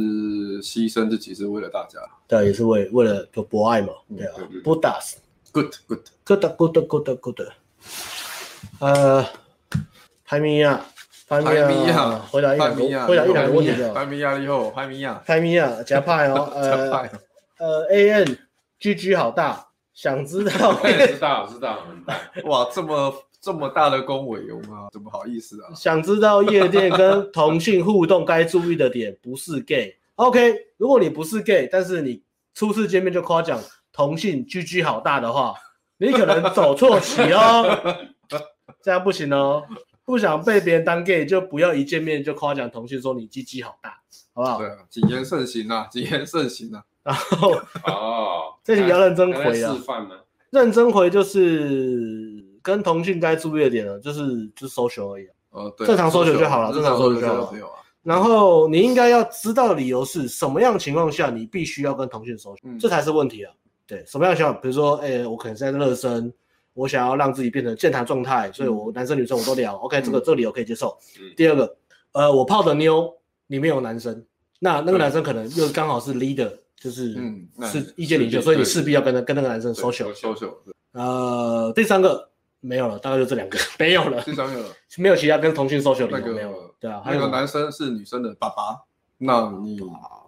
Speaker 4: 牺牲自己是为了大家。
Speaker 1: 对，啊也是为为了就博爱嘛，对啊
Speaker 4: 嗯，
Speaker 1: 不打死。
Speaker 4: Good good，
Speaker 1: good good good good。呃，排名啊，潘
Speaker 4: 潘米亚
Speaker 1: 回答一两
Speaker 4: 潘米
Speaker 1: 个
Speaker 4: 亚
Speaker 1: 回答一两个问题
Speaker 4: 潘米
Speaker 1: 就
Speaker 4: 亚
Speaker 1: 好。
Speaker 4: 潘米亚以后，潘米亚，
Speaker 1: 潘米亚加派哦，
Speaker 4: 真
Speaker 1: 呃
Speaker 4: 派，
Speaker 1: 呃，A N G G 好大，想知 道
Speaker 3: 我哎也知道，知道很大。
Speaker 4: 哇，这么这么大的恭维，我们怎么好意思啊？
Speaker 1: 想知道夜店跟同性互动该注意的点，不是 gay。OK，如果你不是 gay，但是你初次见面就夸奖同性 GG 好大的话，你可能走错棋哦，这样不行哦。不想被别人当 gay，就不要一见面就夸奖同性说你 GG 好大，好不好？
Speaker 4: 对啊，谨言慎行啊，谨言慎行啊。
Speaker 1: 然后
Speaker 3: 哦，
Speaker 1: 这题比较认真回啊
Speaker 3: 刚才示范呢、
Speaker 1: 认真回就是跟同性该注意的点呢，就是就是 social 而已啊、
Speaker 4: 哦，对，
Speaker 1: 正常搜就好了
Speaker 4: 正
Speaker 1: 正
Speaker 4: 常
Speaker 1: 常搜
Speaker 4: 搜
Speaker 1: 就
Speaker 4: 就啊
Speaker 1: 好了
Speaker 4: 好了。
Speaker 1: 然后你应该要知道的理由是什么样情况下你必须要跟同性熟悉，
Speaker 4: 嗯
Speaker 1: 这才是问题啊。对，什么样的情况？比如说，哎、我可能是在热身，我想要让自己变成健谈状态，
Speaker 4: 嗯
Speaker 1: 所以我男生女生我都聊。OK，这个、这个理由可以接受。
Speaker 3: 嗯
Speaker 1: 第二个，呃，我泡的妞里面有男生，那那个
Speaker 3: 对
Speaker 1: 男生可能又刚好是 leader，就是、
Speaker 4: 嗯那
Speaker 1: 是意见领袖，
Speaker 4: 对
Speaker 1: 所以你势必要跟那跟那个男生 social。
Speaker 4: 搜就对
Speaker 1: 呃，第三个没有了，大概就这两个 没有了，
Speaker 4: 最上面有
Speaker 1: 没有其他跟同性 social 的
Speaker 4: 那
Speaker 1: 理由没有了。
Speaker 4: 个
Speaker 1: 对啊，还
Speaker 4: 那
Speaker 1: 有啊
Speaker 4: 个
Speaker 1: 吗
Speaker 4: 男生是女生的爸爸，那你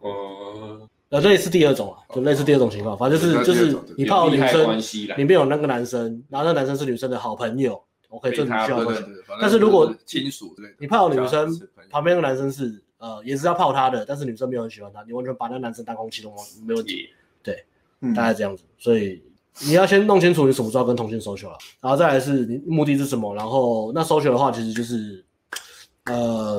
Speaker 3: 哦，
Speaker 1: 呃，类似第二种啊，就类似第二种情况，反正就是
Speaker 4: 对
Speaker 1: 就
Speaker 4: 那是第
Speaker 1: 是
Speaker 4: 二种
Speaker 1: 你
Speaker 3: 有
Speaker 1: 泡
Speaker 3: 利
Speaker 1: 女
Speaker 3: 害关
Speaker 1: 生，
Speaker 3: 系啦
Speaker 1: 里。面有那个男生，然后那男生是女生的好朋友，OK，
Speaker 3: 被
Speaker 1: 这你
Speaker 3: 他
Speaker 1: 需要分
Speaker 4: 对对
Speaker 1: 享。
Speaker 4: 对，反正
Speaker 1: 但是如果
Speaker 4: 就是亲属之类的，
Speaker 1: 你泡女生
Speaker 4: 是朋友
Speaker 1: 旁边那个男生是呃也是要泡她的，但是女生没有很喜欢他，你完全把那男生当空气都没问题，
Speaker 3: 也
Speaker 4: 嗯
Speaker 1: 大概这样子。所以你要先弄清楚你什么时候要跟同性 social 了，然后再来是你目的是什么，然后那 social 的话其实就是呃。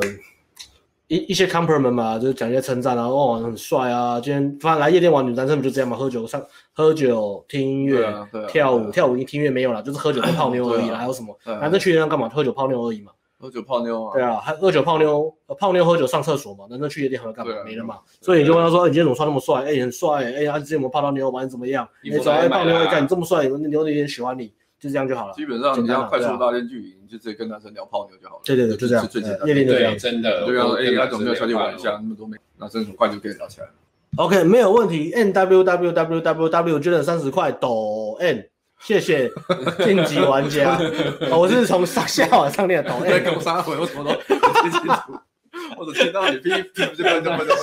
Speaker 1: 一一些 compliment 嘛，就是讲一些称赞啊，哦，很帅啊！今天反正来夜店玩，女男生不就这样嘛，喝酒上喝酒听音乐、
Speaker 4: 对啊对啊
Speaker 1: 跳
Speaker 4: 对
Speaker 1: 舞，
Speaker 4: 啊
Speaker 1: 跳舞你听音乐没有啦，就是喝酒跟泡妞而已啦，
Speaker 4: 对啊
Speaker 1: 还有什么？
Speaker 4: 对啊
Speaker 1: 男生去那干嘛？喝酒泡妞而已嘛。
Speaker 4: 喝酒泡妞啊，
Speaker 1: 对啊，还喝酒泡妞，呃泡妞喝酒上厕所嘛，男生去夜店还会干嘛
Speaker 4: 对？啊
Speaker 1: 没了嘛。所以你就问他说：“哎你今天怎么穿那么帅？哎，你很帅，哎，啊，你之前有没有泡到妞？玩得怎么样？
Speaker 3: 衣
Speaker 1: 哎，
Speaker 3: 服
Speaker 1: 早
Speaker 3: 都
Speaker 1: 上
Speaker 3: 还买
Speaker 1: 泡妞，
Speaker 3: 了
Speaker 1: 哎
Speaker 3: 啊
Speaker 1: 干你这么帅，有有女人喜欢你，就这样就好了。
Speaker 4: 基本上
Speaker 1: 简
Speaker 4: 你
Speaker 1: 单啊
Speaker 4: 要快
Speaker 1: 对
Speaker 4: 速
Speaker 1: 啊
Speaker 4: 大练距离，你就直接跟男生聊泡妞就好了。
Speaker 1: 对对对，就这样
Speaker 4: 是最简单，
Speaker 1: 哎
Speaker 4: 的。
Speaker 1: 夜店就这样
Speaker 3: 对，。真的，
Speaker 4: 对啊，
Speaker 3: 我
Speaker 4: 哎、
Speaker 3: 跟
Speaker 4: 那
Speaker 3: 男
Speaker 4: 怎
Speaker 3: 生
Speaker 4: 么没有小姐
Speaker 3: 聊
Speaker 1: 啊
Speaker 4: 玩一下？那么多美男生很快就可以聊起来了。
Speaker 1: OK，没有问题。N W W W W W 捐了三十块，抖 N，谢谢晋级玩 家。哦我是从上下往上念抖
Speaker 4: 在
Speaker 1: N。
Speaker 4: 跟我撒谎，我什么都没清楚，我只听到你哔哔哔哔哔哔。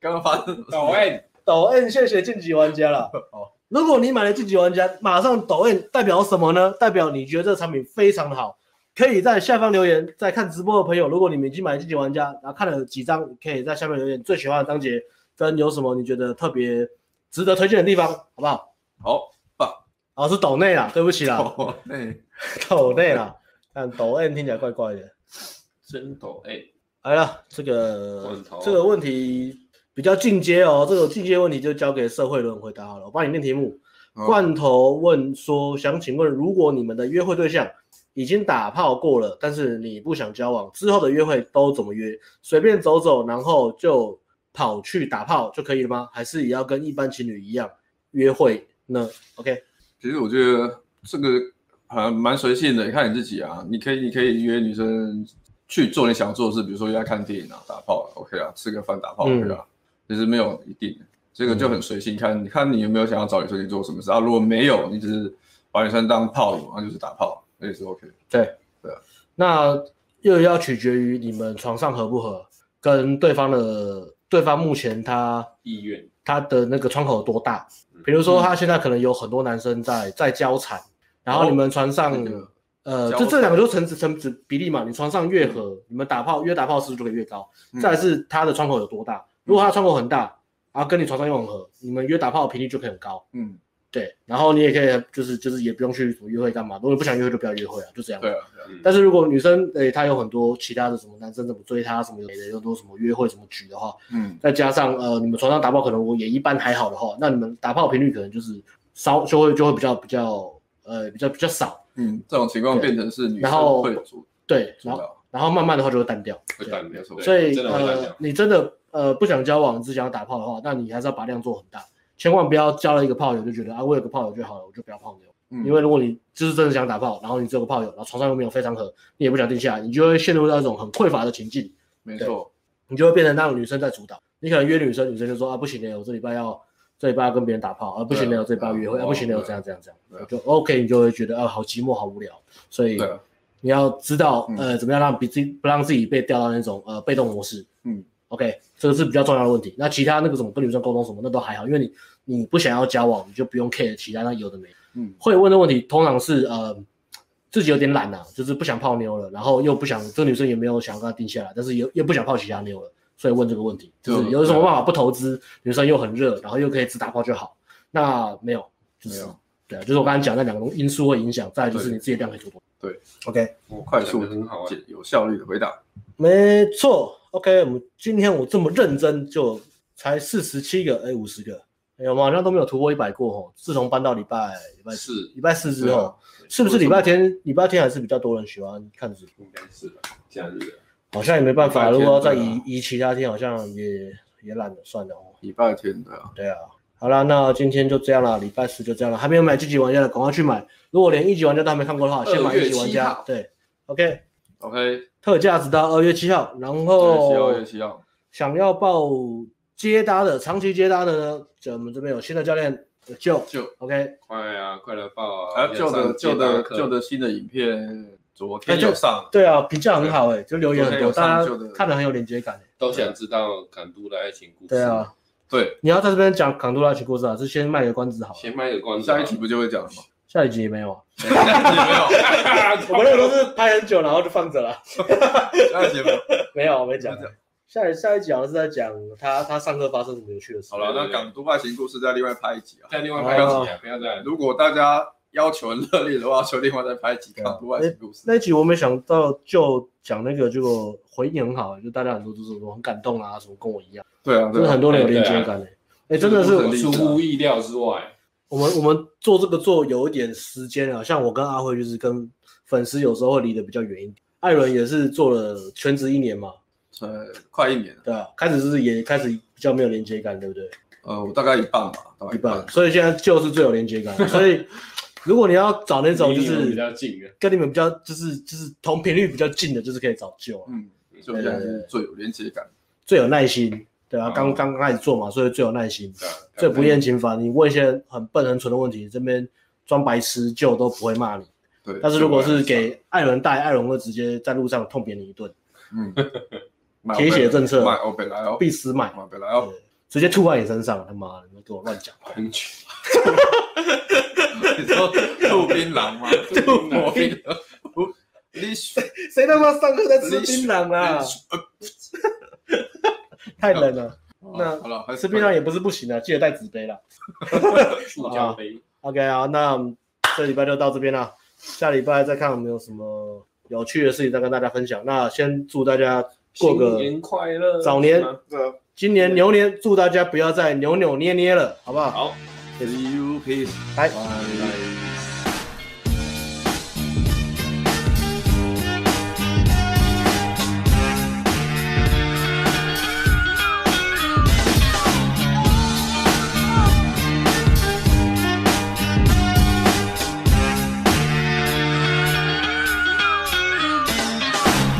Speaker 4: 刚刚发生什么
Speaker 3: 抖
Speaker 4: 事？
Speaker 3: N，
Speaker 1: 抖 N 谢谢晋级玩家了。
Speaker 4: 哦，
Speaker 1: 如果你买了晋级玩家，马上抖 N 代表什么呢？代表你觉得这个产品非常的好，可以在下方留言。在看直播的朋友，如果你们已经买了晋级玩家，然后看了几张，可以在下面留言最喜欢的章节跟有什么你觉得特别值得推荐的地方，好不好？
Speaker 4: 好
Speaker 1: 哦，是抖内啦，对不起啦，
Speaker 4: 哦，哎，
Speaker 1: 抖内啦，但抖 N 听起来怪怪的。
Speaker 3: 真哦哎抖 N，
Speaker 1: 来了，这个
Speaker 3: 罐头
Speaker 1: 这个问题比较进阶哦，这个进阶问题就交给社会人回答好了。我帮你念题目。
Speaker 4: 好
Speaker 1: 罐头问说，想请问，如果你们的约会对象已经打炮过了，但是你不想交往，之后的约会都怎么约？随便走走，然后就跑去打炮就可以了吗？还是也要跟一般情侣一样约会呢？OK，
Speaker 4: 其实我觉得这个还蛮随性的，看你自己啊。你可以，你可以约女生去做你想做的事，比如说约她看电影啊、打炮啊，OK 啊，吃个饭打炮
Speaker 1: 嗯
Speaker 4: OK 啊。其实没有一定，这个就很随性，
Speaker 1: 嗯
Speaker 4: 看你看你有没有想要找女生去做什么事啊。如果没有，你只是把女生当炮友，那就是打炮，那也是 OK。
Speaker 1: 对
Speaker 4: 对啊
Speaker 1: 那又要取决于你们床上合不合，跟对方的对方目前他
Speaker 3: 意愿
Speaker 1: 他的那个窗口有多大。
Speaker 4: 嗯
Speaker 1: 比如说，他现在可能有很多男生在在交缠，然后你们船上、
Speaker 4: 哦那个
Speaker 1: 呃，
Speaker 4: 交
Speaker 1: 这
Speaker 4: 缠
Speaker 1: 这两个就成成成比例嘛。你床上越合，你们打炮约打炮次数就会越高。
Speaker 4: 嗯
Speaker 1: 再来是他的窗口有多大，如果他的窗口很大，然后跟你床上又很合，你们约打炮的频率就可以很高。
Speaker 4: 嗯，
Speaker 1: 对，然后你也可以就是就是也不用去什么约会干嘛，如果你不想约会就不要约会啊，就这样。
Speaker 4: 对啊，对啊
Speaker 1: 但是如果女生诶、她有很多其他的什么男生怎么追她什么有的，又多什么约会什么局的话，
Speaker 4: 嗯，
Speaker 1: 再加上呃你们床上打炮可能我也一般还好的话，那你们打炮频率可能就是稍就会就会比较比较呃比较比较少，
Speaker 4: 嗯，这种情况
Speaker 1: 对
Speaker 4: 变成是女
Speaker 1: 然后
Speaker 4: 生会主
Speaker 1: 对，
Speaker 4: 主
Speaker 1: 然后
Speaker 4: 导，
Speaker 1: 然后慢慢的话就会淡掉，
Speaker 3: 会
Speaker 1: 对
Speaker 3: 断掉，
Speaker 4: 对
Speaker 3: 对
Speaker 1: 所以
Speaker 3: 真的会断
Speaker 1: 呃
Speaker 3: 掉。
Speaker 1: 你真的呃不想交往，只想要打炮的话，那你还是要把量做很大，千万不要交了一个炮友就觉得啊我有个炮友就好了，我就不要泡妞。
Speaker 4: 嗯
Speaker 1: 因为如果你就是真的想打炮，然后你只有个炮友，然后床上又没有非常合，你也不想定下来，你就会陷入到一种很匮乏的情境，
Speaker 4: 没错，
Speaker 1: 你就会变成让女生在主导。你可能约女生，女生就说啊不行的，我这礼拜要这礼拜要跟别人打炮，啊不行的，
Speaker 4: 对啊
Speaker 1: 我这礼拜要约会，
Speaker 4: 对啊
Speaker 1: 啊不行的，
Speaker 4: 对啊
Speaker 1: 我这样这样这样
Speaker 4: 对啊，
Speaker 1: 就 OK，你就会觉得啊好寂寞好无聊，所以
Speaker 4: 对啊，
Speaker 1: 你要知道
Speaker 4: 嗯
Speaker 1: 呃怎么样让比自己不让自己被掉到那种呃被动模式。
Speaker 4: 嗯
Speaker 1: ，OK，这个是比较重要的问题。那其他那个什么跟女生沟通什么那都还好，因为你你不想要交往，你就不用 care 其他那有的没的。
Speaker 4: 嗯
Speaker 1: 会问的问题通常是呃自己有点懒呐、啊就是不想泡妞了，然后又不想这个女生也没有想要跟他定下来，但是也又不想泡其他妞了，所以问这个问题，就是
Speaker 4: 对啊
Speaker 1: 有什么办法不投资，女生又很热，然后又可以只打炮就好？那没有，就是
Speaker 4: 没有
Speaker 1: 对啊，就是我刚才讲那两个因素会影响，再来就是
Speaker 4: 对
Speaker 1: 你自己量可以做多。
Speaker 4: 对
Speaker 1: ，OK，
Speaker 4: 快速
Speaker 3: 讲得很好啊
Speaker 4: 简有效率的回答。
Speaker 1: 没错，OK，我们今天我这么认真，就才四十七个，哎，五十个，哎，我们好像都没有突破一百过哦。自从搬到礼拜礼拜
Speaker 3: 是
Speaker 1: 礼拜四之
Speaker 4: 对啊啊
Speaker 1: 后，是不是礼拜天？礼拜天还是比较多人喜欢看直播，
Speaker 3: 应该是吧？假日啊
Speaker 1: 好像也没办法。
Speaker 4: 礼拜
Speaker 1: 如
Speaker 4: 天
Speaker 1: 果要再
Speaker 4: 对啊
Speaker 1: 移移其他天，好像也也懒得算了哦。
Speaker 4: 礼拜天的啊，
Speaker 1: 对啊，好啦，那今天就这样啦，礼拜四就这样了。还没有买一级玩家的，赶快去买。如果连一级玩家都还没看过的话，先买一级玩
Speaker 3: 2月
Speaker 1: 家
Speaker 3: 7号。
Speaker 1: 对，OK，
Speaker 4: OK，
Speaker 1: 特价直到二月七号。然
Speaker 4: 七号
Speaker 1: 后
Speaker 4: 月七号，
Speaker 1: 想要报接搭的长期接搭的呢，这我们这边有新的教练就
Speaker 4: 就
Speaker 1: OK，
Speaker 3: 快啊，快来报
Speaker 4: 还
Speaker 3: 啊！
Speaker 4: 有旧的旧的旧
Speaker 3: 的，
Speaker 4: 的新的影片，昨
Speaker 1: 哎
Speaker 4: 天
Speaker 1: 就
Speaker 4: 有上，
Speaker 1: 对啊，评价很好哎、就留言很多，
Speaker 4: 昨天
Speaker 1: 大
Speaker 4: 有上
Speaker 1: 家
Speaker 4: 就的
Speaker 1: 看得很有连接感、欸、
Speaker 3: 都想知道港都的爱情故事。
Speaker 1: 对啊，，
Speaker 4: 对，
Speaker 1: 你要在这边讲港都拉奇故事啊，是先卖个关子好了。
Speaker 3: 先卖个关子啊。
Speaker 4: 下一期不就会讲了吗？
Speaker 1: 下一集也没有 啊，
Speaker 3: 啊
Speaker 1: 我们那个都是拍很久，然后就放着了，
Speaker 4: 下一期没有。
Speaker 1: 没有没讲
Speaker 4: 就这。
Speaker 1: 下一下一集好像是在讲他他上课发生什么有趣的事。
Speaker 4: 好了，那港都爱情故事再另外拍一集啊。
Speaker 3: 再另外拍一
Speaker 1: 哦
Speaker 3: 集啊，不要再来录。
Speaker 4: 如果大家要求很热烈的话，就另外再拍几
Speaker 1: 对啊
Speaker 4: 港都爱情故事。
Speaker 1: 那一集我没想到就讲那个，结果回应很好，就大家很多都是说很感动啊，什么跟我一样，
Speaker 4: 对啊，
Speaker 1: 真
Speaker 4: 对
Speaker 1: 的
Speaker 4: 啊
Speaker 1: 很，多人有连接感诶、哎、真的是
Speaker 4: 这个故事
Speaker 3: 出乎意料之外，
Speaker 1: 我们我们做这个做有一点时间啊，像我跟阿辉就是跟粉丝有时候会离得比较远一点，艾伦也是做了全职一年嘛，
Speaker 4: 呃，快一年了，
Speaker 1: 对啊，开始是也开始比较没有连接感，对不对？
Speaker 4: 呃，我大概一半吧，大概
Speaker 1: 一
Speaker 4: 一半
Speaker 1: 半，。所以现在就是最有连接 感。所以如果你要找那种就
Speaker 3: 离你们比
Speaker 1: 是
Speaker 3: 较近的，
Speaker 1: 跟你们比较就是就是同频率比较近的，就是可以找旧啊，
Speaker 4: 嗯，就应该是最有连接感。
Speaker 1: 最有耐心，对啊，
Speaker 4: 嗯
Speaker 1: 刚刚开始做嘛，所以最有耐心，
Speaker 3: 哦对啊
Speaker 1: 最不厌其烦。你问一些很笨很蠢的问题，这边装白痴旧都不会骂你。
Speaker 4: 对，
Speaker 1: 但是如果是给艾伦带，艾伦会直接在路上痛扁你一顿，
Speaker 4: 嗯，啊
Speaker 1: 铁血政策
Speaker 4: 买欧北来 哦，
Speaker 1: 必死买，
Speaker 4: 买北来哦，
Speaker 1: 对直接吐在你身上，他妈的，你给我乱讲。
Speaker 3: 很久。
Speaker 4: 你说吐槟榔吗？吐 魔槟榔， 不 你
Speaker 1: 谁他妈上课在
Speaker 4: 吃槟
Speaker 1: 榔啊
Speaker 4: 呃
Speaker 1: 太冷了，那
Speaker 2: 哦
Speaker 4: 好了，还
Speaker 1: 吃槟榔也不是不行的，记得带纸杯啦。
Speaker 3: 塑胶杯，
Speaker 1: OK 啊，那这礼拜就到这边啦，下礼拜再看有没有什么有趣的事情再跟大家分享。那先祝大家过个
Speaker 3: 新年快乐，
Speaker 1: 早年
Speaker 3: 是吗
Speaker 1: 今年牛年，祝大家不要再扭扭捏捏了，好不好？
Speaker 3: 好。
Speaker 4: See you, peace，
Speaker 1: 拜
Speaker 4: 拜。